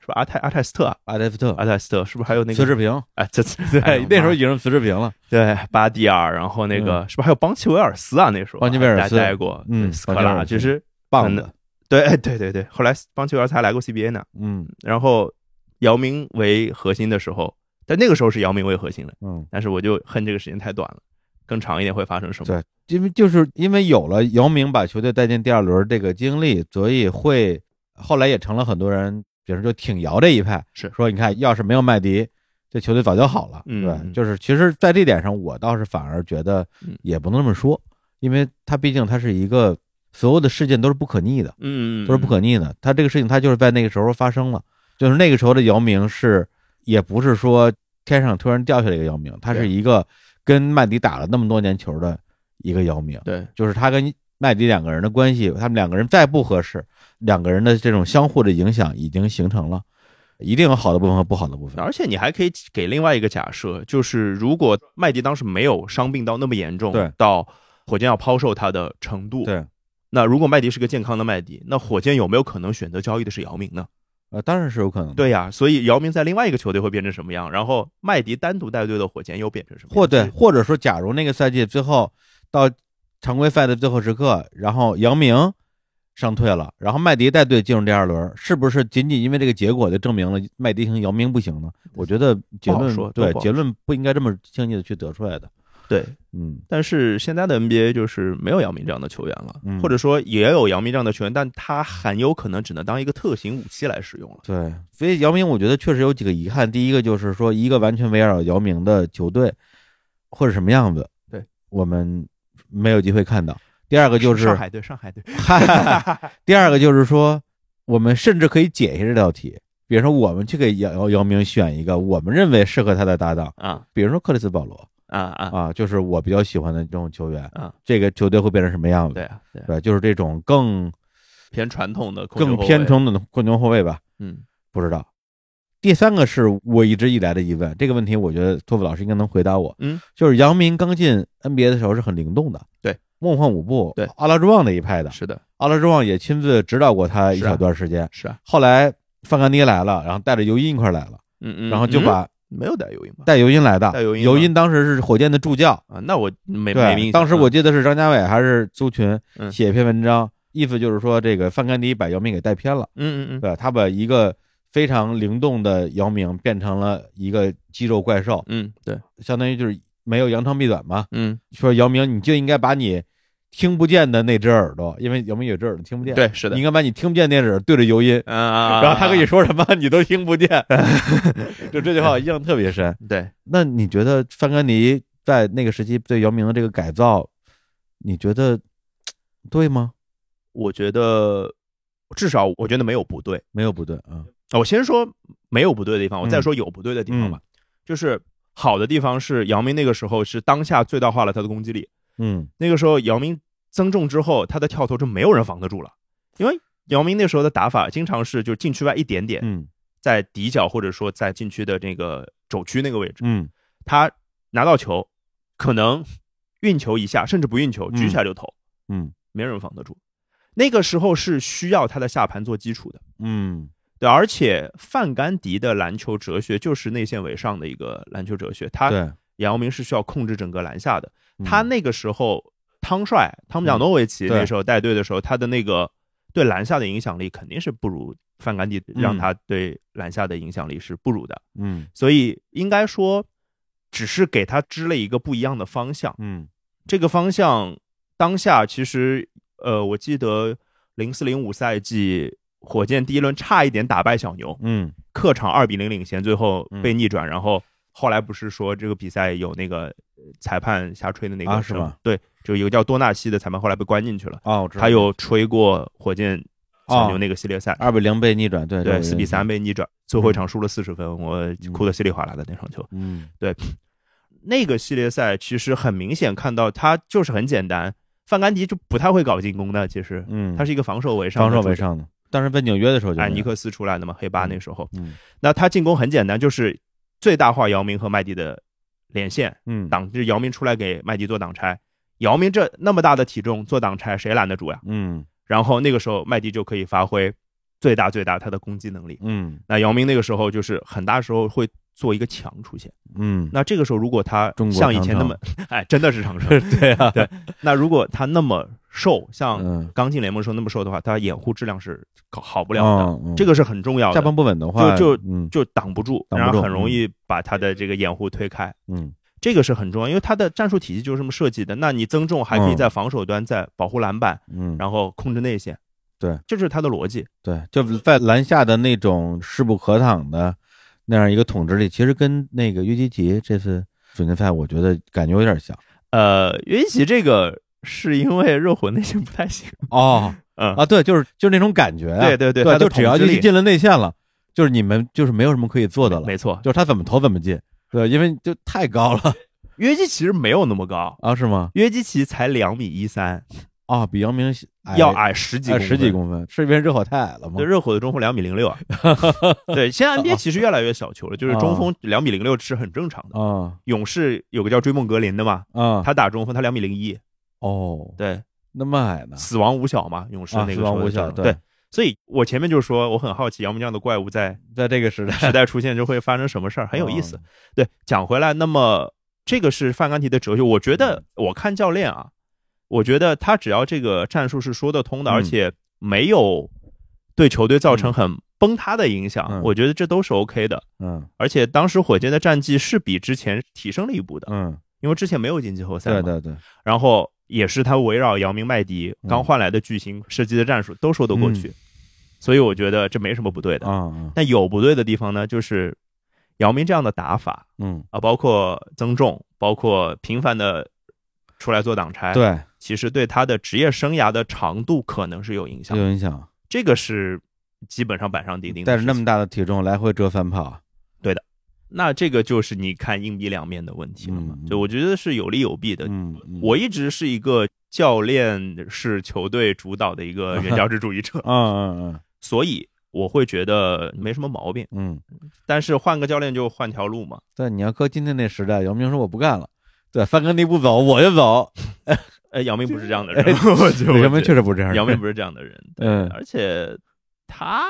是不是阿泰阿泰斯特啊？
阿德福特、
阿泰斯特是不是还有那个
崔志平，
哎，这对
哎，那时候已经是崔志平了。
对巴蒂尔，然后那个、是不是还有邦奇维尔斯啊？那时候
嗯邦奇维尔斯
带过，
嗯
对斯科
邦奇维尔
拉
斯
就是
棒
可
子，
对哎对对对，后来邦奇维尔斯还来过 CBA 呢。
嗯
然后姚明为核心的时候，但那个时候是姚明为核心了，
嗯，
但是我就恨这个时间太短了，更长一点会发生什么？
对因为就是因为有了姚明把球队带进第二轮这个经历，所以会后来也成了很多人，比如说就挺姚这一派，
是
说你看，要是没有麦迪，这球队早就好了，
嗯
对吧
嗯
就是其实，在这点上，我倒是反而觉得
嗯
也不能这么说，因为他毕竟他是一个所有的事件都是不可逆的，
嗯，嗯，
都是不可逆的。他这个事情，他就是在那个时候发生了，就是那个时候的姚明是，也不是说天上突然掉下来一个姚明，他是
对
一个跟麦迪打了那么多年球的一个姚明，
对，
就是他跟麦迪两个人的关系，他们两个人再不合适，两个人的这种相互的影响已经形成了，一定有好的部分和不好的部分。
而且你还可以给另外一个假设，就是如果麦迪当时没有伤病到那么严重，
对
到火箭要抛售他的程度，
对，
那如果麦迪是个健康的麦迪，那火箭有没有可能选择交易的是姚明呢？
呃，当然是有可能的。
对呀、所以姚明在另外一个球队会变成什么样？然后麦迪单独带队的火箭又变成什么样？
或对，或者说，假如那个赛季最后到常规赛的最后时刻，然后姚明伤退了，然后麦迪带队进入第二轮，是不是仅仅因为这个结果就证明了麦迪行，姚明不行呢？我觉得结
好
论
说都
对
不好
结论不应该这么轻易的去得出来的。
对，
嗯
但是现在的 NBA 就是没有姚明这样的球员了，
嗯
或者说也有姚明这样的球员，但他很有可能只能当一个特型武器来使用了。
对，所以姚明我觉得确实有几个遗憾。第一个就是说，一个完全围绕姚明的球队或者什么样子，
对
我们没有机会看到。第二个就是
上海队，上海队，
嗨，第二个就是说，我们甚至可以解一下这道题，比如说我们去给姚姚姚明选一个我们认为适合他的搭档，
啊
比如说克里斯保罗
啊啊！
啊，就是我比较喜欢的这种球员
啊，
这个球队会变成什么样子？
对啊，对啊，
对，就是这种更
偏传统的控球
更
后卫
偏，传统的控球后卫吧，
嗯
不知道。第三个是我一直以来的疑问，这个问题我觉得托福老师应该能回答我。
嗯，
就是姚明刚进 NBA 的时候是很灵动的，
对，
梦幻舞步，
对
阿拉之旺那一派的，
是的，
阿拉之旺也亲自指导过他一小段时间。
是啊，
后来范甘迪来了，然后带着尤因一块儿来了，
嗯嗯，
然后就
嗯
把
没有带尤因吧？
带尤因来的。
带尤因吗
尤因当时是火箭的助教，
啊，那我没没印
对，
象
当时我
嗯
记得是张家伟还是苏群
嗯
写一篇文章，意思就是说这个范甘迪把姚明给带偏了，
嗯嗯嗯
对，他把一个非常灵动的姚明变成了一个肌肉怪兽，
嗯，对，
相当于就是没有扬长避短嘛。
嗯
说姚明，你就应该把你听不见的那只耳朵，因为姚明有只耳朵听不见，，
对，是的
你应，该把你听不见那只耳朵对着尤因，
啊啊，
然后他跟你
也
说什么你都听不见， [LAUGHS] 就这句话印象特别深。
对，
那你觉得范甘迪在那个时期对姚明的这个改造，你觉得对吗？
我觉得至少我觉得没有不对。
没有不对啊，
啊我先说没有不对的地方，我再
嗯
说有不对的地方吧。就是好的地方是姚明那个时候是当下最大化了他的攻击力。
嗯
那个时候姚明增重之后，他的跳投就没有人防得住了，因为姚明那时候的打法经常是就禁区外一点点，
嗯
在底角或者说在禁区的那个肘区那个位置，
嗯
他拿到球，可能运球一下，甚至不运球，
嗯
举起来就投，
嗯
没人防得住。那个时候是需要他的下盘做基础的。
嗯
对，而且范甘迪的篮球哲学就是内线为上的一个篮球哲学，他
对，
姚明是需要控制整个篮下的。
嗯
他那个时候，汤帅汤姆贾诺维奇
对
那时候带队的时候，他的那个对篮下的影响力肯定是不如范甘迪，让
嗯
他对篮下的影响力是不如的。
嗯
所以应该说，只是给他支了一个不一样的方向。
嗯
这个方向当下其实，呃，我记得零四零五赛季火箭第一轮差一点打败小牛。
嗯
客场二比零领先，最后
嗯
被逆转，然后后来不是说这个比赛有那个呃裁判瞎吹的那个
啊是
声
吗？
对，就有一个叫多纳西的裁判后来被关进去了，
哦，我知道哦
他有吹过火箭小牛那个系列赛，
二比零嗯被逆转，对
对，四
这我
比，三
有印象
被逆转，最后一场输了四十分，我哭的稀里哗啦的那场球。
嗯
那个系列赛其实很明显看到，他就是很简单，范甘迪就不太会搞进攻的，其实
嗯，
他是一个防守为上，
防守为，上的，当时被纽约的时候就
哎，
那
尼
样
克斯出来的嘛，黑八那时候，
嗯
那他进攻很简单，就是最大化姚明和麦迪的连线
嗯
挡，就是姚明出来给麦迪做挡拆，姚明这那么大的体重做挡拆，谁拦得住呀？
嗯
然后那个时候麦迪就可以发挥最大最大他的攻击能力。
嗯
那姚明那个时候就是很大时候会做一个墙出现，
嗯，
那这个时候如果他
中国
像以
长
前那
城
么， [LAUGHS] 哎，真的是长城，
[LAUGHS] 对啊，
对那如果他那么瘦，像
嗯，
刚进联盟时候那么瘦的话，他掩护质量是搞好不
不
了的，这个是很重要
下
的，
半不稳的话，
就
嗯
就挡不住，
挡不
然后
住
很容
嗯
易把他的这个掩护推开，
嗯
这个是很重要，因为他的战术体系就是这么设计的。那你增重还可以
嗯
在防守端在保护篮板，
嗯，
然后控制内线，
对，
这就是他的逻辑。
对，就在篮下的那种势不可挡的那样一个统治力，其实跟那个约基奇这次总决赛，我觉得感觉有点像
呃，约基奇这个是因为热火内线不太行，
哦
嗯，
啊，对，就是就是那种感觉啊，
对对
对
对他
就
的
只要约
统治
基
力
进了内线了，就是你们就是没有什么可以做的了，
没错，
就是他怎么投怎么进，对，因为就太高
[LAUGHS]
了
约基奇其实没有那么高，
啊，是吗？
约基奇才两米一三，
啊，比姚明
要矮十几
哎
公
十几
分。
公分，是因为热火太矮了吗
对？热火的中锋两米零
[LAUGHS]
六啊，对，现在 NBA 其实越来越小球了，就是中锋两米零六是很正常的。
啊
勇士有个叫追梦格林的嘛，
啊，
他打中锋，他两米零一，
哦，
对，
那么矮呢？
死亡五小嘛，勇士
啊
那个
死亡
时候
五
叫
小
做
对
对。所以我前面就说，我很好奇姚明这样的怪物在
在这个时代
时代出现就会发生什么事儿，很有意
啊
思。。对，讲回来，那么这个是范甘迪的哲学。我觉得
嗯
我看教练啊，我觉得他只要这个战术是说得通的，
嗯
而且没有对球队造成很崩塌的影响，
嗯
我觉得这都是 OK 的。
嗯
而且当时火箭的战绩是比之前提升了一步的，
嗯，
因为之前没有进季后赛嘛。
对对对，
然后也是他围绕姚明、麦迪
嗯
刚换来的巨星设计的战术都说得过去，所以我觉得这没什么不对的。
啊嗯
但有不对的地方呢，就是姚明这样的打法
嗯，
啊，包括增重，包括频繁的出来做挡拆，，
对，
其实对他的职业生涯的长度可能是有影响
有
的，
影响。
这个是基本上板上钉钉的
带着
事
那
情
么大的体重来回折返跑，
那这个就是你看硬币两面的问题了嘛，
嗯嗯
就我觉得是有利有弊的，
嗯，嗯
呃我一直是一个教练是球队主导的一
[LAUGHS]
个原教旨主义者，
嗯嗯
所以我会觉得没什么毛病。
嗯嗯，
但是换个教练就换条路嘛，
对，你要搁今天那时代，姚明说我不干了，对，范甘迪不走我就
[LAUGHS]
走，
呃，姚明不是这
[LAUGHS]
样的人，我觉得
姚明确实不是这样，
姚明不是这样的人， [LAUGHS]
嗯
而且他。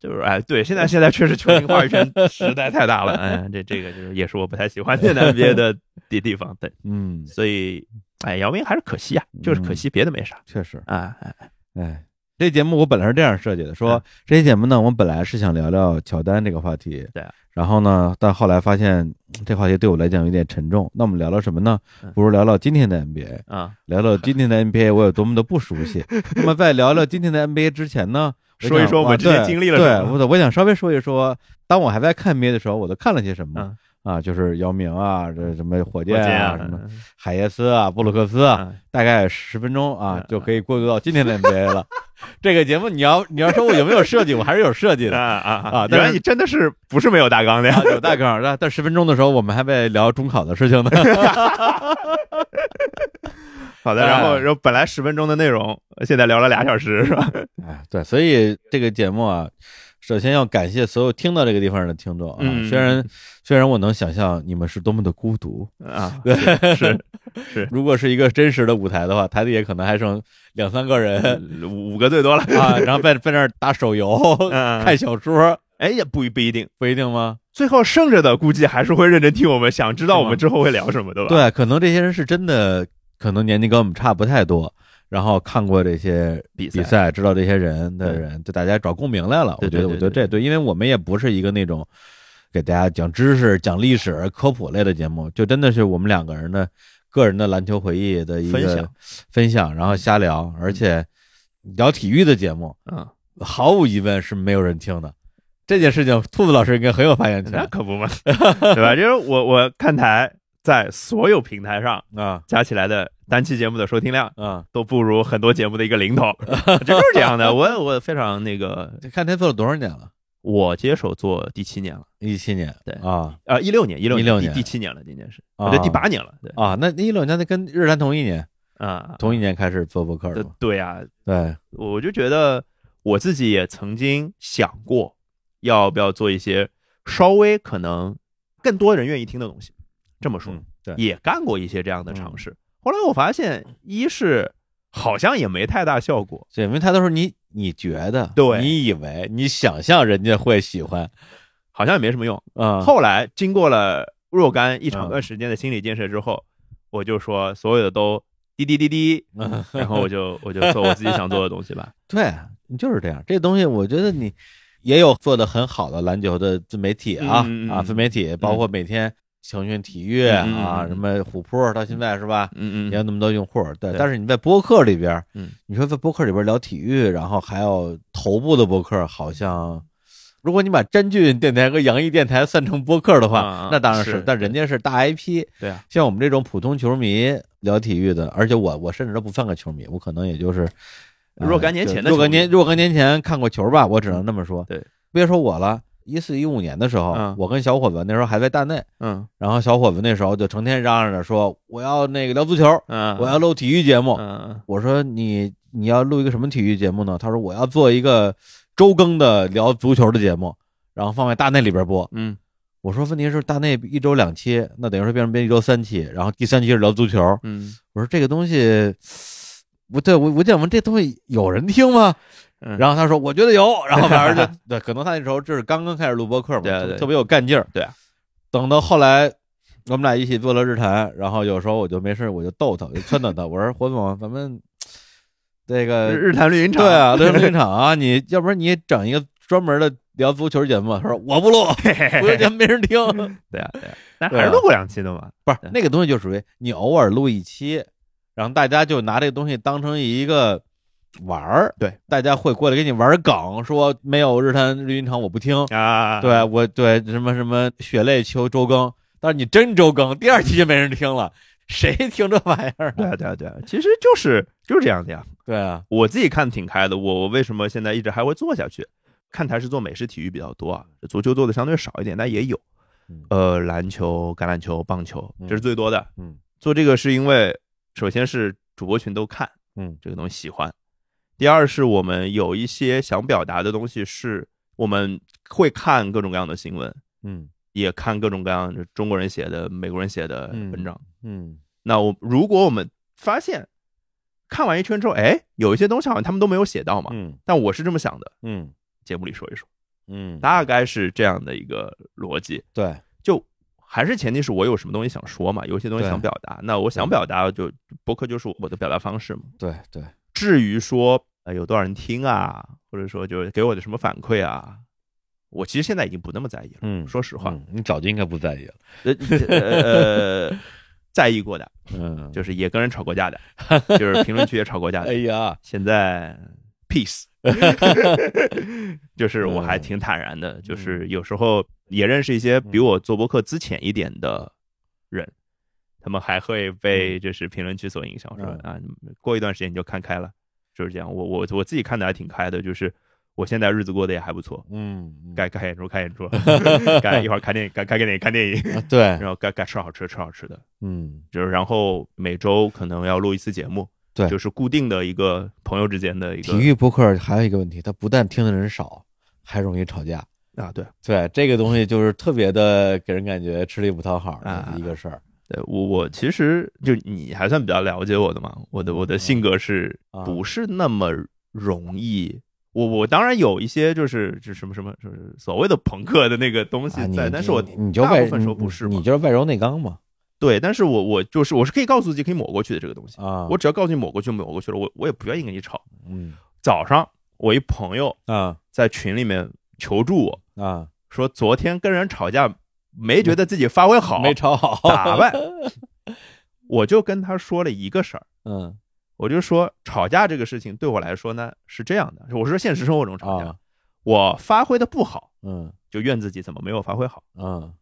就是哎，
[LAUGHS]
对，现在现在确实球星话语权实在太大了，哎，这这个就是也是我不太喜欢现
[LAUGHS]
在 NBA 的地地方，对，
嗯，
所以哎，姚明还是可惜啊，就是可惜，别的没啥
确实，
啊，哎
哎，这节目我本来是这样设计的，说
嗯
这期节目呢，我们本来是想聊聊乔丹这个话题，
对啊
然后呢，但后来发现嗯这话题对我来讲有点沉重，那我们聊聊什么呢
嗯？
不如聊聊今天的 NBA，
啊，
聊聊今天的 NBA 我有多么的不熟 [LAUGHS] 悉。那么在聊聊今天的 NBA 之前呢，我
说一
想
说我
啊
们之前
对
经历了什
对，
么
我我想稍微说一说，当我还在看 NBA 的时候，我都看了些什么
嗯
啊？就是姚明啊，这什么火
我
箭啊，什么海耶斯啊，布鲁克斯啊，
啊，
大概十分钟啊
嗯
就可以过渡到今天的 NBA 了。嗯 [LAUGHS] 这个节目你要你要说我有没有设计，我还是有设计
啊
的。
啊
啊但
原来
是
你真的是不是没有大纲的呀
[LAUGHS] 啊，？有大纲，但但十分钟的时候，我们还在聊中考的事情呢。
好的，
[LAUGHS] 哎
然后然后本来十分钟的内容，现在聊了俩小时
[LAUGHS]
是吧？
哎，对，所以这个节目啊，首先要感谢所有听到这个地方的听众啊。
嗯
虽然虽然我能想象你们是多么的孤独，
啊，
对， [LAUGHS]
是
如果是一个真实的舞台的话，台底下可能还剩两三个人
五五个最
[LAUGHS]
多了。
啊，然后在在那儿打手游、
嗯
看小说，
哎，也不不一定，
不一定吗？
最后剩着的估计还是会认真听我们，想知道
是吗
我们之后会聊什么的吧？，
对，可能这些人是真的，可能年纪跟我们差不太多，然后看过这些
比
比
赛
赛，知道这些人的
对
人，就大家找共鸣来了。我
对
觉得，我
对对
觉得这对，因为我们也不是一个那种给大家讲知识、讲历史、科普类的节目，就真的是我们两个人的个人的篮球回忆的一个
分享
分享然后瞎聊，而且聊体育的节目
嗯，
毫无疑问是没有人听的。这件事情，兔子老师应该很有发言
那
权
可不嘛， [LAUGHS] 对吧？因为我我看台在所有平台上
啊
加起来的单期节目的收听量
啊！
都不如很多节目的一个零头， [LAUGHS] 这就是这样的。我我非常那个，
这看台做了多少年了？
我接手做第七年了，
一七年，
对
啊
呃，一六年，一六
16
第
年
第七年了，今年是，
啊
对，第八年了，对
啊，那一六年那跟日坛同一年，
啊，
同一年开始做播客
对嗯
的嘛，
对呀，
对，
我就觉得我自己也曾经想过，要不要做一些稍微可能更多人愿意听的东西。这么说，
嗯对
也干过一些这样的尝试。后来我发现，
嗯
一是好像也没太大效果，
对，因为他都是你你觉得，
对
你以为你想象人家会喜欢
好像也没什么用。
啊，
后来经过了若干一
嗯
长段时间的心理建设之后，我就说所有的都滴滴
[LAUGHS]
滴滴，
嗯
然后我就我就做我自己想做的东西吧。
对你就是这样，这东西我觉得你也有做的很好的篮球的自媒体啊、
嗯嗯嗯
啊，自媒体包括每天腾讯体育
嗯嗯嗯
啊，
嗯
什么琥珀到现在是吧？
嗯
也有
嗯
那么多用户，对，
对
但是你在播客里边，
嗯，
你说在播客里边聊体育，然后还有头部的播客，好
嗯
像如果你把詹俊电台和洋溢电台算成播客的话，
啊啊
那当然
是
但人家是大 IP，
对啊，
像我们这种普通球迷聊体育的，而且我我甚至都不算个球迷，我可能也就是呃
若干年前的
就若干
球迷嗯
年若干年前看过球吧，我只能这么说。
对，
别说我了，一四一五年的时候，
嗯
我跟小伙子那时候还在大内，
嗯
然后小伙子那时候就成天嚷嚷着说我要那个聊足球，
嗯，
我要录体育节目。
嗯
我说你你要录一个什么体育节目呢？他说我要做一个周更的聊足球的节目，然后放在大内里边播。
嗯
我说问题是大内一周两期，那等于说变成变一周三期，然后第三期是聊足球。
嗯
我说这个东西，不对，我我想问这东西有人听吗？
嗯
然后他说我觉得有，然后反
[LAUGHS]
正就对，可能他那时候就是刚刚开始录播客嘛，
对
特
对
特别有干劲儿。
对啊
等到后来我们俩一起做了日坛，然后有时候我就没事我就逗他，我就撺掇他，我说火总，咱们这个
日日坛绿茵场
呃对
[LAUGHS]
啊，乐天场啊，你要不然你也整一个专门的聊足球节目吧？他说我
[LAUGHS]
不录，足球节目没人听。
对啊，对啊，但
对啊
还是录过两期的嘛。
不是
对
那个东西就属于你偶尔录一期，然后大家就拿这个东西当成一个玩儿，
对，
大家会过来给你玩梗，说没有日坛日云场我不听，
啊，
对我对什么什么血泪求周更，但是你真周更，第二期就没人听了， [LAUGHS] 谁听这玩意儿
对
啊？
啊，对啊，对啊，其实就是就是这样的呀。
对啊，
我自己看挺开的，我我为什么现在一直还会做下去？看台是做美式体育比较多啊，足球做的相对少一点，但也有
嗯。
呃，篮球、橄榄球、棒球，
嗯
这是最多的。
嗯，
做这个是因为首先是主播群都看，
嗯，
这个东西喜欢。第二是我们有一些想表达的东西，是我们会看各种各样的新闻，
嗯
也看各种各样的中国人写的、美国人写的文章。
嗯
那我如果我们发现看完一圈之后，哎，有一些东西好像他们都没有写到嘛，
嗯
但我是这么想的，
嗯
节目里说一说，
嗯，
大概是这样的一个逻辑。
对，
就还是前提是我有什么东西想说嘛，有一些东西
对嗯
想表达，那我想表达就博客就是我的表达方式嘛。
对对，
至于说呃有多少人听啊，或者说就是给我的什么反馈啊，我其实现在已经不那么在意了。
嗯
说实话，
嗯，你早就应该不在意了， [LAUGHS]
呃呃呃，在意过的，
嗯，
就是也跟人吵过架
[LAUGHS]
的，就是评论区也吵过架的
哎。呀，
现在
[LAUGHS]
peace，就是我
嗯
还挺坦然的，就是有时候也认识一些
嗯
比我做播客资浅一点的人，他们还会被就是评论区所影响，说
嗯
啊，过一段时间你就看开了，就是这样。我我我自己看的还挺开的，就是我现在日子过得也还不错，
嗯，
该开演出开演出， [LAUGHS] 该一会儿看电影该看电影看电影，
啊对，
然后该该吃好吃吃好吃的，
嗯
就是然后每周可能要录一次节目，
对
就是固定的一个朋友之间的一个
体育播客还有一个问题，它不但听的人少，还容易吵架。
啊，对
对，这个东西就是特别的给人感觉吃力不讨好的
啊
一个事儿。
对，我我其实就你还算比较了解我的嘛，我的我的性格是
嗯啊
不是那么容易？我我当然有一些就是就什么什么就是所谓的朋克的那个东西
啊，你
在，但是我
你你就
大
外
部分时候不是
你
嘛
你，就是外柔内刚嘛
对，但是我我就是我是可以告诉自己可以抹过去的这个东西，
啊，
我只要告诉你抹过去抹过去了，我我也不愿意跟你吵。
嗯
早上我一朋友
啊
在群里面求助我，
啊
说昨天跟人吵架，没觉得自己发挥好，
没吵好
[LAUGHS] 咋办？我就跟他说了一个事儿，
嗯
我就说吵架这个事情对我来说呢是这样的，我是说现实生活中吵架，
啊
我发挥的不好，
嗯
就怨自己怎么没有发挥好，
嗯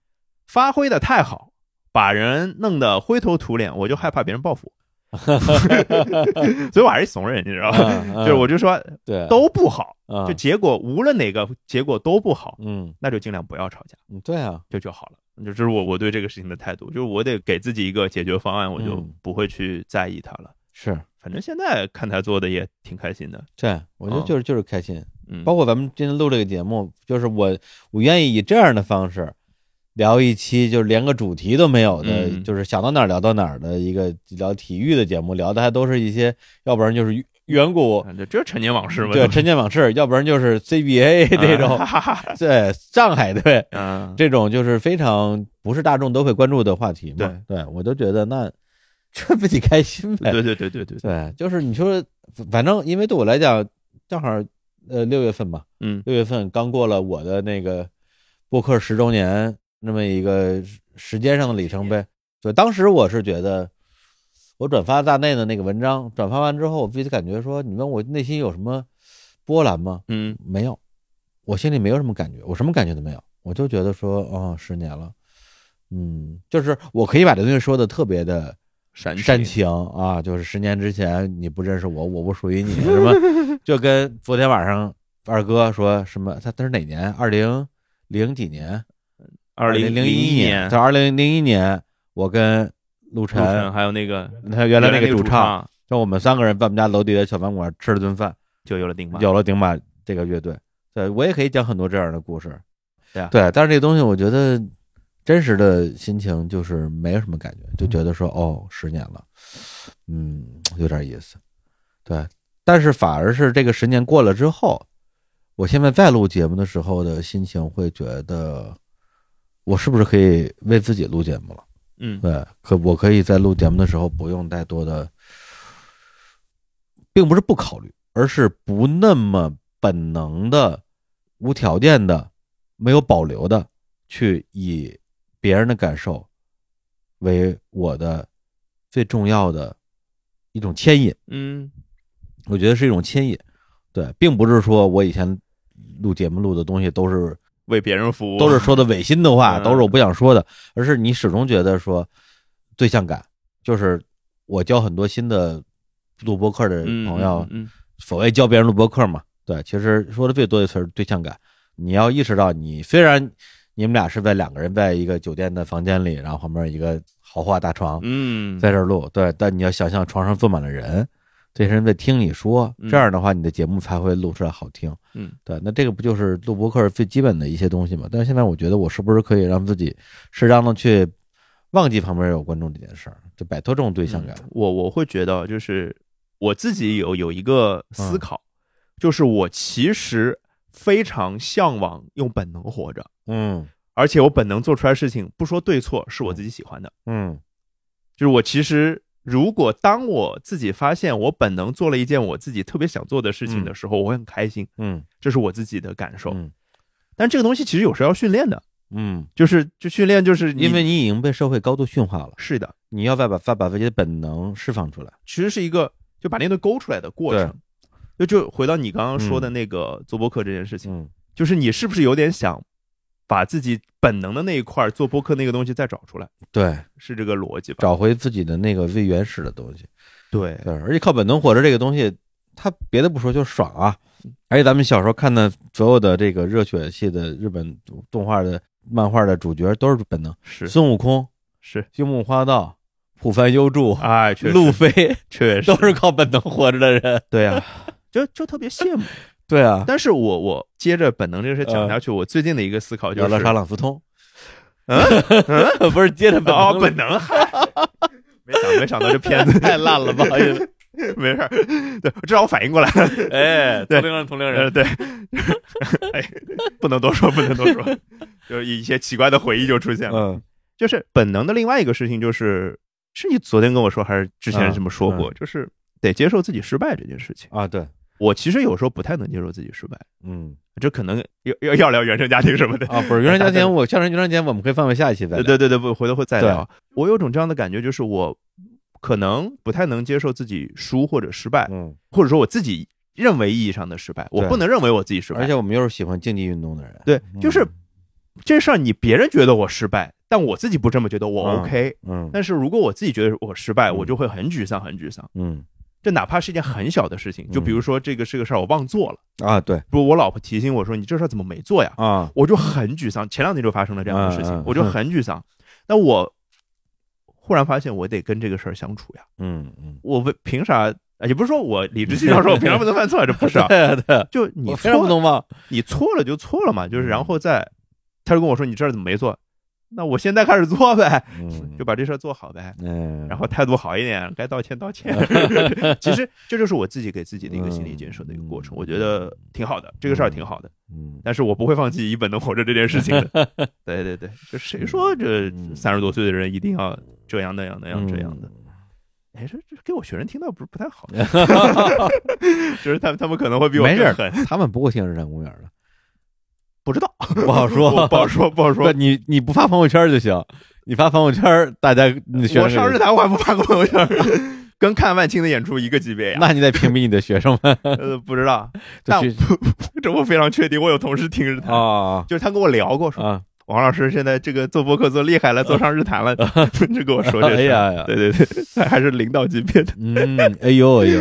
发挥的太好，把人弄得灰头土脸，我就害怕别人报复 [LAUGHS] 我，所以我还是怂人，你知道吧？
嗯，
[LAUGHS] 就是我就说
对
都不好，
嗯
就结果无论哪个结果都不好，
嗯
那就尽量不要吵架，
嗯对啊，
就就好了。就这是我我对这个事情的态度，就是我得给自己一个解决方案，我就
嗯
不会去在意他了。
是
反正现在看他做的也挺开心的，
对，我觉得
嗯
就是就是开心，
嗯，
包括咱们今天录这个节目，就是我我愿意以这样的方式聊一期，就是连个主题都没有的，
嗯
就是想到哪儿聊到哪儿的一个聊体育的节目，聊的还都是一些，要不然就是远古。
啊这这陈年往事嘛，嗯
对
都是啊
陈年往事，要不然就是
[LAUGHS]
CBA 这种，对上海队
嗯，
这种就是非常不是大众都会关注的话题嘛。对，我都觉得那这自己开心呗。
对对对对对，
对，就是你说，反正因为对我来讲，正好呃六月份嘛，
嗯
六月份刚过了我的那个播客十周年那么一个时时间上的里程碑。对，当时我是觉得，我转发大内的那个文章，转发完之后，我自己感觉说，你问我内心有什么波澜吗？
嗯
没有，我心里没有什么感觉，我什么感觉都没有，我就觉得说，哦，十年了，嗯，就是我可以把这东西说的特别的
煽
煽情啊，就是十年之前你不认识我，我不属于你，什 [LAUGHS] 么就跟昨天晚上二哥说什么，他他是哪年？二零零几年？
二
零
零
零
一
一
年，
在二零零一年，我跟陆
陆晨
晨，
还有那个
他原来那
个
主唱，
唱
就我们三个人在我们家楼底下小饭馆吃了顿饭，
就有了定吧，
有了顶马这个乐队。对我也可以讲很多这样的故事，
对啊
对，但是这个东西我觉得真实的心情就是没有什么感觉，就觉得说哦，十年了，嗯，有点意思，对。但是反而是这个十年过了之后，我现在再录节目的时候的心情会觉得，我是不是可以为自己录节目了？
嗯
对，可我可以在录节目的时候不用太多的，并不是不考虑，而是不那么本能的、无条件的、没有保留的去以别人的感受为我的最重要的一种牵引。
嗯
我觉得是一种牵引，对，并不是说我以前录节目录的东西都是
为别人服务
都是说的违心的话，
嗯
都是我不想说的，而是你始终觉得说对象感，就是我交很多新的录播客的
嗯
朋友，
嗯
所谓教别人录播客嘛，对，其实说的最多的词儿是对象感，你要意识到你虽然你们俩是在两个人在一个酒店的房间里，然后旁边一个豪华大床，
嗯，
在这儿录，对，但你要想象床上坐满了人，这些人在听你说，
嗯
这样的话你的节目才会录出来好听。
嗯，
对，那这个不就是录播客最基本的一些东西嘛？但是现在我觉得我是不是可以让自己适当的去忘记旁边有观众这件事儿，就摆脱这种对象感。
我我会觉得就是我自己有有一个思考，
嗯
就是我其实非常向往用本能活着，
嗯
而且我本能做出来的事情不说对错，是我自己喜欢的。
嗯
就是我其实如果当我自己发现我本能做了一件我自己特别想做的事情的时候，我会很开心，
嗯
这是我自己的感受。
嗯
但这个东西其实有时候要训练的，
嗯，
就是就训练就是你
因为你已经被社会高度驯化了，
是的，
你要再把再把自己的本能释放出来。
其实是一个就把那个勾出来的过程。就就回到你刚刚说的那个做播客这件事情，
嗯
就是你是不是有点想把自己本能的那一块儿做播客那个东西再找出来，
对，
是这个逻辑吧？
找回自己的那个最原始的东西。
对，
对，而且靠本能活着这个东西，它别的不说，就是爽啊。而且咱们小时候看的所有的这个热血系的日本动画的漫画的主角都是本能，
是
孙悟空、
是，
樱木花道、浦饭优助、
哎，确
路
实
飞，
确
[LAUGHS]
实
都是靠本能活着的人。啊
对呀、就就特别羡慕。
对啊，
但是我我接着本能这个事讲下去，
嗯
我最近的一个思考就
聊聊
是
沙朗斯通，
嗯
不是接着本能
哦，本能，嗨没想没想到这片子
[LAUGHS] 太烂
[LAUGHS]
了，不好意思。
没事儿，对，至少我反应过来了，
[LAUGHS] 哎，
对
龄人，同龄
呃，对， [LAUGHS] 哎，不能多说，不能多
[LAUGHS]
说，就是一些奇怪的回忆就出现了。
嗯
就是本能的另外一个事情，就是是你昨天跟我说，还是之前这么说过，就是得接受自己失败这件事情。
嗯啊，对，
我其实有时候不太能接受自己失败，
嗯
这可能要要要聊原生家庭什么的
啊，不是原生家庭，我孝顺原生家庭，我们可以放在下一期再聊。
对对对，不，回头会再
对
聊。我有种这样的感觉，就是我可能不太能接受自己输或者失败，
嗯
或者说我自己认为意义上的失败，我
对
不能认为我自己失败。
而且我们又是喜欢竞技运动的人，
对，就是
嗯
这事儿，你别人觉得我失败，但我自己不这么觉得，我
嗯
OK、
嗯
但是如果我自己觉得我失败，
嗯
我就会很沮丧，很沮丧。
嗯
这哪怕是一件很小的事情，就比如说这个是个事儿，我忘做了，
啊，对
不，我老婆提醒我说你这事儿怎么没做呀？
啊，
我就很沮丧。前两天就发生了这样的事
嗯
情
嗯，
我就很沮丧。那我忽然发现，我得跟这个事儿相处呀。
嗯嗯，。
我为凭啥？哎也不是说我理直气壮说我凭啥不能犯错，这不是啊
对对，
就你
我非
错
常不嗯
了，
能忘，
你错了就错了嘛，就是然后再，他就跟我说你这儿怎么没做？那我现在开始做呗，
嗯
[LAUGHS] 就把这事儿做好呗，
嗯，
[LAUGHS] 然后态度好一点，该道歉道歉。
[LAUGHS]
其实这就是我自己给自己的一个心理建设的一个过
嗯
程，我觉得挺好的，这个事儿挺好的，
嗯
但是我不会放弃以本能活着这件事情
[LAUGHS]
的。对对对，就谁说这
嗯
三十多岁的人一定要这样那样那样这样的？
嗯
哎，这这给我学生听到不是不
[LAUGHS]
太好，就是他们他们可能会比我
没事
更
儿
狠， [LAUGHS]
他们不会听日坛公园的，
不知道，
不好说，
我 [LAUGHS] 不好说不好
不，
说。
你你不发朋友圈就行，你发朋友圈，大家你学
我
生
上日坛我还不发过朋友圈儿，跟看万青的演出一个级别呀。
那你得屏蔽你的学生们，
呃，不知道，
就
那
去
这我非常确定，我有同事听日坛，
啊
就是他跟我聊过，说
啊，
王老师现在这个做播客做厉害了，做上日坛了，就跟我说这
哎
事儿。
呀呀，
对对对，他还是领导级
[LAUGHS]
别的。
嗯，哎呦哎呦，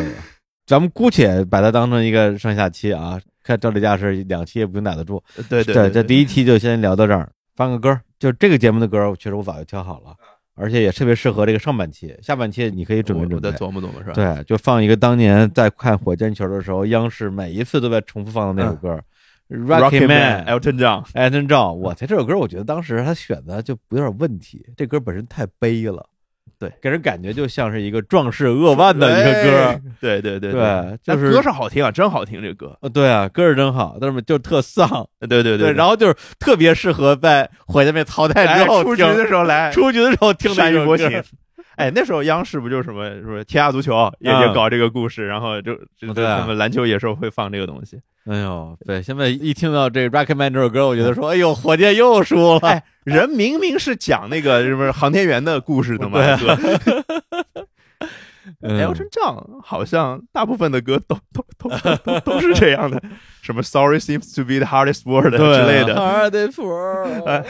咱们姑且把它当成一个上下期啊，看照这架势，两期也不用打得住。
对
这
对对，
这第一期就先聊到这儿，放个歌儿，就是这个节目的歌儿，我确实我早就挑好了，而且也特别适合这个上半期，下半期你可以准备
我
准备
再。琢磨琢磨是吧？
对，就放一个当年在看火箭球的时候，央视每一次都在重复放的那首歌儿。Rocky 嗯
，Rocky
Man，哎嗯
Man，Elton John，
艾森照，我操，这首歌我觉得当时他选的就有点问题，这歌本身太悲了，
对，
给人感觉就像是一个壮士扼腕的一个歌，
哎，对对对
对就
那
是
歌是好听啊，真好听这歌。
呃，对啊，歌是真好，但是就特丧，
对对对
然
后
后就是特别适合在火箭被淘汰
哎
之后
出局
听，
的时候来，
出局的时候听的
善
一
于
首
国
歌
情。 [LAUGHS] 哎，那时候央视不就什么什么天下足球也也
嗯
搞这个故事，然后就就
对啊
什么篮球野兽会放这个东西。
哎呦，对，现在一听到这《Rocket Man》这首歌，我觉得说，哎呦，火箭又输了。
哎人明明是讲那个什么航天员的故事的嘛，哎歌。
啊 [LAUGHS] 嗯
Elton John 好像大部分的歌都都都都都都是这样的，什么 Sorry seems to be the hardest word
[LAUGHS]
之
对啊
类的。
Hard for-
哎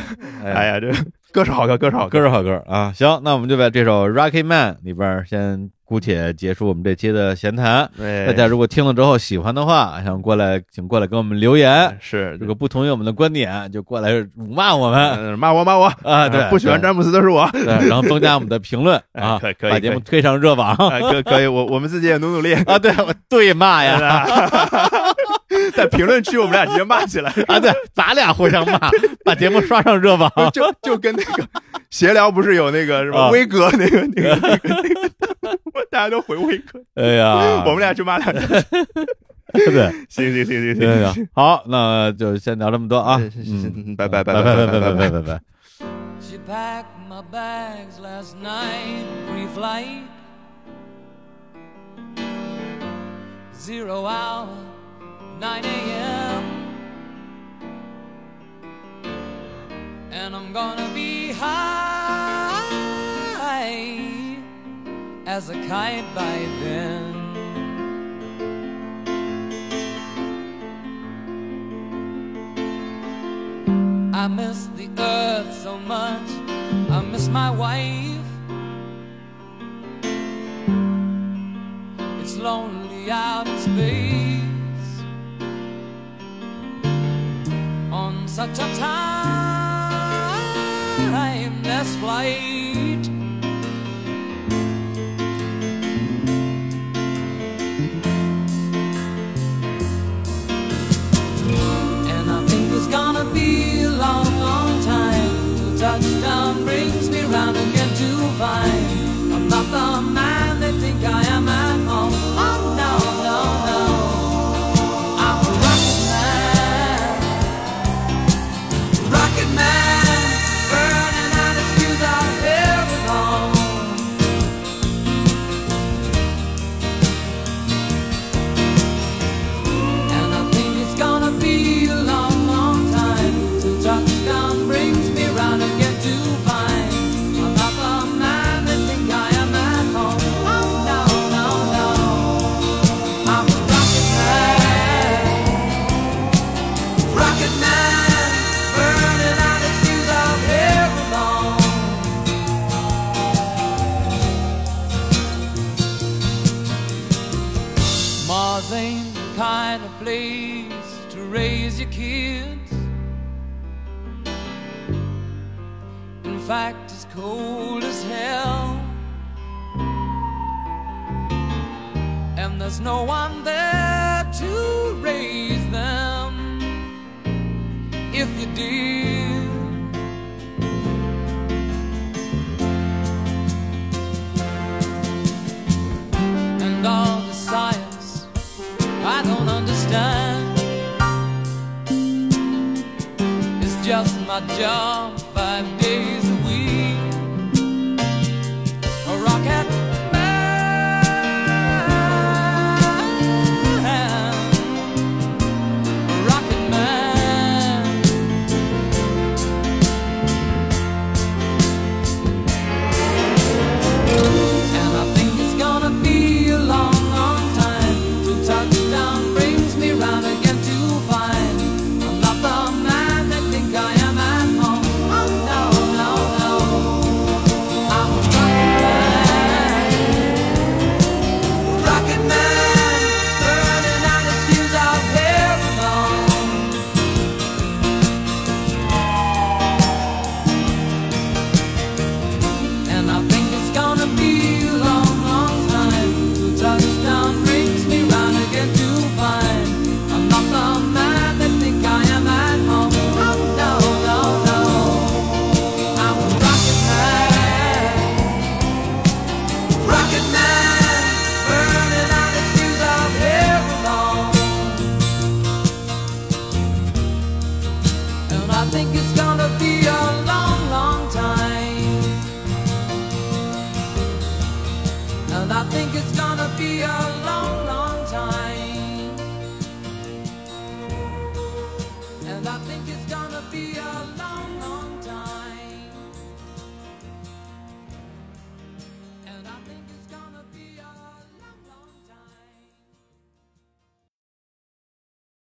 哎
呀，
呀，这歌是好歌，歌是
[LAUGHS]
好
歌是好歌啊！行，那我们就在这首《Rocket Man》里边儿先姑且结束我们这期的闲谈。
哎
大家如果听了之后喜欢的话，想过来，请过来给我们留言。
哎是
如果不同意我们的观点，就过来辱骂我们
嗯骂我骂我嗯
啊！对，
不喜欢
对
詹姆斯的是我。
对，然后增加我们的评论
[LAUGHS] 哎
啊，
可以可以
把节目
可以
推上热网
[LAUGHS] 哎，可可以，我我们自己也努努力。哎
啊！
[LAUGHS]
对，我对骂呀
啊在评论区我们俩直接骂起来，
啊！对，咱俩互相
[LAUGHS]
骂，把节目刷上热网。
就就跟那个闲聊不是有那个什
啊
么威哥那个那个那个那个， [LAUGHS] 大家都回威哥，
哎呀，
我们俩去骂两 [LAUGHS] 句。
对
行行行
对
行行
呀，
[LAUGHS]
好，那就先聊这么多啊！
行行行
嗯，
行，拜拜拜
拜
拜
拜
拜
拜
拜
拜拜拜。
She packed my bags last night, pre flight. Zero hour, 9 a.m. And I'm gonna be high as a kite by then. I miss the earth so much. I miss my wife. It's lonely out in space on such a timeless flight. And I think it's gonna be a long, long time. till touchdown brings me round again to find I'm not the man they think I am at home. Oh no, no, no. I'm a rocket man. Rocket man, burning out his fuse out here at home. And I think it's gonna be a long, long time till touchdown brings me round again to find I'm not the man they Oh, Mars ain't the kind of place to raise your kids. In fact, it's cold as hell. And there's no one there to raise them. If you did, and all the science I don't understand. It's just my job five days a week. A rocket man, a rocket man. And I think it's gonna be a long, long time till touchdown brings me round again to find I'm not the man they think I am at home. Oh no, no, no, I'm a rocket man, rocket man, burning out his fuse out there alone. And I think it's gonna be a long, long time. The touchdown brings me round again to find I'm not the man they think I am at home. Oh, no, no, no. I'm a rocket man. Rocket man. Burning out his fuse out here alone. And I think it's gonna be a long, long time. And I think it's gonna be a long, long time. And I think it's gonna